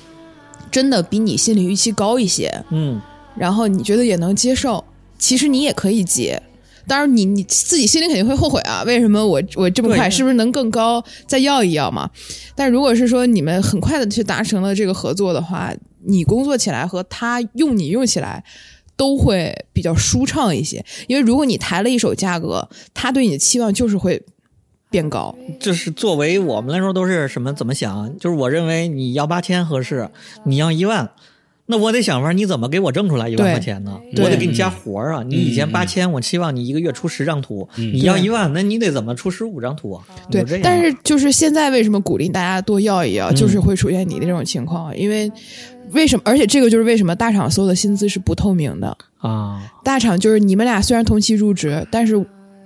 S4: 真的比你心理预期高一些，
S2: 嗯，
S4: 然后你觉得也能接受，其实你也可以接。当然你，你自己心里肯定会后悔啊，为什么我我这么
S2: 对
S4: 快，
S2: 对
S4: 是不是能更高再要一要嘛？但如果是说你们很快的去达成了这个合作的话，你工作起来和他用你用起来都会比较舒畅一些，因为如果你抬了一手价格，他对你的期望就是会变高。
S2: 就是作为我们来说都是什么怎么想？就是我认为你要八千合适，你要一万，那我得想法你怎么给我挣出来一万
S4: 对
S2: 块钱呢？
S4: 对
S2: 我得给你加活儿啊！你以前
S3: 嗯
S2: 八千，我期望你一个月出十张图，
S3: 嗯
S2: 你要
S4: 对
S2: 一万，那你得怎么出十五张图啊？
S4: 对
S2: 有这，样嗯
S4: 但是就是现在为什么鼓励大家多要一要，就是会出现你这种情况，因为为什么？而且这个就是为什么大厂所有的薪资是不透明的。
S2: 啊，
S4: 大厂就是你们俩虽然同期入职，但是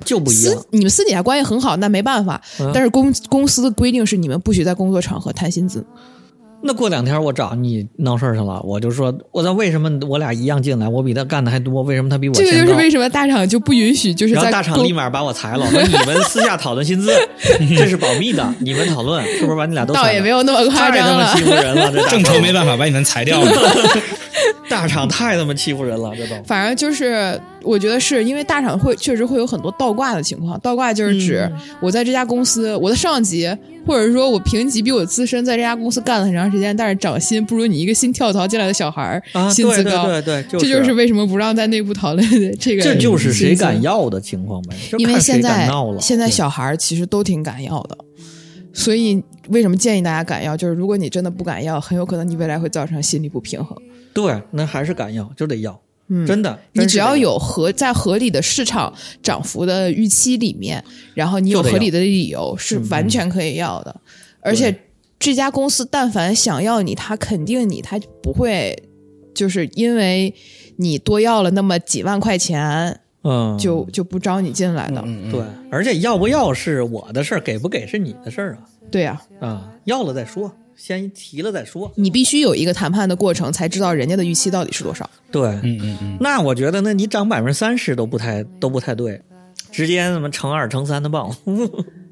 S2: 就不一样
S4: 私。你们私底下关系很好，那没办法。
S2: 嗯
S4: 但是公公司的规定是你们不许在工作场合谈薪资。
S2: 那过两天我找你闹事儿去了，我就说，我操，为什么我俩一样进来，我比他干的还多，为什么他比我
S4: 这个
S2: 先
S4: 就是
S2: 到
S4: 为什么大厂就不允许就是
S2: 然后
S4: 在
S2: 大厂
S4: 公
S2: 立马把我裁了，说你们私下讨论薪
S4: *laughs*
S2: 资，这是保密的，你们讨论是不是把你俩都裁了？
S4: 倒也没有那么夸
S2: 太他
S4: 张
S2: 妈
S4: 了
S2: 欺。负人了，这大厂
S3: *laughs* 正愁没办法把你们裁掉了。
S2: 大厂太他妈欺负人了，这都
S4: 反正就是，我觉得是因为大厂会确实会有很多倒挂的情况。倒挂就是指
S2: 嗯
S4: 我在这家公司，我的上级或者说我平级比我资深，在这家公司干了很长时间，但是涨薪不如你一个新跳槽进来的小孩儿、
S2: 啊，
S4: 薪资
S2: 对
S4: 高。
S2: 对对对，就
S4: 这就是为什么不让在内部讨论的这个。
S2: 这就是谁敢。要的情况呗，就
S4: 因为
S2: 看
S4: 现
S2: 谁敢
S4: 在
S2: 闹了。
S4: 现在小孩儿其实都挺敢要的，所以为什么建议大家敢要？就是如果你真的不敢要，很有可能你未来会造成心理不平衡。
S2: 对，那还是敢要，就得要，
S4: 嗯，
S2: 真的，
S4: 你
S2: 真是
S4: 只
S2: 得
S4: 要有合在合理的市场涨幅的预期里面，然后你有
S2: 就得
S4: 合理的理由，是
S3: 嗯
S4: 完全可以要的。而且这家公司但凡想要你，他肯定你，他不会就是因为你多要了那么几万块钱
S2: 嗯
S4: 就、就不招你进来的。
S3: 嗯
S2: 对，而且要不要是我的事儿，给不给是你的事儿啊。
S4: 对呀、
S2: 啊，要了再说，先提了再说。
S4: 你必须有一个谈判的过程，才知道人家的预期到底是多少。
S2: 对，
S3: *laughs* 嗯嗯嗯，
S2: 那我觉得，那你涨百分之三十都不太都不太对，直接什么乘二乘三的报。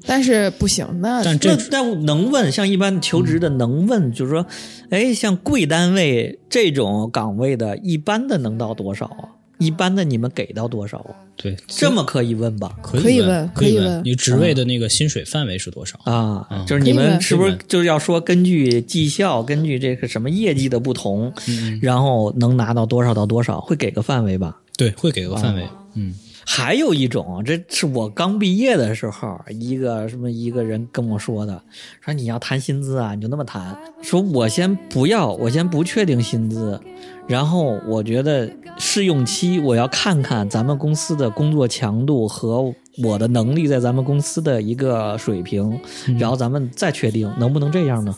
S4: 但是不行，那
S3: 但这
S2: 啊
S3: 嗯
S2: 那那能问，像一般求职的能问，就是说，哎，像贵单位这种岗位的，一般的能到多少啊？一
S3: 嗯
S2: 般的你们给到多少啊？
S3: 对，
S2: 这么可以问吧？
S3: 可
S4: 可以
S3: 问
S4: 问，
S3: 可
S4: 可以
S3: 问
S4: 问
S3: 嗯你职位的那个薪水范围是多少？
S2: 啊，
S3: 嗯
S2: 就是你
S4: 可以
S2: 们
S4: 问
S2: 是不是
S3: 可以问
S2: 就是要说根据绩效，根据这个什么业绩的不同，
S3: 嗯，
S2: 然后能拿到多少到多少，会给个范围吧？
S3: 对，会给个范围。嗯，
S2: 还有一种，这是我刚毕业的时候，一个什么一个人跟我说的，说你要谈薪资啊，你就那么谈，说我先不要，我先不确定薪资，然后我觉得试用期我要看看咱们公司的工作强度和我的能力在咱们公司的一个水平，
S3: 嗯
S2: 然后咱们再确定能不能这样呢？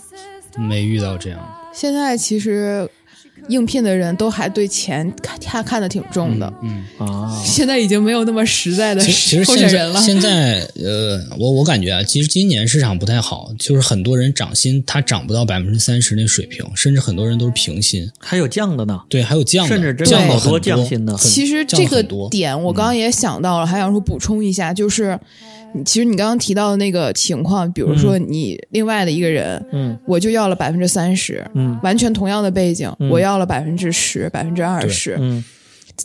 S3: 没遇到这样的。
S4: 现在其实应聘的人都还对钱看看看的挺重的，
S3: 嗯，
S2: 啊，
S4: *laughs* 现在已经没有那么实在的
S3: 其实其实
S4: 候
S3: 现
S4: 选人
S3: 在
S4: 了。
S3: 现在呃，我我感觉啊，其实今年市场不太好，就是很多人涨薪，他涨不到百分之三十那水平，甚至很多人都是平薪。
S2: 还有降的呢，
S3: 对，还有降的，
S2: 甚至真
S3: 降
S2: 的
S3: 了
S2: 好
S3: 很
S2: 多降薪的
S3: 很
S4: 其实
S3: 降了
S4: 这个
S3: 很多嗯
S4: 点我刚刚也想到了，还想说补充一下，就是你其实你刚刚提到的那个情况，比如
S3: 嗯
S4: 说你另外的一个人，
S2: 嗯
S4: 我就要了百分之三十，
S2: 嗯
S4: 完全同样的背景，
S2: 嗯
S4: 我要了百分之十、百分之二十。
S2: 嗯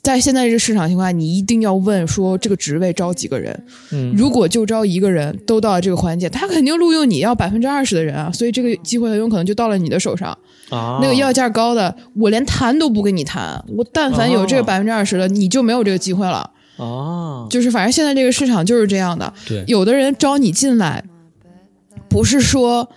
S4: 在现在这市场情况下，你一定要问说这个职位招几个人，
S2: 嗯，
S4: 如果就招一个人，都到了这个环节，他肯定录用你要百分之二十的人啊，所以这个机会很有可能就到了你的手上。
S2: 啊
S4: 那个要价高的，我连谈都不跟你谈，我但凡有这个
S2: 哦
S4: 百分之二十的，你就没有这个机会了。
S2: 啊，
S4: 就是反正现在这个市场就是这样的，
S3: 对，
S4: 有的人招你进来，不是说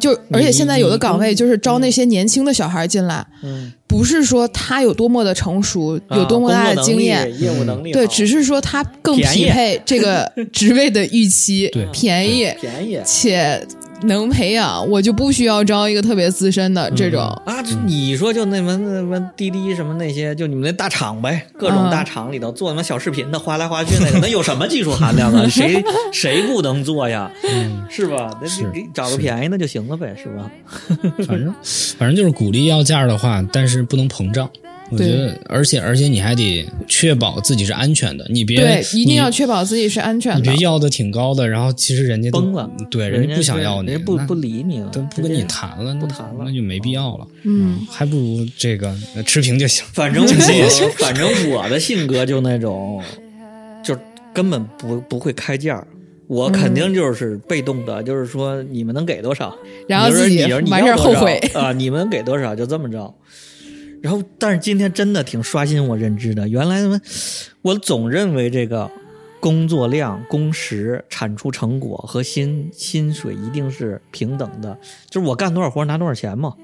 S4: 就而且现在有的岗位就是招那些年轻的小孩进来，
S2: 嗯
S4: 不是说他有多么的成熟，有多么
S3: 啊
S4: 大的经验，，
S2: 业务啊能力
S4: 对，只是说他更
S2: 便宜
S4: 匹配这
S2: *laughs*
S4: 个职位的预期
S3: 对，
S4: 便宜
S2: 便宜
S4: 且能培养，我就不需要招一个特别资深的这种。
S2: 啊！这你说就那门那门滴滴什么那些，就你们那大厂呗，各种
S4: 嗯
S2: 大厂里头做什么小视频的，哗来哗去那个，那有什么技术含量
S3: *laughs*
S2: 啊？谁谁不能做呀？是吧？那
S3: 嗯是
S2: 你给找个
S3: 是
S2: 便宜的就行了呗，是吧？
S3: 反正反正就是鼓励要价的话，但是不能膨胀。我觉得，而且而且你还得确保自己是安全的，你别
S4: 对，一
S3: 你
S4: 定要确保自己是安全
S3: 你
S4: 的
S3: 别。要的挺高的，然后其实人家都
S2: 崩了，
S3: 对，人家不想
S2: 是
S3: 要你，
S2: 人家不
S3: 那
S2: 不理你了，
S3: 都不
S2: 直
S3: 跟
S2: 接
S3: 你。谈了，
S2: 不
S3: 那
S2: 谈了
S3: 那就没必要了，
S4: 嗯，
S3: 还不如这个呃持平就行。
S2: 反
S3: *laughs*
S2: 正我反正我的性格就那种，就根本不不会开价儿。我肯
S3: 嗯
S2: 定就是被动的，就是说你们能给多少，
S4: 然后自己
S2: 你就说你
S4: 完
S2: 你
S4: 事
S2: 要
S4: 儿
S2: 多
S4: 后
S2: 少
S4: 悔。
S2: 啊、
S4: *laughs*
S2: 你们给多少就这么着。然后，但是今天真的挺刷新我认知的。原来他妈我总认为这个工作量、工时、产出成果和薪薪水一定是平等的，就是我干多少活拿多少钱嘛。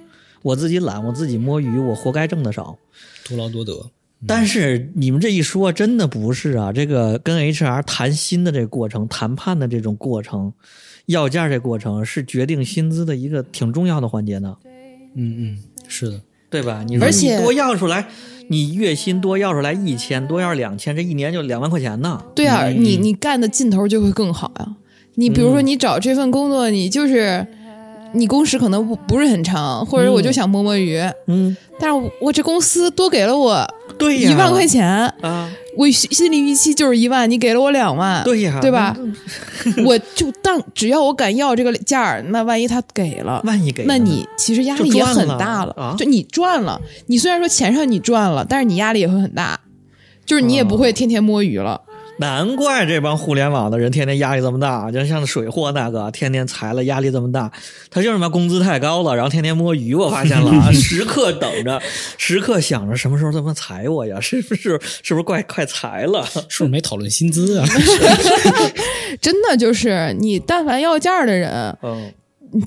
S2: 我自己懒，我自己摸鱼，我活该挣的少。
S3: 多劳多得，
S4: 嗯
S2: 但是你们这一说，真的不是啊！这个跟 HR 谈薪的这个过程、谈判的这种过程、要价这过程，是决定薪资的一个挺重要的环节呢，
S3: 嗯嗯，是的，
S2: 对吧？你说
S4: 而
S2: 你
S4: 且
S2: 多要出来，你月薪多要出来一千，多要两千，这一年就两万块钱呢。
S4: 对啊，
S3: 嗯
S4: 你你干的劲头就会更好呀、你比如
S2: 嗯
S4: 说，你找这份工作，你就是你工时可能不不是很长，或者我就想摸摸鱼，
S2: 嗯，
S4: 但是我我这公司多给了我
S2: 对呀，
S4: 一万块钱，
S2: 啊，
S4: 我心心理预期就是一万，你给了我两万，
S2: 对呀，
S4: 对吧？ *laughs* 我就当只要我敢要这个价儿，那万一他给了
S2: 那？。万一给呢
S4: 那你其实压力
S2: 就
S4: 也
S2: 赚
S4: 很
S2: 了
S4: 大
S2: 啊
S4: 就你赚了，你虽然说钱上你赚了，但是你压力也会很大，就是你也不
S2: 嗯
S4: 会天天摸鱼了。
S2: 难怪这帮互联网的人天天压力这么大，就像水货那个天天裁了，压力这么大，他就是嘛工资太高了，然后天天摸鱼。我发现了，
S4: *laughs*
S2: 啊，时刻等着，时刻想着什么时候他妈裁我呀？是不是是不是快快裁了？
S3: 是不是没讨论薪资啊？
S4: 真的就是你，但凡要价儿的人，
S2: 嗯，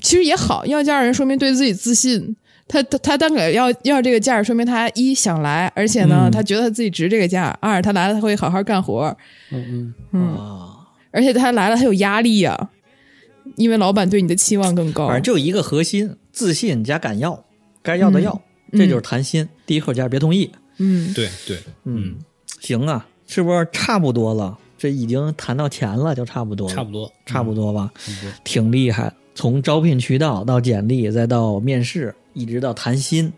S4: 其实也好，要价儿人说明对自己自信。他他他但给要要这个价儿，说明他一想来，而且呢，
S2: 嗯
S4: 他觉得他自己值这个价儿；二他来了，他会好好干活儿，
S3: 嗯
S4: 嗯，
S2: 啊，
S4: 而且他来了，他有压力呀、因为老板对你的期望更高
S2: 反。正就一个核心：自信加敢要，该要的要，
S4: 嗯
S2: 这就是谈心。第一口价别同意。
S4: 嗯
S3: 嗯，， *laughs* 对对，
S2: 嗯，行啊，是不是差不多了？这已经谈到钱了，就差不多了，
S3: *laughs* 差不多，
S2: 嗯差不
S3: 多，
S2: 多吧。
S3: 差不多
S2: 挺厉害，从招聘渠道到简历，再到面试，一直到谈薪。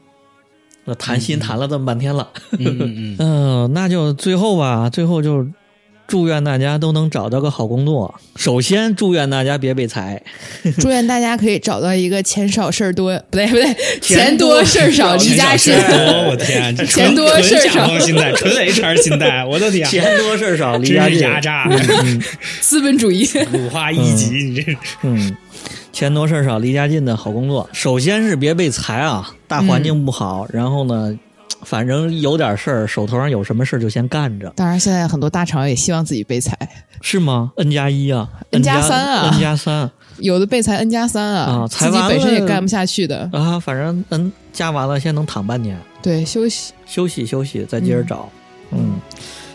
S2: 那谈薪谈了这么半天了，
S4: *laughs*
S3: 嗯嗯嗯，
S2: 嗯、那就最后吧，最后就祝愿大家都能找到个好工作。首先，祝愿大家别被裁，
S4: *laughs* 祝愿大家可以找到一个钱少事儿多， *laughs* 不对不对，钱多事儿少离家近
S3: *laughs* 钱。
S4: *laughs*
S3: 少事儿多我天，这纯
S4: 钱多事儿
S3: 纯甲
S4: 少
S3: 方心态， *laughs* 纯 HR 心态，我的天，
S2: 钱多事儿少，离家
S3: 真是
S2: 近。*laughs*
S3: 压榨，
S4: 资本主义。 *laughs*
S3: 五花一级，你这
S2: 嗯，钱多事儿少，离家近的好工作。首先是别被裁啊，大环境不好，然后呢，反正有点事儿，手头上有什么事儿就先干着，
S4: 当然，现在很多大厂也希望自己被裁，
S2: 是吗？N 加一啊
S4: N 加三啊
S2: ，N 加三
S4: 有的被裁 N 加三
S2: 啊
S4: 啊，
S2: 裁
S4: 自己
S2: 完
S4: 本身也
S2: 了
S4: 干不下去的。
S2: 啊，反正 N 加完了，先能躺半年，
S4: 对，休息。
S2: 休息休息，再接着
S4: 嗯
S2: 找。嗯，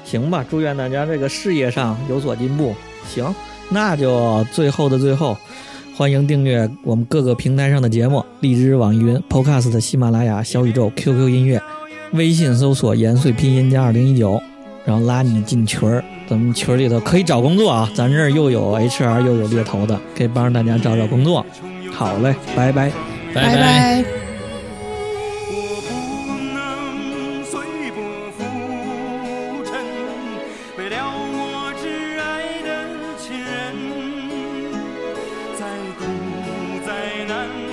S2: 行吧，祝愿大家这个事业上有所进步。行，那就最后的最后，欢迎订阅我们各个平台上的节目：荔枝、网易云、Podcast、喜马拉雅、小宇宙、QQ 音乐、微信搜索“延绥拼音加二零一九”，然后拉你进群儿。咱们群儿里头可以找工作啊，咱这儿又有 HR 又有猎头的，可以帮着大家找找工作。好嘞，拜拜。
S3: 拜拜。
S4: 拜
S1: 我不能随波浮沉，为了我挚爱的亲人，再苦再难